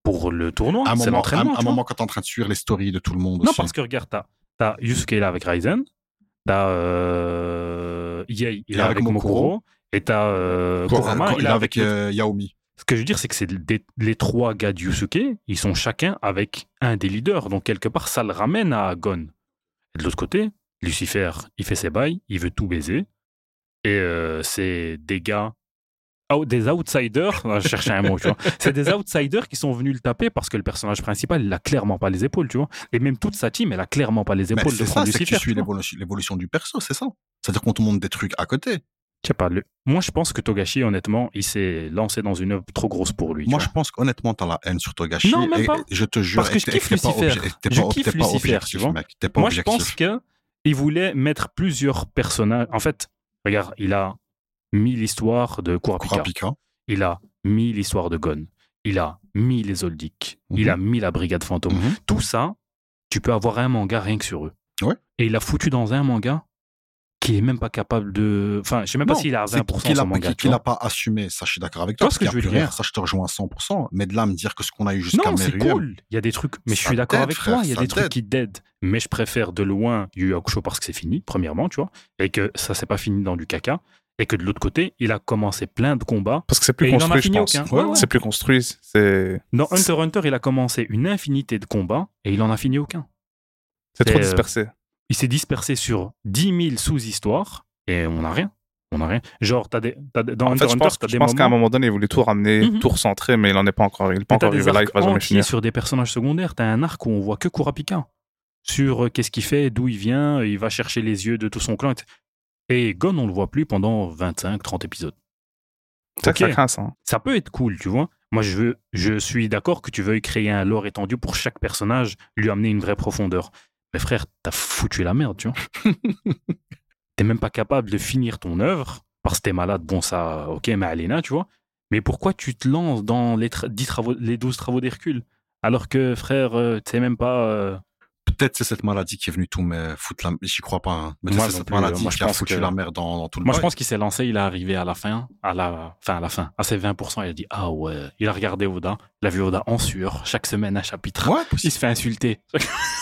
S2: pour le tournoi,
S3: À
S2: Oh,
S3: un
S2: c'est
S3: moment, à,
S2: l'entraînement.
S3: un
S2: tu vois.
S3: moment quand t'es en train de suivre les stories de tout le monde
S2: Non,
S3: aussi.
S2: parce que regarde, t'as, t'as Yusuke là avec Ryzen, t'as euh, Yei, il est avec Mokuro, et t'as euh,
S3: Quand-
S2: Kurama,
S3: quand il est avec euh, Yaomi.
S2: Ce que je veux dire, c'est que c'est des- les trois gars de Yusuke, ils sont chacun avec un des leaders, donc quelque part, ça le ramène à Gon. Et de l'autre côté, Lucifer, il fait ses bails, il veut tout baiser, et euh, c'est des gars... out- des outsiders, <laughs> Non, je cherchais un mot, tu vois. C'est des outsiders qui sont venus le taper parce que le personnage principal, il a clairement pas les épaules, tu vois. Et même toute sa team, elle a clairement pas les
S3: Mais
S2: épaules de
S3: Bah, c'est ça,
S2: prendre
S3: c'est que
S2: Lucifer.
S3: tu suis
S2: tu vois.
S3: l'évolution l'évolution du perso, c'est ça. C'est-à-dire qu'on te montre des trucs à côté.
S2: Je sais pas, le- moi je pense que Togashi, honnêtement, il s'est lancé dans une œuvre trop grosse pour lui. tu
S3: Moi,
S2: vois.
S3: je pense qu'honnêtement, t'as la haine sur Togashi.
S2: Non, même
S3: et-
S2: pas.
S3: et Je te jure.
S2: Parce que
S3: et
S2: je
S3: t'es-
S2: kiffe
S3: t'es pas
S2: Lucifer.
S3: obje- et t'es
S2: Je
S3: pas-
S2: kiffe
S3: t'es pas
S2: Lucifer,
S3: objectif,
S2: tu vois.
S3: mec. T'es pas
S2: Moi,
S3: objectif.
S2: je pense que il voulait mettre plusieurs personnages. En fait, regarde, il a mis l'histoire de Kurapika.
S3: Kurapika.
S2: Il a mis l'histoire de Gon. Il a mis les Zoldyck. Il
S3: Mhm.
S2: a mis la Brigade Fantôme.
S3: Mhm.
S2: Tout ça, tu peux avoir un manga rien que sur eux.
S3: Ouais.
S2: Et il a foutu dans un manga qui est même pas capable de. Enfin, je sais même
S3: Non,
S2: pas s'il est à
S3: c'est
S2: 20%
S3: qu'il a,
S2: son manga.
S3: qu'il-
S2: tu
S3: qu'il
S2: vois.
S3: a pas assumé, ça je suis d'accord avec
S2: Tu
S3: toi.
S2: vois ce que
S3: parce
S2: je
S3: qu'il y
S2: veux
S3: a plus
S2: dire
S3: rien, ça je te rejoins à 100%. Mais de là à me dire que ce qu'on a eu jusqu'à
S2: Non, c'est
S3: Meriem,
S2: cool. Il y a des trucs, mais je
S3: Ça
S2: suis d'accord
S3: t'aide,
S2: avec
S3: frère,
S2: toi. Il y a
S3: ça
S2: des trucs
S3: t'aide.
S2: qui t'aident. Mais je préfère de loin Yu Yu Hakusho parce que c'est fini, premièrement, tu vois, et que ça s'est pas fini dans du caca, et que de l'autre côté, il a commencé plein de combats.
S4: Parce que c'est
S2: Et
S4: plus
S2: il en a
S4: construit, je
S2: fini
S4: pense.
S2: aucun. hein. Ouais, ouais.
S4: C'est plus construit. C'est
S2: Dans Hunter x Hunter, il a commencé une infinité de combats et il en a fini aucun.
S4: c'est trop
S2: euh,
S4: dispersé.
S2: Il s'est dispersé sur 10 000 sous-histoires et on n'a rien. On n'a rien. Genre, t'as des, t'as des- dans
S4: En
S2: Hunter
S4: fait,
S2: x
S4: je
S2: Hunter,
S4: pense,
S2: t'as
S4: je
S2: des
S4: pense qu'à un
S2: moments-
S4: moment donné, il voulait tout ramener,
S2: Mhm.
S4: tout recentrer, mais il en est pas encore, il est pas
S2: t'as
S4: encore
S2: des
S4: arrivé là, il
S2: arcs
S4: va jamais
S2: entiers
S4: finir.
S2: sur des personnages secondaires. T'as un arc où on voit que Kurapika sur euh, qu'est-ce qu'il fait, d'où il vient, il va chercher les yeux de tout son clan. etc. Et Gon, on le voit plus pendant 25-30 épisodes.
S4: C'est vrai que
S2: Ok.
S4: ça craint ça. hein.
S2: ça peut être cool, tu vois. Moi, je, veux, je suis d'accord que tu veuilles créer un lore étendu pour chaque personnage, lui amener une vraie profondeur. Mais frère, t'as foutu la merde, tu vois. t'es même pas capable de finir ton œuvre parce que t'es malade. Bon, ça, ok, mais Alena, tu vois. Mais pourquoi tu te lances dans les, tra- dix travaux, les 12 travaux d'Hercule alors que, frère, euh, tu sais même pas. euh,
S3: Peut-être c'est cette maladie qui est venue tout me foutre la J'y crois pas. hein. Mais
S2: Moi
S3: c'est
S2: non
S3: cette
S2: plus,
S3: maladie
S2: moi, je
S3: qui a
S2: pense
S3: foutu
S2: que-
S3: la merde dans, dans tout le
S2: Moi, je
S3: bail.
S2: pense qu'il s'est lancé, il est arrivé à la fin, à la fin, à la fin, Ah, à ses 20%. Il a dit Ah ouais, il a regardé Oda, il a vu Oda en sueur, chaque semaine un chapitre.
S3: Ouais, possible.
S2: Il se fait insulter.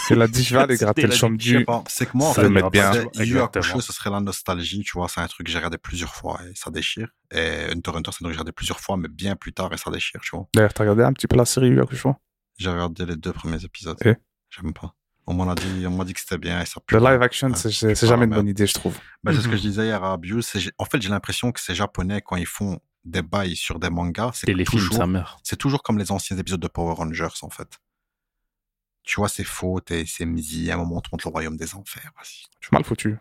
S4: Il a dit, je vais aller
S2: C'était
S4: gratter
S2: la
S4: le champ
S3: Je sais
S4: du.
S3: pas. C'est que moi, Oh, en
S2: Ça
S3: fait,
S4: le met bien.
S3: c'est- Yu Yu
S2: Exactement.
S3: Hakusho, ce serait la nostalgie, tu vois. C'est un truc que j'ai regardé plusieurs fois et ça déchire. Et Hunter x Hunter, c'est un truc que j'ai regardé plusieurs fois, mais bien plus tard et ça déchire, tu vois.
S4: D'ailleurs, t'as regardé un petit peu la série, Yu Hakusho
S3: J'ai regardé les deux premiers épisodes.
S4: Et
S3: J'aime pas. On m'en a dit, on m'a dit que c'était bien et ça pue.
S4: Le live action,
S3: Ouais.
S4: c'est c'est- c'est
S3: Ah,
S4: jamais une
S3: merde.
S4: bonne idée, je trouve.
S3: Ben, c'est ce
S2: Mhm.
S3: que je disais hier à Abuse. c'est- j'ai- En fait, j'ai l'impression que ces Japonais, quand ils font des bails sur des mangas, c'est
S2: les films,
S3: toujours,
S2: ça meurt.
S3: c'est toujours comme les anciens épisodes de Power Rangers, en fait. Tu vois, c'est faux, et c'est mis à un moment, on te montre le royaume des enfers. Vas-y.
S4: Je suis mal foutu.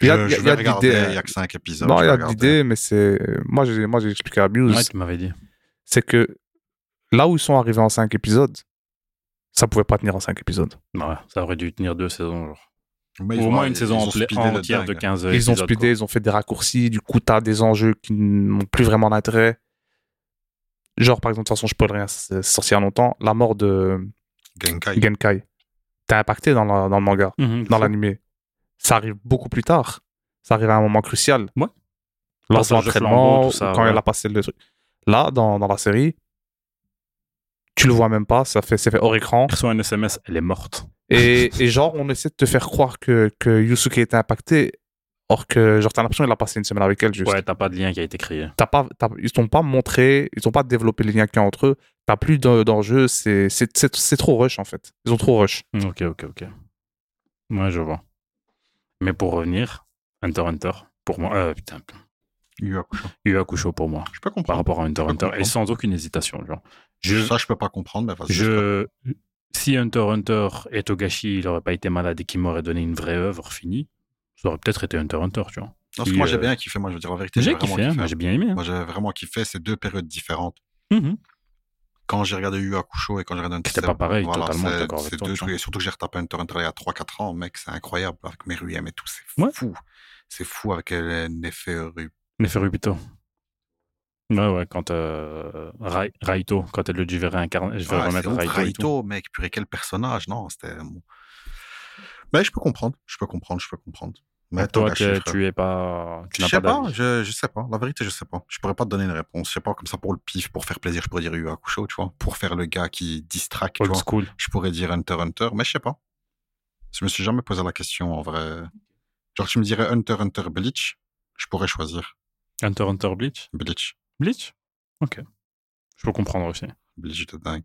S4: Il y a,
S3: Je-
S4: il
S3: je
S4: y a- il y a
S3: vais
S4: de
S3: regarder,
S4: l'idée.
S3: il y a
S4: hein.
S3: que 5 épisodes.
S4: Non,
S3: je
S4: il y
S3: vais
S4: a de
S3: regarder.
S4: l'idée, mais c'est. Moi, j'ai moi, j'ai expliqué à Muse,
S2: Ouais, tu m'avais dit.
S4: c'est que là où ils sont arrivés en 5 épisodes, ça pouvait pas tenir en 5 épisodes.
S2: Ouais, ça aurait dû tenir deux saisons. genre.
S3: Mais
S2: Ou
S3: ils
S2: Au
S3: ont-
S2: moins une
S3: ils
S2: saison
S3: ont
S2: en pla-
S3: speedé le
S2: entière de
S3: dingue.
S2: 15
S4: ils ont
S2: épisodes,
S4: speedé, ils ont fait des raccourcis, du coup, t'as des enjeux qui n'ont plus vraiment d'intérêt. Genre, par exemple, de toute façon, je peux rien, c'est sorti il y a longtemps, la mort de
S3: Genkai.
S4: Genkai. T'es impacté dans, la- dans le manga,
S2: quoi. Mhm,
S4: dans
S2: fou.
S4: l'anime. Ça arrive beaucoup plus tard. Ça arrive à un moment crucial.
S2: Ouais.
S4: Lors de
S2: Passage de
S4: l'entraînement,
S2: flambeau,
S4: ou
S2: tout ça,
S4: quand
S2: ouais.
S4: elle a passé le truc. Là, dans, dans la série, tu le vois même pas, ça fait, c'est fait hors écran.
S2: Elle reçoit un SMS, elle est morte.
S4: Et, et genre, on essaie de te faire croire que, que Yusuke était impacté, or que, genre, t'as l'impression qu'il a passé une semaine avec elle, juste.
S2: Ouais, t'as pas de lien qui a été créé.
S4: T'as pas, t'as- ils t'ont pas montré, ils t'ont pas développé les liens qu'il y a entre eux, t'as plus d'en- d'enjeux, c'est, c'est, c'est, c'est trop rush, en fait. Ils ont trop rush.
S2: Mm, Ok, ok, ok. Ouais, je vois. Mais pour revenir, Hunter x Hunter, pour moi, euh, putain,
S3: Yu Hakusho.
S2: Yu Yu Hakusho pour moi,
S3: Ah, Je peux
S2: par
S3: comprendre.
S2: rapport à Hunter x Hunter, et
S3: comprendre.
S2: sans aucune hésitation. Genre. Je,
S3: Ça, je peux pas comprendre, mais vas-y.
S2: Je, si Hunter x Hunter et Togashi, il aurait pas été malade et qu'il m'aurait donné une vraie œuvre finie, ça aurait peut-être été Hunter x Hunter, tu vois.
S3: Parce que
S2: Puis,
S3: moi, j'ai
S2: euh,
S3: bien kiffé. Moi, je veux dire la vérité.
S2: J'ai
S3: vraiment
S2: kiffé, hein, moi, j'ai bien aimé. hein.
S3: Moi, j'ai vraiment kiffé ces deux périodes différentes.
S2: Mhm.
S3: Quand j'ai regardé Yu Hakusho et quand j'ai regardé Hunter
S2: C'était
S3: c'est-
S2: pas pareil, totalement
S3: c'est-
S2: d'accord avec
S3: c'est
S2: toi,
S3: deux
S2: tu vois.
S3: trucs. Et surtout que j'ai retapé Hunter x Hunter il y a 3-4 ans, mec, c'est incroyable. Avec Meruem et tout, c'est
S2: Ouais.
S3: fou. C'est fou avec euh, Neferu.
S2: Neferupito. Ouais, ouais, quand euh, Ra- Raito, quand elle le dit, je vais réincarner, je vais
S3: Ah, Ouais, c'est
S2: remettre
S3: ouf.
S2: Raito. et tout.
S3: Raito, mec, purée, quel personnage. Non, c'était. bon. Mais je peux comprendre. Je peux comprendre. Je peux comprendre. Mais
S2: Et toi,
S3: Togashi,
S2: t'es-
S3: frère.
S2: tu es pas. Tu
S3: Je
S2: n'as
S3: sais
S2: pas
S3: pas,
S2: d'avis.
S3: je, je sais pas. La vérité, je sais pas. Je pourrais pas te donner une réponse. Je sais pas, comme ça, pour le pif, pour faire plaisir, je pourrais dire Yu Hakusho, tu vois. Pour faire le gars qui distraque, tu
S2: Old
S3: vois.
S2: school.
S3: Je pourrais dire Hunter x Hunter, mais je sais pas. Je me suis jamais posé la question, en vrai. Genre, tu me dirais Hunter x Hunter Bleach, je pourrais choisir
S2: Hunter x Hunter Bleach.
S3: Bleach.
S2: Bleach Ok. Je peux comprendre aussi.
S3: Bleach de dingue.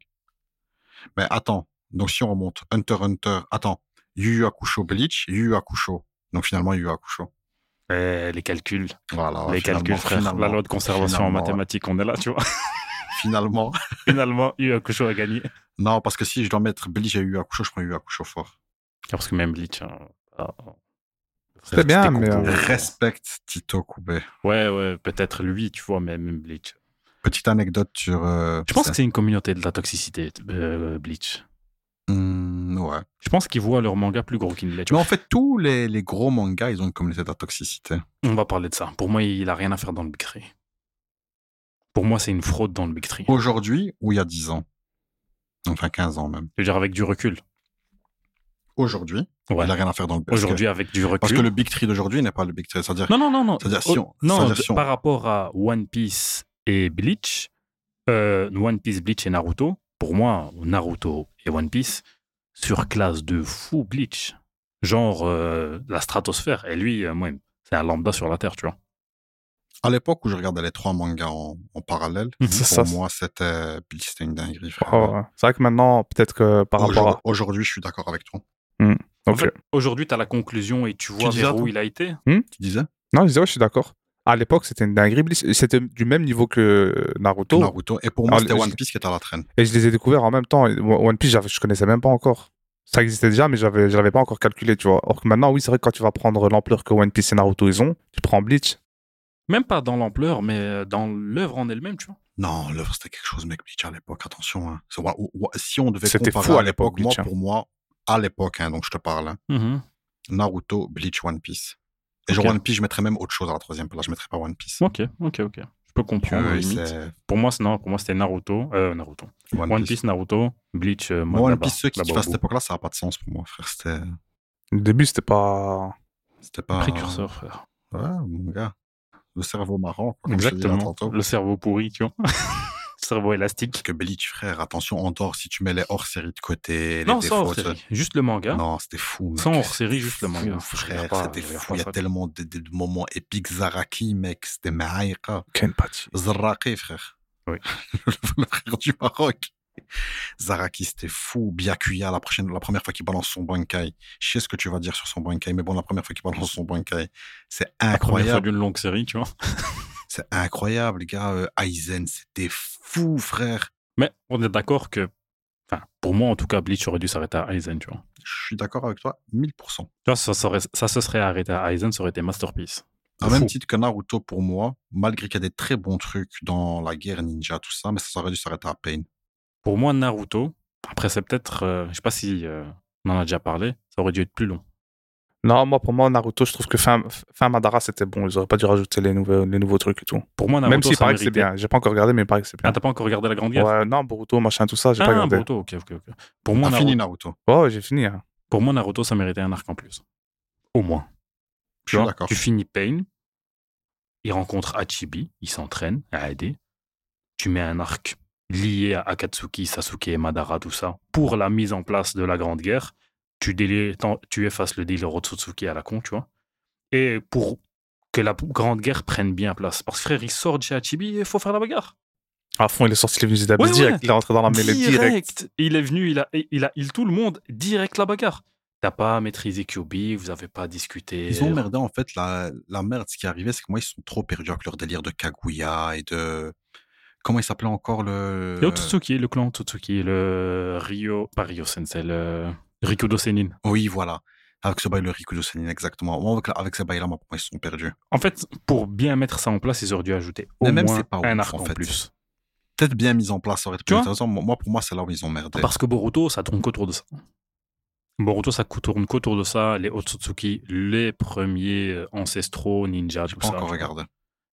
S3: Mais attends, donc si on remonte, Hunter x Hunter, attends, Yu Yu Hakusho Bleach, Yu Yu Hakusho. Donc finalement, Yu Yu Hakusho.
S2: Eh, les calculs,
S3: Voilà,
S2: les
S3: finalement,
S2: calculs, frère. La
S3: finalement,
S2: loi de conservation en
S3: finalement,
S2: mathématiques, on est là, tu vois.
S3: Finalement. <laughs>
S2: Finalement, Yu Yu Hakusho a gagné.
S3: Non, parce que si je dois mettre Bleach et Yu Yu Hakusho, je prends Yu Yu Hakusho fort.
S2: Oh. Parce que même Bleach. hein, ah, ah.
S4: C'était bien,
S2: C'était
S4: mais,
S2: Kumpo.
S4: euh,
S3: Respecte Tito Koubé.
S2: Ouais, ouais, peut-être lui, tu vois, mais même Bleach.
S3: Petite anecdote sur. euh,
S2: Je pense
S3: ça.
S2: que c'est une communauté de la toxicité, euh, Bleach.
S3: Hmm, ouais.
S2: Je pense qu'ils voient leur manga plus gros qu'il ne l'est. tu
S3: Mais
S2: vois.
S3: en fait, tous les, les gros mangas, ils ont une communauté de la toxicité.
S2: On va parler de ça. Pour moi, il a rien à faire dans le Big Three. Pour moi, c'est une fraude dans le Big Three.
S3: Aujourd'hui ou il y a 10 ans Enfin, 15 ans même.
S2: Je veux dire, avec du recul.
S3: aujourd'hui.
S2: Ouais.
S3: Il n'a rien à faire dans le parce que-
S2: Aujourd'hui, avec du recul.
S3: Parce que le Big Tree d'aujourd'hui n'est pas le Big Tree. C'est-à-dire
S2: Non, non, non, non.
S3: C'est-à-dire si
S2: Oh,
S3: on-
S2: non,
S3: c'est-à-dire
S2: de-
S3: si on-
S2: par rapport à One Piece et Bleach, euh, One Piece, Bleach et Naruto, pour moi, Naruto et One Piece, sur classe de fou Bleach. Genre euh, la stratosphère. Et lui, euh, moi, c'est un lambda sur la Terre, tu vois.
S3: à l'époque où je regardais les trois mangas en, en parallèle,
S2: Mhm.
S3: pour
S4: C'est ça.
S3: moi, c'était Bleach, c'était une dinguerie.
S2: Ah
S3: frère.
S4: Oh, ouais. C'est vrai que maintenant, peut-être que par rapport
S3: Aujourd'hui-
S4: à.
S3: Aujourd'hui, je suis d'accord avec toi.
S2: En
S4: Ok.
S2: fait, aujourd'hui, tu as la conclusion et tu vois
S3: disais
S2: vers
S3: attends.
S2: où il a été.
S3: Tu disais
S4: Non, je disais, ouais, je suis d'accord. À l'époque, c'était une dinguerie. Bleach. C'était du même niveau que Naruto.
S3: Naruto. Et pour moi,
S4: Ah,
S3: c'était
S4: je-
S3: One Piece qui était à la traîne.
S4: Et je les ai découverts en même temps. Et One One Piece, j'avais- je connaissais même pas encore. Ça existait déjà, mais j'avais- je l'avais pas encore calculé, tu vois. Or que maintenant, oui, c'est vrai que quand tu vas prendre l'ampleur que One Piece et Naruto, ils ont, tu prends Bleach.
S2: Même pas dans l'ampleur, mais euh, dans l'œuvre en elle-même, tu vois.
S3: Non, l'œuvre, c'était quelque chose, mec, Bleach à l'époque. Attention. hein. C'est- wa- wa- Si on devait
S4: C'était
S3: comparer
S4: fou à
S3: à l'époque,
S4: l'époque,
S3: moi,
S4: Bleach, hein.
S3: pour moi, à l'époque, hein, donc je te parle, hein,
S2: Mm-hmm.
S3: Naruto, Bleach, One Piece. Et genre
S2: Ok.
S3: One Piece, je mettrais même autre chose à la troisième place. Je mettrais pas One Piece.
S2: Ok, ok, ok. Je peux comprendre.
S3: Euh,
S2: limite.
S3: c'est
S2: Pour moi, c'est- non, pour moi, c'était Naruto, euh, Naruto.
S3: One,
S2: One
S3: Piece.
S2: Piece, Naruto, Bleach, euh, moi,
S3: Moi, One
S2: là-bas,
S3: Piece, ceux qui
S2: là-bas
S3: kiffent
S2: au
S3: à cette
S2: bout.
S3: époque-là, ça n'a pas de sens pour moi, frère. C'était
S4: Au début, c'était pas.
S3: c'était pas.
S2: Précurseur, frère.
S3: Ouais, mon gars. Le cerveau marrant. Quoi, comme je te disais
S2: Exactement.
S3: tantôt.
S2: Le cerveau pourri, tu vois. <laughs> le cerveau élastique.
S3: Parce que Bleach, frère, attention, en dehors, si tu mets les hors-séries de côté, les
S2: non, sans
S3: défauts,
S2: hors-série. Juste le
S3: ça-
S2: manga.
S3: non, c'était fou. mec.
S2: sans hors-série, juste le
S3: Fou,
S2: manga. Je regarde
S3: Frère,
S2: pas-
S3: c'était
S2: je regarde
S3: fou.
S2: pas
S3: Il y a
S2: ça.
S3: tellement de, de- de moments épiques. Zaraki, mec, c'était Maïka.
S4: Kenpachi.
S3: Zaraki, frère.
S2: Oui.
S3: <laughs> le frère du Maroc. Zaraki, c'était fou. Byakuya, la, prochaine, la première fois qu'il balance son bankai. Je sais ce que tu vas dire sur son bankai, mais bon, la première fois qu'il balance son bankai, c'est
S2: La première fois
S3: incroyable.
S2: d'une longue série, tu vois.
S3: C'est incroyable, les gars. Euh, Aizen, c'était fou, frère.
S2: Mais on est d'accord que, enfin, pour moi, en tout cas, Bleach aurait dû s'arrêter à Aizen, tu vois.
S3: Je suis d'accord avec toi, 1000%.
S2: Tu vois, ça, ça aurait- ça se serait arrêté à Aizen, ça aurait été masterpiece.
S3: Au
S2: Fou.
S3: même titre que Naruto, pour moi, malgré qu'il y a des très bons trucs dans la guerre ninja, tout ça, mais ça aurait dû s'arrêter à Pain.
S2: Pour moi, Naruto, après, c'est peut-être, euh, je sais pas si euh, on en a déjà parlé, ça aurait dû être plus long.
S4: Non, moi, pour moi, Naruto, je trouve que fin, fin Madara, c'était bon. Ils auraient pas dû rajouter les, nouveaux- les nouveaux trucs et tout.
S2: Pour moi, Naruto,
S4: même si
S2: ça
S4: paraît que c'est
S2: méritait-
S4: bien. J'ai pas encore regardé, mais il paraît que c'est bien.
S2: Ah, t'as pas encore regardé la Grande Guerre
S4: ouais, non, Boruto, machin, tout ça, j'ai
S2: Ah,
S4: pas regardé.
S2: Boruto, ok, ok, ok. Pour moi,
S3: On a
S2: Naruto,
S3: fini Naruto.
S4: Oh, j'ai fini. hein.
S2: pour moi, Naruto, ça méritait un arc en plus. Au moins.
S3: Je suis
S2: vois,
S3: d'accord.
S2: Tu finis Pain, il rencontre Hachibi, il s'entraîne à aider. Tu mets un arc lié à Akatsuki, Sasuke et Madara, tout ça, pour la mise en place de la Grande Guerre. Tu, délai- t'en- tu effaces le deal Rotsutsuki à la con, tu vois. Et pour que la Grande Guerre prenne bien place. Parce que frère, il sort de chez Hachibi et il faut faire la bagarre.
S4: À fond, il est sorti les musiques d'Abyss
S2: Ouais,
S4: direct.
S2: ouais.
S4: Il est rentré dans
S3: Ah,
S4: la mêlée direct.
S2: Il est venu, il a, il a il tout le monde, direct la bagarre. T'as pas maîtrisé QB, vous avez pas discuté. euh,
S3: Ils ont merdé, en fait. La, la merde, ce qui est arrivé, c'est que moi, ils sont trop perdus avec leur délire de Kaguya et de. Comment il s'appelait encore le.
S2: Et Otsutsuki, le clan Otsutsuki, le Ryo, pas Ryo Sensei, le Rikudo Senin.
S3: Oui, voilà. Avec ce bail, le Rikudo Senin, exactement. Moi, avec, la- avec ce bail-là, moi, pour moi, ils sont perdus.
S2: En fait, pour bien mettre ça en place, ils auraient dû ajouter au
S3: Mais même
S2: moins
S3: c'est pas
S2: un
S3: ouf,
S2: arc
S3: en
S2: en,
S3: fait.
S2: plus.
S3: Peut-être bien mis en place, ça aurait été
S2: Tu
S3: plus
S2: vois Ah bah,
S3: intéressant. Moi, pour moi, c'est là où ils ont merdé.
S2: Parce que Boruto, ça tourne qu'autour de ça. Boruto, ça cou- tourne qu'autour de ça. Les Otsutsuki, les premiers euh, ancestraux, ninjas, tout
S3: Pas
S2: ça.
S3: encore
S2: tu vois.
S3: regardé.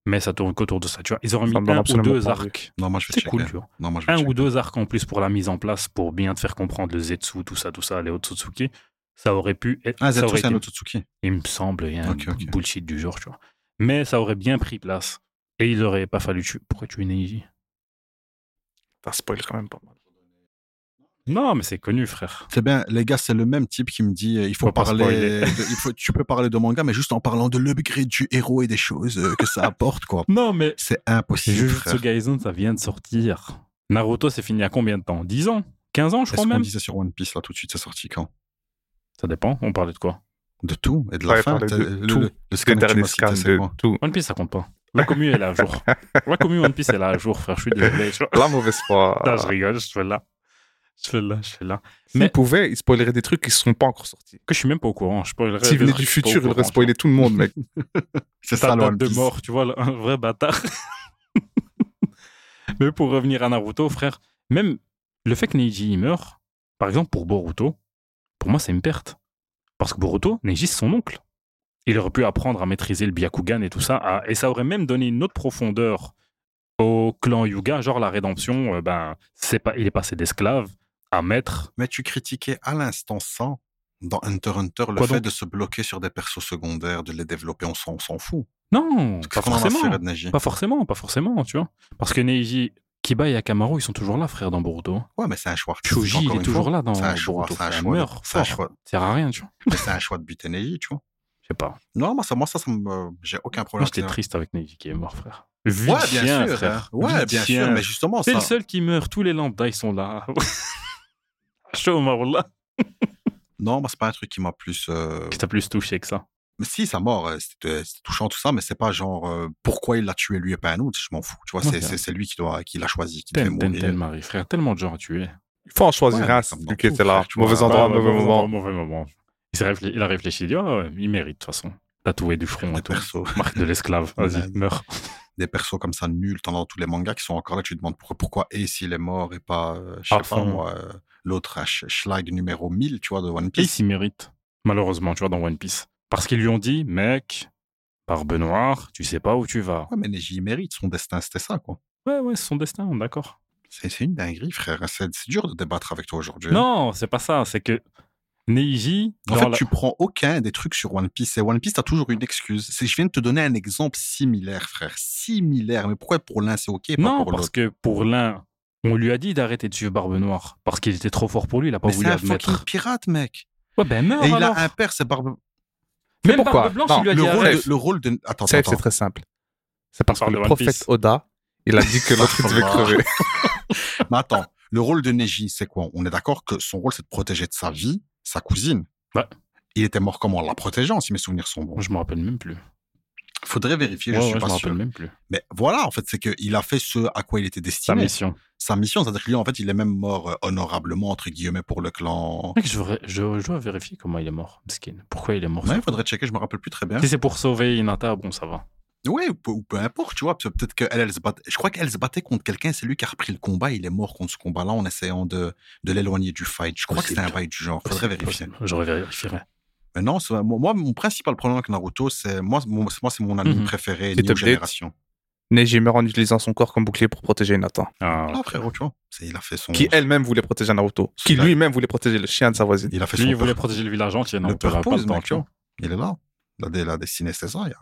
S2: Mais ça tourne qu'autour de ça. Tu vois, ils auraient
S4: Ça
S2: mis
S4: me donne
S2: un ou
S4: absolument
S2: deux
S4: pas envie.
S2: arcs.
S3: Non, moi, je vais
S2: C'est
S3: checker.
S2: cool, tu vois.
S3: Non, moi, je vais
S2: un
S3: checker.
S2: ou deux arcs en plus pour la mise en place, pour bien te faire comprendre le Zetsu, tout ça, tout ça, les Otsutsuki, ça aurait pu être.
S3: Ah,
S2: ça
S3: Zetsu,
S2: aurait
S3: c'est un
S2: été-
S3: Otsutsuki.
S2: Il me semble, il y a un
S3: Ok, ok.
S2: bullshit du genre, tu vois. Mais ça aurait bien pris place. Et il aurait pas fallu tuer. Pourquoi tuer Neji
S4: T'as spoil quand même pas mal.
S2: Non, mais c'est connu, frère.
S3: C'est bien, les gars, c'est le même type qui me dit euh, il faut
S2: Faut pas
S3: parler.
S2: spoiler.
S3: de- il faut, tu peux parler de manga, mais juste en parlant de l'upgrade du héros et des choses euh, que ça apporte, quoi.
S2: Non, mais. <laughs>
S3: C'est impossible.
S2: Jujutsu
S3: frère.
S2: Kaisen, ça vient de sortir. Naruto, c'est fini à combien de temps 10 ans 15 ans, je
S3: Est-ce
S2: crois
S3: qu'on
S2: même
S3: disait sur One Piece, là, tout de suite, c'est sorti quand
S2: Ça dépend, on parlait de quoi
S3: De tout et de la
S4: Ouais,
S3: fin.
S4: parler
S3: t'as-
S4: de
S3: le,
S4: tout.
S3: le- le
S4: Les
S3: scan que tu
S4: derniers
S3: m'as cité,
S4: scans,
S3: c'est
S4: c'est
S3: quoi
S4: tout.
S2: One Piece, ça compte <laughs> pas. La commu, elle est à jour. La commu One Piece, elle est à jour, frère. Je suis désolé. tu vois.
S4: La mauvaise foi.
S2: <laughs> Non, je rigole, je fais là. Je fais là, je fais là. Mais-
S4: S'ils pouvaient, ils spoileraient des trucs qui ne sont pas encore sortis.
S2: Que je suis même pas au courant. Je spoilerais
S4: S'ils
S2: des
S4: venaient
S2: trucs, je
S4: du
S2: suis pas au
S4: futur, ils auraient
S2: courant,
S4: spoilé tout le monde,
S2: <laughs>
S4: mec.
S3: C'est
S2: ta
S3: ça, le
S2: date
S3: One
S2: de
S3: Piece.
S2: mort, tu vois, le- un vrai bâtard. <laughs> Mais pour revenir à Naruto, frère, même le fait que Neji il meurt, par exemple pour Boruto, pour moi c'est une perte. Parce que Boruto, Neji c'est son oncle. Il aurait pu apprendre à maîtriser le Byakugan et tout ça, à- et ça aurait même donné une autre profondeur au clan Yuga, genre la rédemption, euh, ben, c'est pas, il est passé d'esclave à maître.
S3: Mais tu critiquais à l'instant ça, Dans Hunter x Hunter, le
S2: Quoi
S3: fait
S2: donc
S3: de se bloquer sur des persos secondaires, de les développer, on s'en on s'en fout.
S2: Non,
S3: Parce
S2: pas
S3: qu'on en a
S2: forcément.
S3: fait, Neji.
S2: Pas forcément, pas forcément, tu vois. Parce que Neiji, Kiba et Akamaru, ils sont toujours là, frère, dans Boruto.
S3: Ouais, mais c'est un choix artistique.
S2: Shoji, il
S3: encore
S2: est
S3: une
S2: toujours
S3: fois.
S2: là dans
S3: C'est un choix,
S2: Boruto.
S3: c'est un
S2: frère,
S3: choix. de-
S2: meurt
S3: c'est un
S2: fort.
S3: choix.
S2: Ça sert à rien, tu vois.
S3: Mais c'est un choix de buter Neji, tu vois.
S2: Je sais pas.
S3: Non, moi, ça, moi, ça, ça me, euh, j'ai aucun
S2: Moi,
S3: problème.
S2: j'étais
S3: avec ça.
S2: triste avec Neiji qui est mort, frère.
S3: Ouais,
S2: Vite
S3: bien sûr.
S2: frère.
S3: hein. Ouais,
S2: Vite
S3: bien
S2: chien.
S3: sûr. Mais justement,
S2: C'est
S3: ça.
S2: le seul qui meurt. Tous les lambda, ils sont là. <laughs> Chaud, Marula.
S3: Non, moi, c'est pas un truc qui m'a plus, euh,
S2: Qui t'a plus touché que ça.
S3: Mais si, sa mort, euh, c'était c'était touchant, tout ça, mais c'est pas genre euh, pourquoi il l'a tué lui et pas un autre, je m'en fous. Tu vois,
S2: Ouais,
S3: c'est-
S2: c'est-
S3: c'est c'est lui qui doit, qui l'a choisi, qui devait
S2: T'aimes, t'aimes,
S3: mourir.
S2: t'aimes, Marie, frère. Tellement de gens à tuer.
S4: Il faut en choisir
S3: Ouais,
S4: un,
S3: comme
S4: celui
S3: dans
S4: qui
S3: tout,
S4: était là.
S3: frère, tu
S4: Mauvais
S3: vois.
S4: endroit,
S2: Ouais, ouais,
S4: mauvais
S2: ouais,
S4: moment.
S2: bah, Mauvais moment. Il, s'est réfléchi- il a réfléchi, il dit, Ah ouais, il mérite, de toute façon. Tatoué du front
S3: Des
S2: et
S3: <laughs>
S2: tout.
S3: persos,
S2: Marque de l'esclave.
S3: Ouais.
S2: Vas-y, meurs.
S3: des persos comme ça nuls, t'en as dans tous les mangas qui sont encore là, tu te demandes pourquoi, pourquoi et s'il est mort et pas, euh, je sais
S2: Ah,
S3: pas
S2: fond.
S3: moi, euh, l'autre euh, Sch- Schlag numéro 1000, tu vois, de One
S2: Et il
S3: Piece.
S2: s'y mérite, malheureusement, tu vois, dans One Piece. Parce qu'ils lui ont dit, mec, barbe noire, tu sais pas où tu vas.
S3: Ouais, mais Neji il mérite, son destin c'était ça, quoi.
S2: Ouais, ouais, c'est son destin, d'accord.
S3: C'est c'est une dinguerie, frère. C'est c'est dur de débattre avec toi aujourd'hui. hein.
S2: Non, c'est pas ça, c'est que Neiji,
S3: En
S2: dans
S3: fait,
S2: la-
S3: tu prends aucun des trucs sur One Piece. Et One Piece, t'as toujours une excuse. C'est, je viens de te donner un exemple similaire, frère. Similaire. Mais pourquoi pour l'un c'est ok et pas
S2: Non,
S3: pour
S2: parce
S3: l'autre
S2: que pour l'un, on lui a dit d'arrêter de suivre Barbe Noire, parce qu'il était trop fort pour lui, il a pas
S3: Mais c'est
S2: voulu
S3: un fucking
S2: admettre.
S3: pirate, mec.
S2: Ouais, ben meurs
S3: et il
S2: alors.
S3: a un père, c'est Barbe.
S2: Même
S4: pourquoi
S2: Barbe Blanche,
S4: Non,
S2: il lui a
S3: Le
S2: dit
S3: rôle,
S2: arrête.
S3: de, le rôle de. Attends,
S4: Safe,
S3: attends.
S4: c'est très simple. C'est parce
S2: On
S4: que
S2: parle
S4: le
S2: de One
S4: prophète
S2: Piece.
S4: Oda, il a dit que <laughs> l'autre il devait crever.
S3: Mais attends, le rôle de Neji, c'est quoi On est d'accord que son rôle, c'est de protéger de sa vie, sa cousine.
S2: Ouais.
S3: Il était mort comment En la protégeant, si mes souvenirs sont bons.
S2: Je me rappelle même plus.
S3: Faudrait vérifier,
S2: Ouais,
S3: je
S2: ouais,
S3: suis
S2: je me
S3: pas
S2: rappelle
S3: sûr.
S2: même plus.
S3: Mais voilà, en fait, c'est qu'il a fait ce à quoi il était
S2: Sa
S3: destiné.
S2: mission.
S3: sa mission. C'est-à-dire que lui, en fait, il est même mort euh, honorablement, entre guillemets, pour le clan.
S2: Mec, Je, voudrais- je- je dois vérifier comment il est mort, Skin. Pourquoi il est mort
S3: Ouais,
S2: ça.
S3: il faudrait checker, je me rappelle plus très bien.
S2: Si c'est pour sauver Inata, bon, ça va.
S3: Ouais, ou peu, ou peu importe, tu vois, parce que peut-être qu'elle, elle se battait. Je crois qu'elle se battait contre quelqu'un, c'est lui qui a repris le combat, il est mort contre ce combat-là en essayant de, de l'éloigner du fight. Je crois
S2: Possible.
S3: que c'était un bail du genre, faudrait vérifier.
S2: Je vérifierai.
S3: Mais non, c'est- moi, moi, mon principal problème avec Naruto, c'est. Moi, mon- moi, c'est mon anime
S2: Mhm.
S3: préféré,
S4: Petit
S3: New
S4: update.
S3: Génération.
S4: Neji meurt en utilisant son corps comme bouclier pour protéger Nathan,
S2: Ah,
S3: Ah, frérot, tu vois, c'est- il a fait son.
S4: qui elle-même voulait protéger Naruto,
S3: C'est
S4: qui
S3: la-
S4: lui-même voulait protéger le chien de sa voisine.
S3: il a fait
S2: lui,
S3: son.
S2: il voulait
S3: pur-
S2: protéger le village entier, non
S3: le
S2: on perdra pas hein.
S3: purpose,
S2: de temps,
S3: mec,
S2: tu vois.
S3: Il est là. La, dé- la destinée, c'est ça. il y a-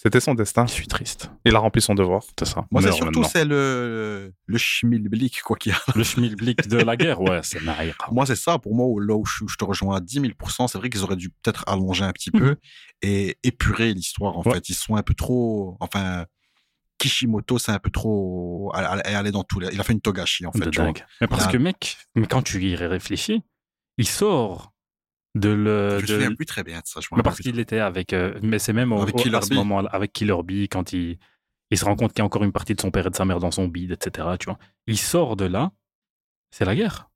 S4: C'était son destin.
S2: Je suis triste,
S4: Il a rempli son devoir.
S2: c'est ça.
S3: Moi, c'est
S2: Meurs
S3: surtout
S2: maintenant.
S3: c'est le, le schmilblick, quoi qu'il y a
S2: le schmilblick de la guerre, ouais, c'est naïf.
S3: Moi, c'est ça. Pour moi, au- là où je, je te rejoins à 10 000 c'est vrai qu'ils auraient dû peut-être allonger un petit peu et épurer l'histoire, en
S2: Mhm. Ouais.
S3: fait. Ils sont un peu trop. Enfin, Kishimoto, c'est un peu trop. à- à- à aller dans tous les. Il a fait une togashi, en fait.
S2: de
S3: tu vois.
S2: dingue. Mais parce
S3: Là.
S2: que, mec, mais quand tu y réfléchis, il sort de le.
S3: Je me
S2: Euh, de-
S3: souviens plus très bien de ça. Je
S2: Mais
S3: me rappelle
S2: parce
S3: plus
S2: qu'il était avec. euh, mais c'est même au,
S3: Avec
S2: au-
S3: Killer
S2: à ce
S3: Bee.
S2: moment avec Killer Bee, quand il, il se rend compte qu'il y a encore une partie de son père et de sa mère dans son bide, etc. Tu vois. Il sort de là, c'est la guerre.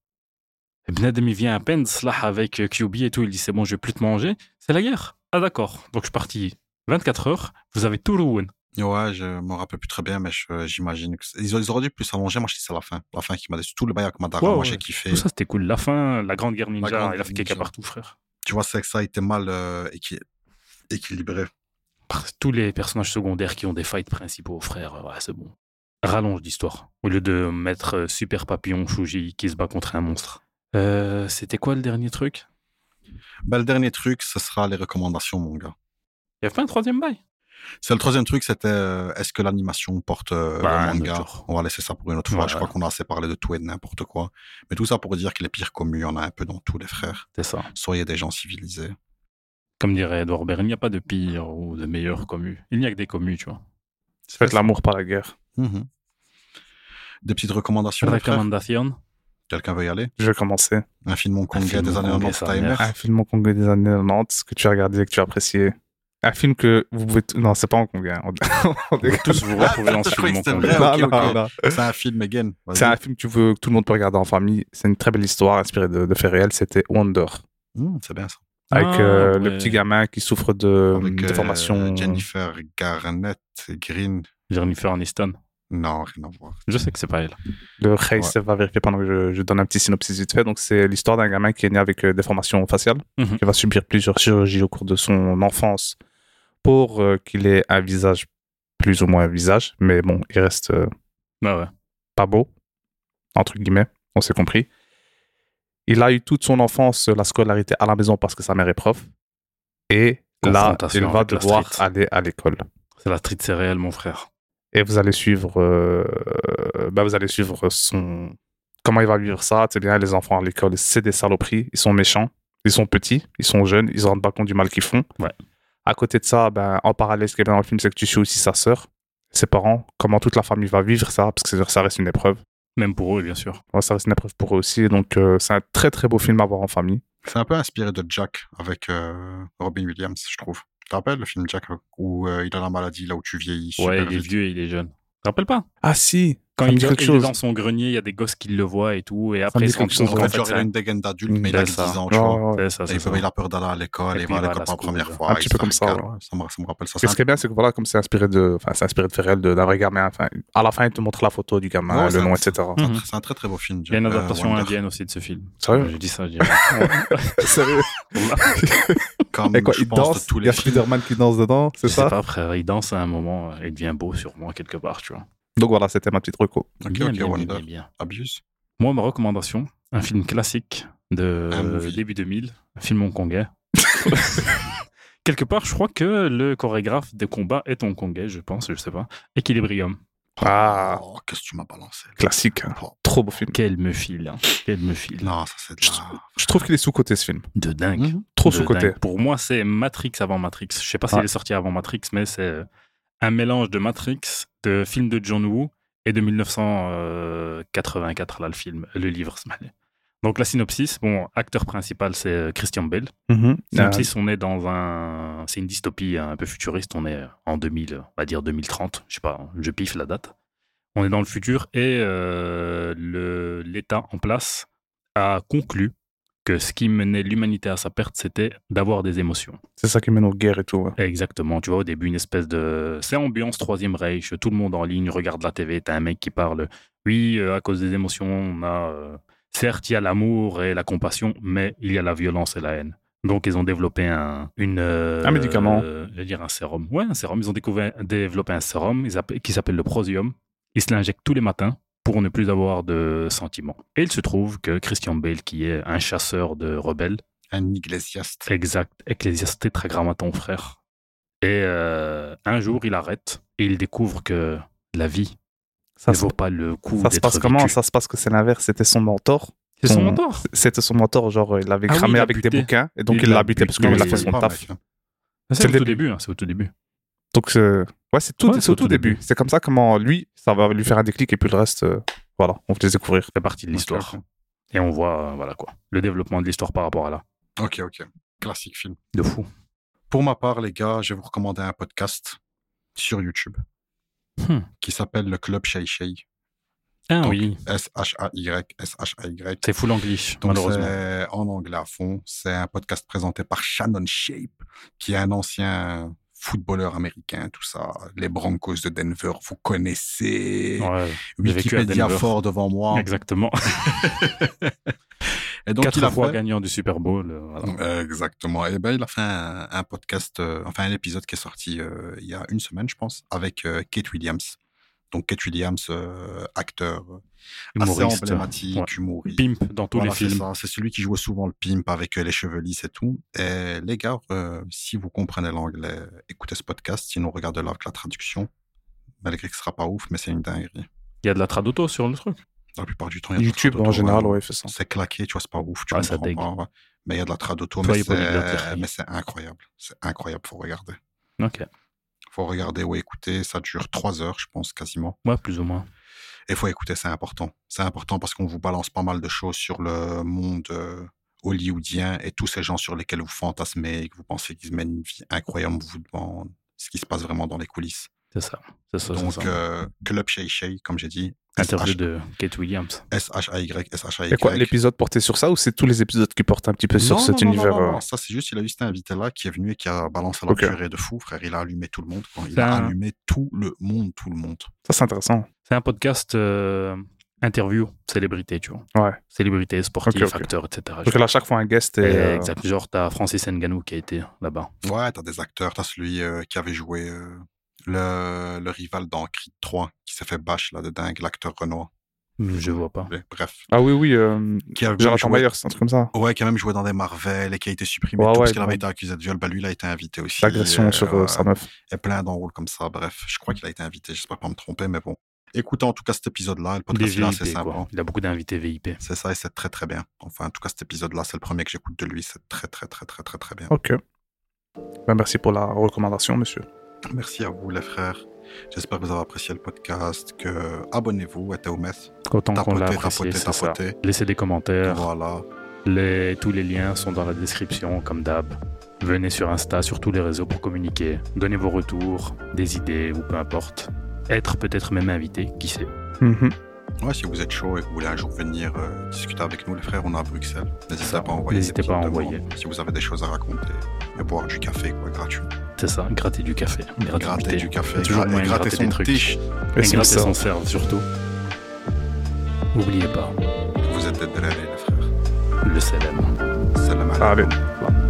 S2: Bnadem, il vient à peine, Slah avec euh, QB et tout, il dit c'est bon, je vais plus te manger, c'est la guerre. Ah d'accord. Donc je suis parti 24 heures, vous avez tout ruin.
S3: trop. Ouais, je me rappelle plus très bien, mais je- j'imagine que c'est- ils, ils auraient dû plus allonger. Moi, je dis c'est la fin. La fin qui m'a déçu. Tout le bail avec Madara,
S2: Ouais,
S3: moi,
S2: ouais.
S3: j'ai kiffé.
S2: Tout ça c'était cool. La fin, la grande guerre ninja,
S3: grande
S2: il a fait
S3: ninja.
S2: caca partout, frère.
S3: Tu vois, c'est que ça a été mal euh, équi- équilibré.
S2: Par- Tous les personnages secondaires qui ont des fights principaux, frère, euh, ouais, c'est bon. Rallonge d'histoire. Au lieu de mettre euh, Super Papillon Shuji qui se bat contre un monstre. Euh, c'était quoi le dernier truc
S3: Bah, le dernier truc, ce sera les recommandations, mon gars.
S2: Il y a pas un troisième bail
S3: C'est le troisième truc, c'était euh, est-ce que l'animation porte euh,
S2: Bah,
S3: le
S2: un autre
S3: manga
S2: jour.
S3: On va laisser ça pour une autre fois.
S2: Ouais,
S3: je
S2: ouais.
S3: crois qu'on a assez parlé de tout et de n'importe quoi. Mais tout ça pour dire que les pires communes, il y en a un peu dans tous les frères.
S2: C'est ça.
S3: Soyez des gens civilisés.
S2: Comme dirait Edouard Baird, il n'y a pas de pire ou de meilleur commu. Il n'y a que des commus, tu vois.
S4: Faites l'amour par la guerre.
S3: Mhm. Des petites recommandations, les frères
S2: Recommandation.
S3: Quelqu'un veut y aller
S4: Je vais commencer.
S3: Un film hongkongais
S2: film
S3: des années
S2: hongkongais,
S3: 90,
S2: sa
S3: Timer
S2: mère.
S4: Un film hongkongais des années 90 que tu as regardé et que tu as apprécié. Un film que vous pouvez. t- Non, c'est pas hongkongais. hein. On- <laughs> on
S2: Vous
S4: déconne.
S2: tous vous retrouvez
S3: <laughs>
S2: dans ce
S3: Je croyais
S2: film.
S3: que c'était
S2: mon
S3: vrai.
S2: con.
S4: Non,
S3: ok,
S4: non,
S3: ok.
S4: non.
S3: C'est un film, again. Vas-y.
S4: C'est un film que tu veux que tout le monde peut regarder en famille. C'est une très belle histoire inspirée de, de faits réels. C'était Wonder.
S3: Mhm, c'est bien ça.
S4: Avec
S2: Ah,
S4: euh,
S2: ouais.
S4: le petit gamin qui souffre de,
S3: Avec
S4: de
S3: euh,
S4: formation.
S3: Jennifer Garnett, Green.
S2: Jennifer Aniston.
S3: Non, rien à voir.
S2: Je sais que c'est pas elle.
S4: Le Reis
S3: Ouais.
S4: va vérifier pendant que je, je donne un petit synopsis vite fait. Donc, c'est l'histoire d'un gamin qui est né avec euh, des formations faciales,
S2: Mhm.
S4: qui va subir plusieurs chirurgies au cours de son enfance pour euh, qu'il ait un visage, plus ou moins un visage, mais bon, il reste euh,
S2: Bah ouais.
S4: pas beau, entre guillemets, on s'est compris. Il a eu toute son enfance euh, la scolarité à la maison parce que sa mère est prof. Et là,
S2: Confrontation
S4: il va
S2: avec la
S4: devoir
S2: street.
S4: aller à l'école.
S2: C'est la street céréale, mon frère.
S4: Et vous allez suivre, euh, bah, vous allez suivre son. Comment il va vivre ça C'est bien, les enfants à l'école, c'est des saloperies. Ils sont méchants, ils sont petits, ils sont jeunes, ils ne rendent pas compte du mal qu'ils font.
S2: Ouais.
S4: À côté de ça, ben, en parallèle, ce qui est bien dans le film, c'est que tu suis aussi sa sœur, ses parents, comment toute la famille va vivre ça, parce que ça reste une épreuve.
S2: Même pour eux, bien sûr.
S4: Ouais, ça reste une épreuve pour eux aussi. Donc, euh, c'est un très très beau film à voir en famille.
S3: C'est un peu inspiré de Jack avec euh, Robin Williams, je trouve. Tu te rappelles le film Jack où euh, il a la maladie, là où tu vieillis super
S2: ouais, il est
S3: vite
S2: vieux et il est jeune. Tu te rappelles pas
S4: Ah si
S2: Quand
S4: Ça me
S2: il,
S4: dit quelque
S2: il est
S4: chose.
S2: dans son grenier, il y a des gosses qui le voient et tout. Et
S4: me
S2: après,
S4: dit
S2: ils se rendent
S4: quelque
S2: compte
S4: chose.
S2: qu'en
S3: En
S2: fait,
S3: fait, genre, il
S2: c'est
S3: a
S2: un-
S3: une dégaine d'adulte,
S4: Mm,
S3: mais il a
S2: c'est ça.
S3: 10 ans, tu
S4: Ouais,
S3: vois.
S4: ouais,
S2: c'est
S4: ouais.
S2: ça,
S3: Et
S2: c'est
S3: il peut-
S2: ça.
S3: il a peur d'aller à l'école,
S2: Et
S3: il
S2: puis
S3: va
S2: il va
S3: à
S2: à la
S3: l'école pour la
S2: secours,
S3: première
S2: ouais.
S3: fois.
S4: Un
S3: il
S4: petit
S3: se
S4: peu
S3: fait
S4: comme ça,
S3: cadre.
S4: ouais.
S3: Ça me ça me rappelle ça.
S4: Et ce qui est bien, c'est que voilà, comme c'est inspiré de, enfin, c'est inspiré de réel, de- d'un vrai gamin. Enfin, à la fin, il te montre la photo du gamin,
S3: Ouais,
S4: le
S3: ça-
S4: nom, etc.
S3: C'est un
S2: Mhm.
S3: tr- C'est un très très beau film.
S2: Il y a une
S3: Jack- euh,
S2: adaptation
S3: Wonder.
S2: indienne aussi de ce film.
S4: <laughs> Sérieux
S2: Je dis ça, je dirais.
S4: <laughs> Sérieux
S3: Comme,
S4: Et quoi,
S3: je
S4: il
S3: pense, de
S4: danse
S3: tous
S4: Il y a
S3: les
S4: Spider-Man qui danse dedans, c'est
S2: Je sais
S4: ça
S2: pas, frère. Il danse à un moment, euh, il devient beau sur moi quelque part, tu vois.
S4: Donc voilà, c'était ma petite reco.
S3: Ok,
S2: Bien,
S3: ok,
S2: bien, bien,
S3: Wonder.
S2: bien, bien.
S3: Abuse.
S2: Moi, ma recommandation, un film classique de
S3: Un movie.
S2: début 2000, un film
S3: <laughs>
S2: hongkongais. quelque part, je crois que le chorégraphe des combats est hongkongais, je pense, je sais pas. Equilibrium.
S4: Ah,
S3: Oh, qu'est-ce que tu m'as balancé là
S4: classique. hein.
S3: Oh.
S4: Trop beau film.
S2: Quel me file, hein. quel me file.
S3: Non, ça c'est de la.
S4: Je trouve qu'il est sous-côté ce film.
S2: De dingue.
S3: Mhm.
S4: Trop
S2: de
S4: sous-côté.
S2: dingue. Pour moi, c'est Matrix avant Matrix. Je sais pas s'il
S4: Ouais.
S2: est sorti avant Matrix, mais c'est euh, un mélange de Matrix, de film de John Woo et de 1984, là, le film, le livre. ce matin. Donc, la synopsis, bon, acteur principal, c'est euh, Christian Bale.
S4: Mhm. Euh,
S2: Synopsis, on est dans un. C'est une dystopie un peu futuriste. On est en 2000, on va dire 2030. Je sais pas, je piffe la date. On est dans le futur et euh, le- l'État en place a conclu que ce qui menait l'humanité à sa perte, c'était d'avoir des émotions.
S4: C'est ça qui mène aux guerres et tout. ouais.
S2: Exactement. Tu vois, au début, une espèce de. C'est ambiance Troisième Reich. Tout le monde en ligne regarde la TV. T'as un mec qui parle. Oui, euh, à cause des émotions, on a. euh, Certes, il y a l'amour et la compassion, mais il y a la violence et la haine. Donc, ils ont développé un. Une, euh,
S4: Un médicament.
S2: euh, je veux dire un sérum. Ouais, un sérum. Ils ont découvert, développé un sérum ils appellent- qui s'appelle le prosium. Ils se l'injectent tous les matins pour ne plus avoir de sentiments. Et il se trouve que Christian Bale, qui est un chasseur de rebelles,
S3: Un iglésiaste.
S2: Exact. Ecclésiaste Tétragrammaton, frère. Et euh, un jour, il arrête et il découvre que la vie
S4: Ça,
S2: ne
S4: se,
S2: vaut pas le coup
S4: ça se
S2: d'être
S4: passe
S2: vécue.
S4: comment Ça se passe que c'est l'inverse. C'était son mentor.
S2: C'est son
S4: Son-
S2: mentor.
S4: C'était son mentor, genre, il l'avait
S2: Ah oui,
S4: cramé
S2: il l'a
S4: avec des
S2: buté.
S4: bouquins. Et donc,
S2: Il
S4: il
S2: l'a
S4: l'a buté parce
S2: buté,
S4: qu'il a
S2: oui,
S4: fait
S2: oui,
S4: son
S3: pas,
S4: taf.
S3: mec, hein.
S2: C'est
S4: le
S2: au tout début. hein, c'est au tout début.
S4: Donc, c'est- ouais, c'est tout,
S2: Ouais,
S4: c'est au tout début. C'est comme ça comment lui, ça va lui faire un déclic et puis le reste, euh, voilà, on va les découvrir.
S2: C'est partie de l'histoire.
S3: Ok,
S2: Et on voit, euh, voilà quoi, le développement de l'histoire par rapport à là.
S3: ok. Ok, ok. Classique film.
S2: De fou.
S3: Pour ma part, les gars, je vais vous recommander un podcast sur YouTube
S2: Hmm.
S3: qui s'appelle le Club Shay Shay.
S2: Ah
S3: Donc,
S2: oui.
S3: S-H-A-Y, S-H-A-Y.
S2: C'est full English,
S3: Donc,
S2: malheureusement.
S3: c'est en anglais à fond. C'est un podcast présenté par Shannon Shape, qui est un ancien footballeur américain, tout ça. Les Broncos de Denver, vous connaissez.
S2: Ouais, j'ai vécu à
S3: Wikipédia
S2: Denver.
S3: fort devant moi.
S2: <laughs> exactement.
S3: Et donc, il
S2: Quatre
S3: a
S2: fois
S3: fait-
S2: gagnant du Super Bowl. euh, voilà.
S3: Exactement. Et ben, il a fait un, un podcast, euh, enfin un épisode qui est sorti euh, il y a une semaine, je pense, avec euh, Kate Williams. Donc Kate Williams, euh, acteur assez
S2: Humoriste.
S3: emblématique,
S2: Ouais.
S3: humoriste.
S2: Pimp dans tous
S3: Voilà,
S2: les
S3: c'est
S2: films.
S3: ça. C'est celui qui jouait souvent le pimp avec euh, les cheveux lisses et tout. Et les gars, euh, si vous comprenez l'anglais, écoutez ce podcast. Sinon, regardez-le avec la traduction. Malgré que ce sera pas ouf, mais c'est une dinguerie.
S2: Il y a de la traduto sur le truc.
S3: La plupart du temps, il y a de la
S4: YouTube,
S3: trad auto,
S4: en général,
S3: ouais.
S4: ouais, il fait ça.
S3: C'est claqué, tu vois, c'est pas ouf, tu
S2: Ouais, ça
S3: comprends
S2: dégue.
S3: pas. ouais. Mais il y a de la trad auto,
S2: Toi, il
S3: mais
S2: est polyglotte, le
S3: c'est
S2: frère.
S3: mais c'est incroyable. C'est incroyable, faut regarder.
S2: Ok.
S3: Faut regarder ou écouter. Ça dure trois heures, je pense, quasiment.
S2: Ouais, plus ou moins.
S3: Et faut écouter, c'est important. C'est important parce qu'on vous balance pas mal de choses sur le monde euh, hollywoodien et tous ces gens sur lesquels vous fantasmez et que vous pensez qu'ils mènent une vie incroyable, vous vous demande ce qui se passe vraiment dans les coulisses.
S2: C'est ça. C'est ça. c'est
S3: Donc,
S2: ça.
S3: euh, Club Shay Shay, comme j'ai dit.
S2: Interview de Kate Williams.
S3: S-H-A-Y, S-H-A-Y.
S4: Et quoi, l'épisode portait sur ça ou c'est tous les épisodes qui portent un petit peu sur
S3: Non,
S4: cet
S3: non, non,
S4: univers
S3: non, non,
S4: euh,
S3: non. Ça, c'est juste, il a eu cet invité-là qui est venu et qui a balancé la
S4: Ok.
S3: purée de fou, frère. Il a allumé tout le monde. quoi. Il
S2: C'est
S3: a
S2: un-
S3: allumé tout le monde, tout le monde.
S4: Ça, c'est intéressant.
S2: C'est un podcast euh, interview, célébrité, tu vois.
S4: Ouais.
S2: Célébrité, sportif,
S4: Ok, ok.
S2: acteur, etc.
S4: Parce que là, à chaque fois, un guest
S2: Et,
S4: est. euh,
S2: Exact. Genre, t'as Francis Nganou qui a été là-bas.
S3: Ouais, t'as des acteurs. T'as celui euh, qui avait joué euh, le, le rival dans Creed 3, qui s'est fait bâche là de dingue, l'acteur Renoir.
S2: Je vois pas.
S3: Bref.
S4: Ah oui, oui, euh,
S3: Qui a
S4: Jonathan
S3: joué-
S4: Myers, un truc comme ça.
S3: Ouais, qui a même joué dans des Marvel et qui a été supprimé
S4: Ouais,
S3: tout,
S4: ouais,
S3: parce qu'il avait
S4: ouais.
S3: été accusé de viol. Bah, lui, il a été invité aussi.
S4: L'agression
S3: euh,
S4: sur euh,
S3: ouais.
S4: sa meuf.
S3: Et plein d'enrôles comme ça. Bref, je crois qu'il a été invité. J'espère pas me tromper, mais bon. Écoutez, en tout cas, cet épisode-là, le
S2: Des
S3: podcast, il est assez hein.
S2: VIP,
S3: sympa.
S2: quoi. Il a beaucoup d'invités VIP.
S3: C'est ça, et c'est très très bien. Enfin, en tout cas, cet épisode-là, c'est le premier que j'écoute de lui. C'est très très très très très très bien.
S4: Ok. Ben, merci pour la recommandation, monsieur.
S3: Merci à vous, les frères. J'espère que vous avez apprécié le podcast. Que abonnez-vous à Théometh.
S2: Autant qu'on l'a
S3: Tapotez,
S2: apprécié,
S3: tapotez,
S2: c'est ça.
S3: tapotez.
S2: Laissez des commentaires.
S3: Voilà.
S2: Les- tous les liens sont dans la description, comme d'hab. Venez sur Insta, sur tous les réseaux pour communiquer. Donnez vos retours, des idées ou peu importe. Être peut-être même invité, qui sait.
S4: Mhm.
S3: Ouais, si vous êtes chaud et que vous voulez un jour venir euh, discuter avec nous, les frères, on est à Bruxelles. N'hésitez
S2: Ça,
S3: pas à envoyer. des
S2: n'hésitez pas à
S3: petites
S2: envoyer.
S3: demandes. Si vous avez des choses à raconter et boire du café, quoi, gratuit.
S2: C'est ça, gratter du café.
S3: Gratter du café,
S2: Toujours
S3: gratter,
S2: moyen de
S3: gratter
S2: gratter
S3: son
S2: des trucs.
S3: tiche.
S2: Et
S4: Et c'est
S2: gratter
S4: ça.
S2: son serve, surtout. N'oubliez pas,
S3: Vous êtes des délais, les frères.
S2: le CLM.
S3: Salam alaikum.
S4: Allez.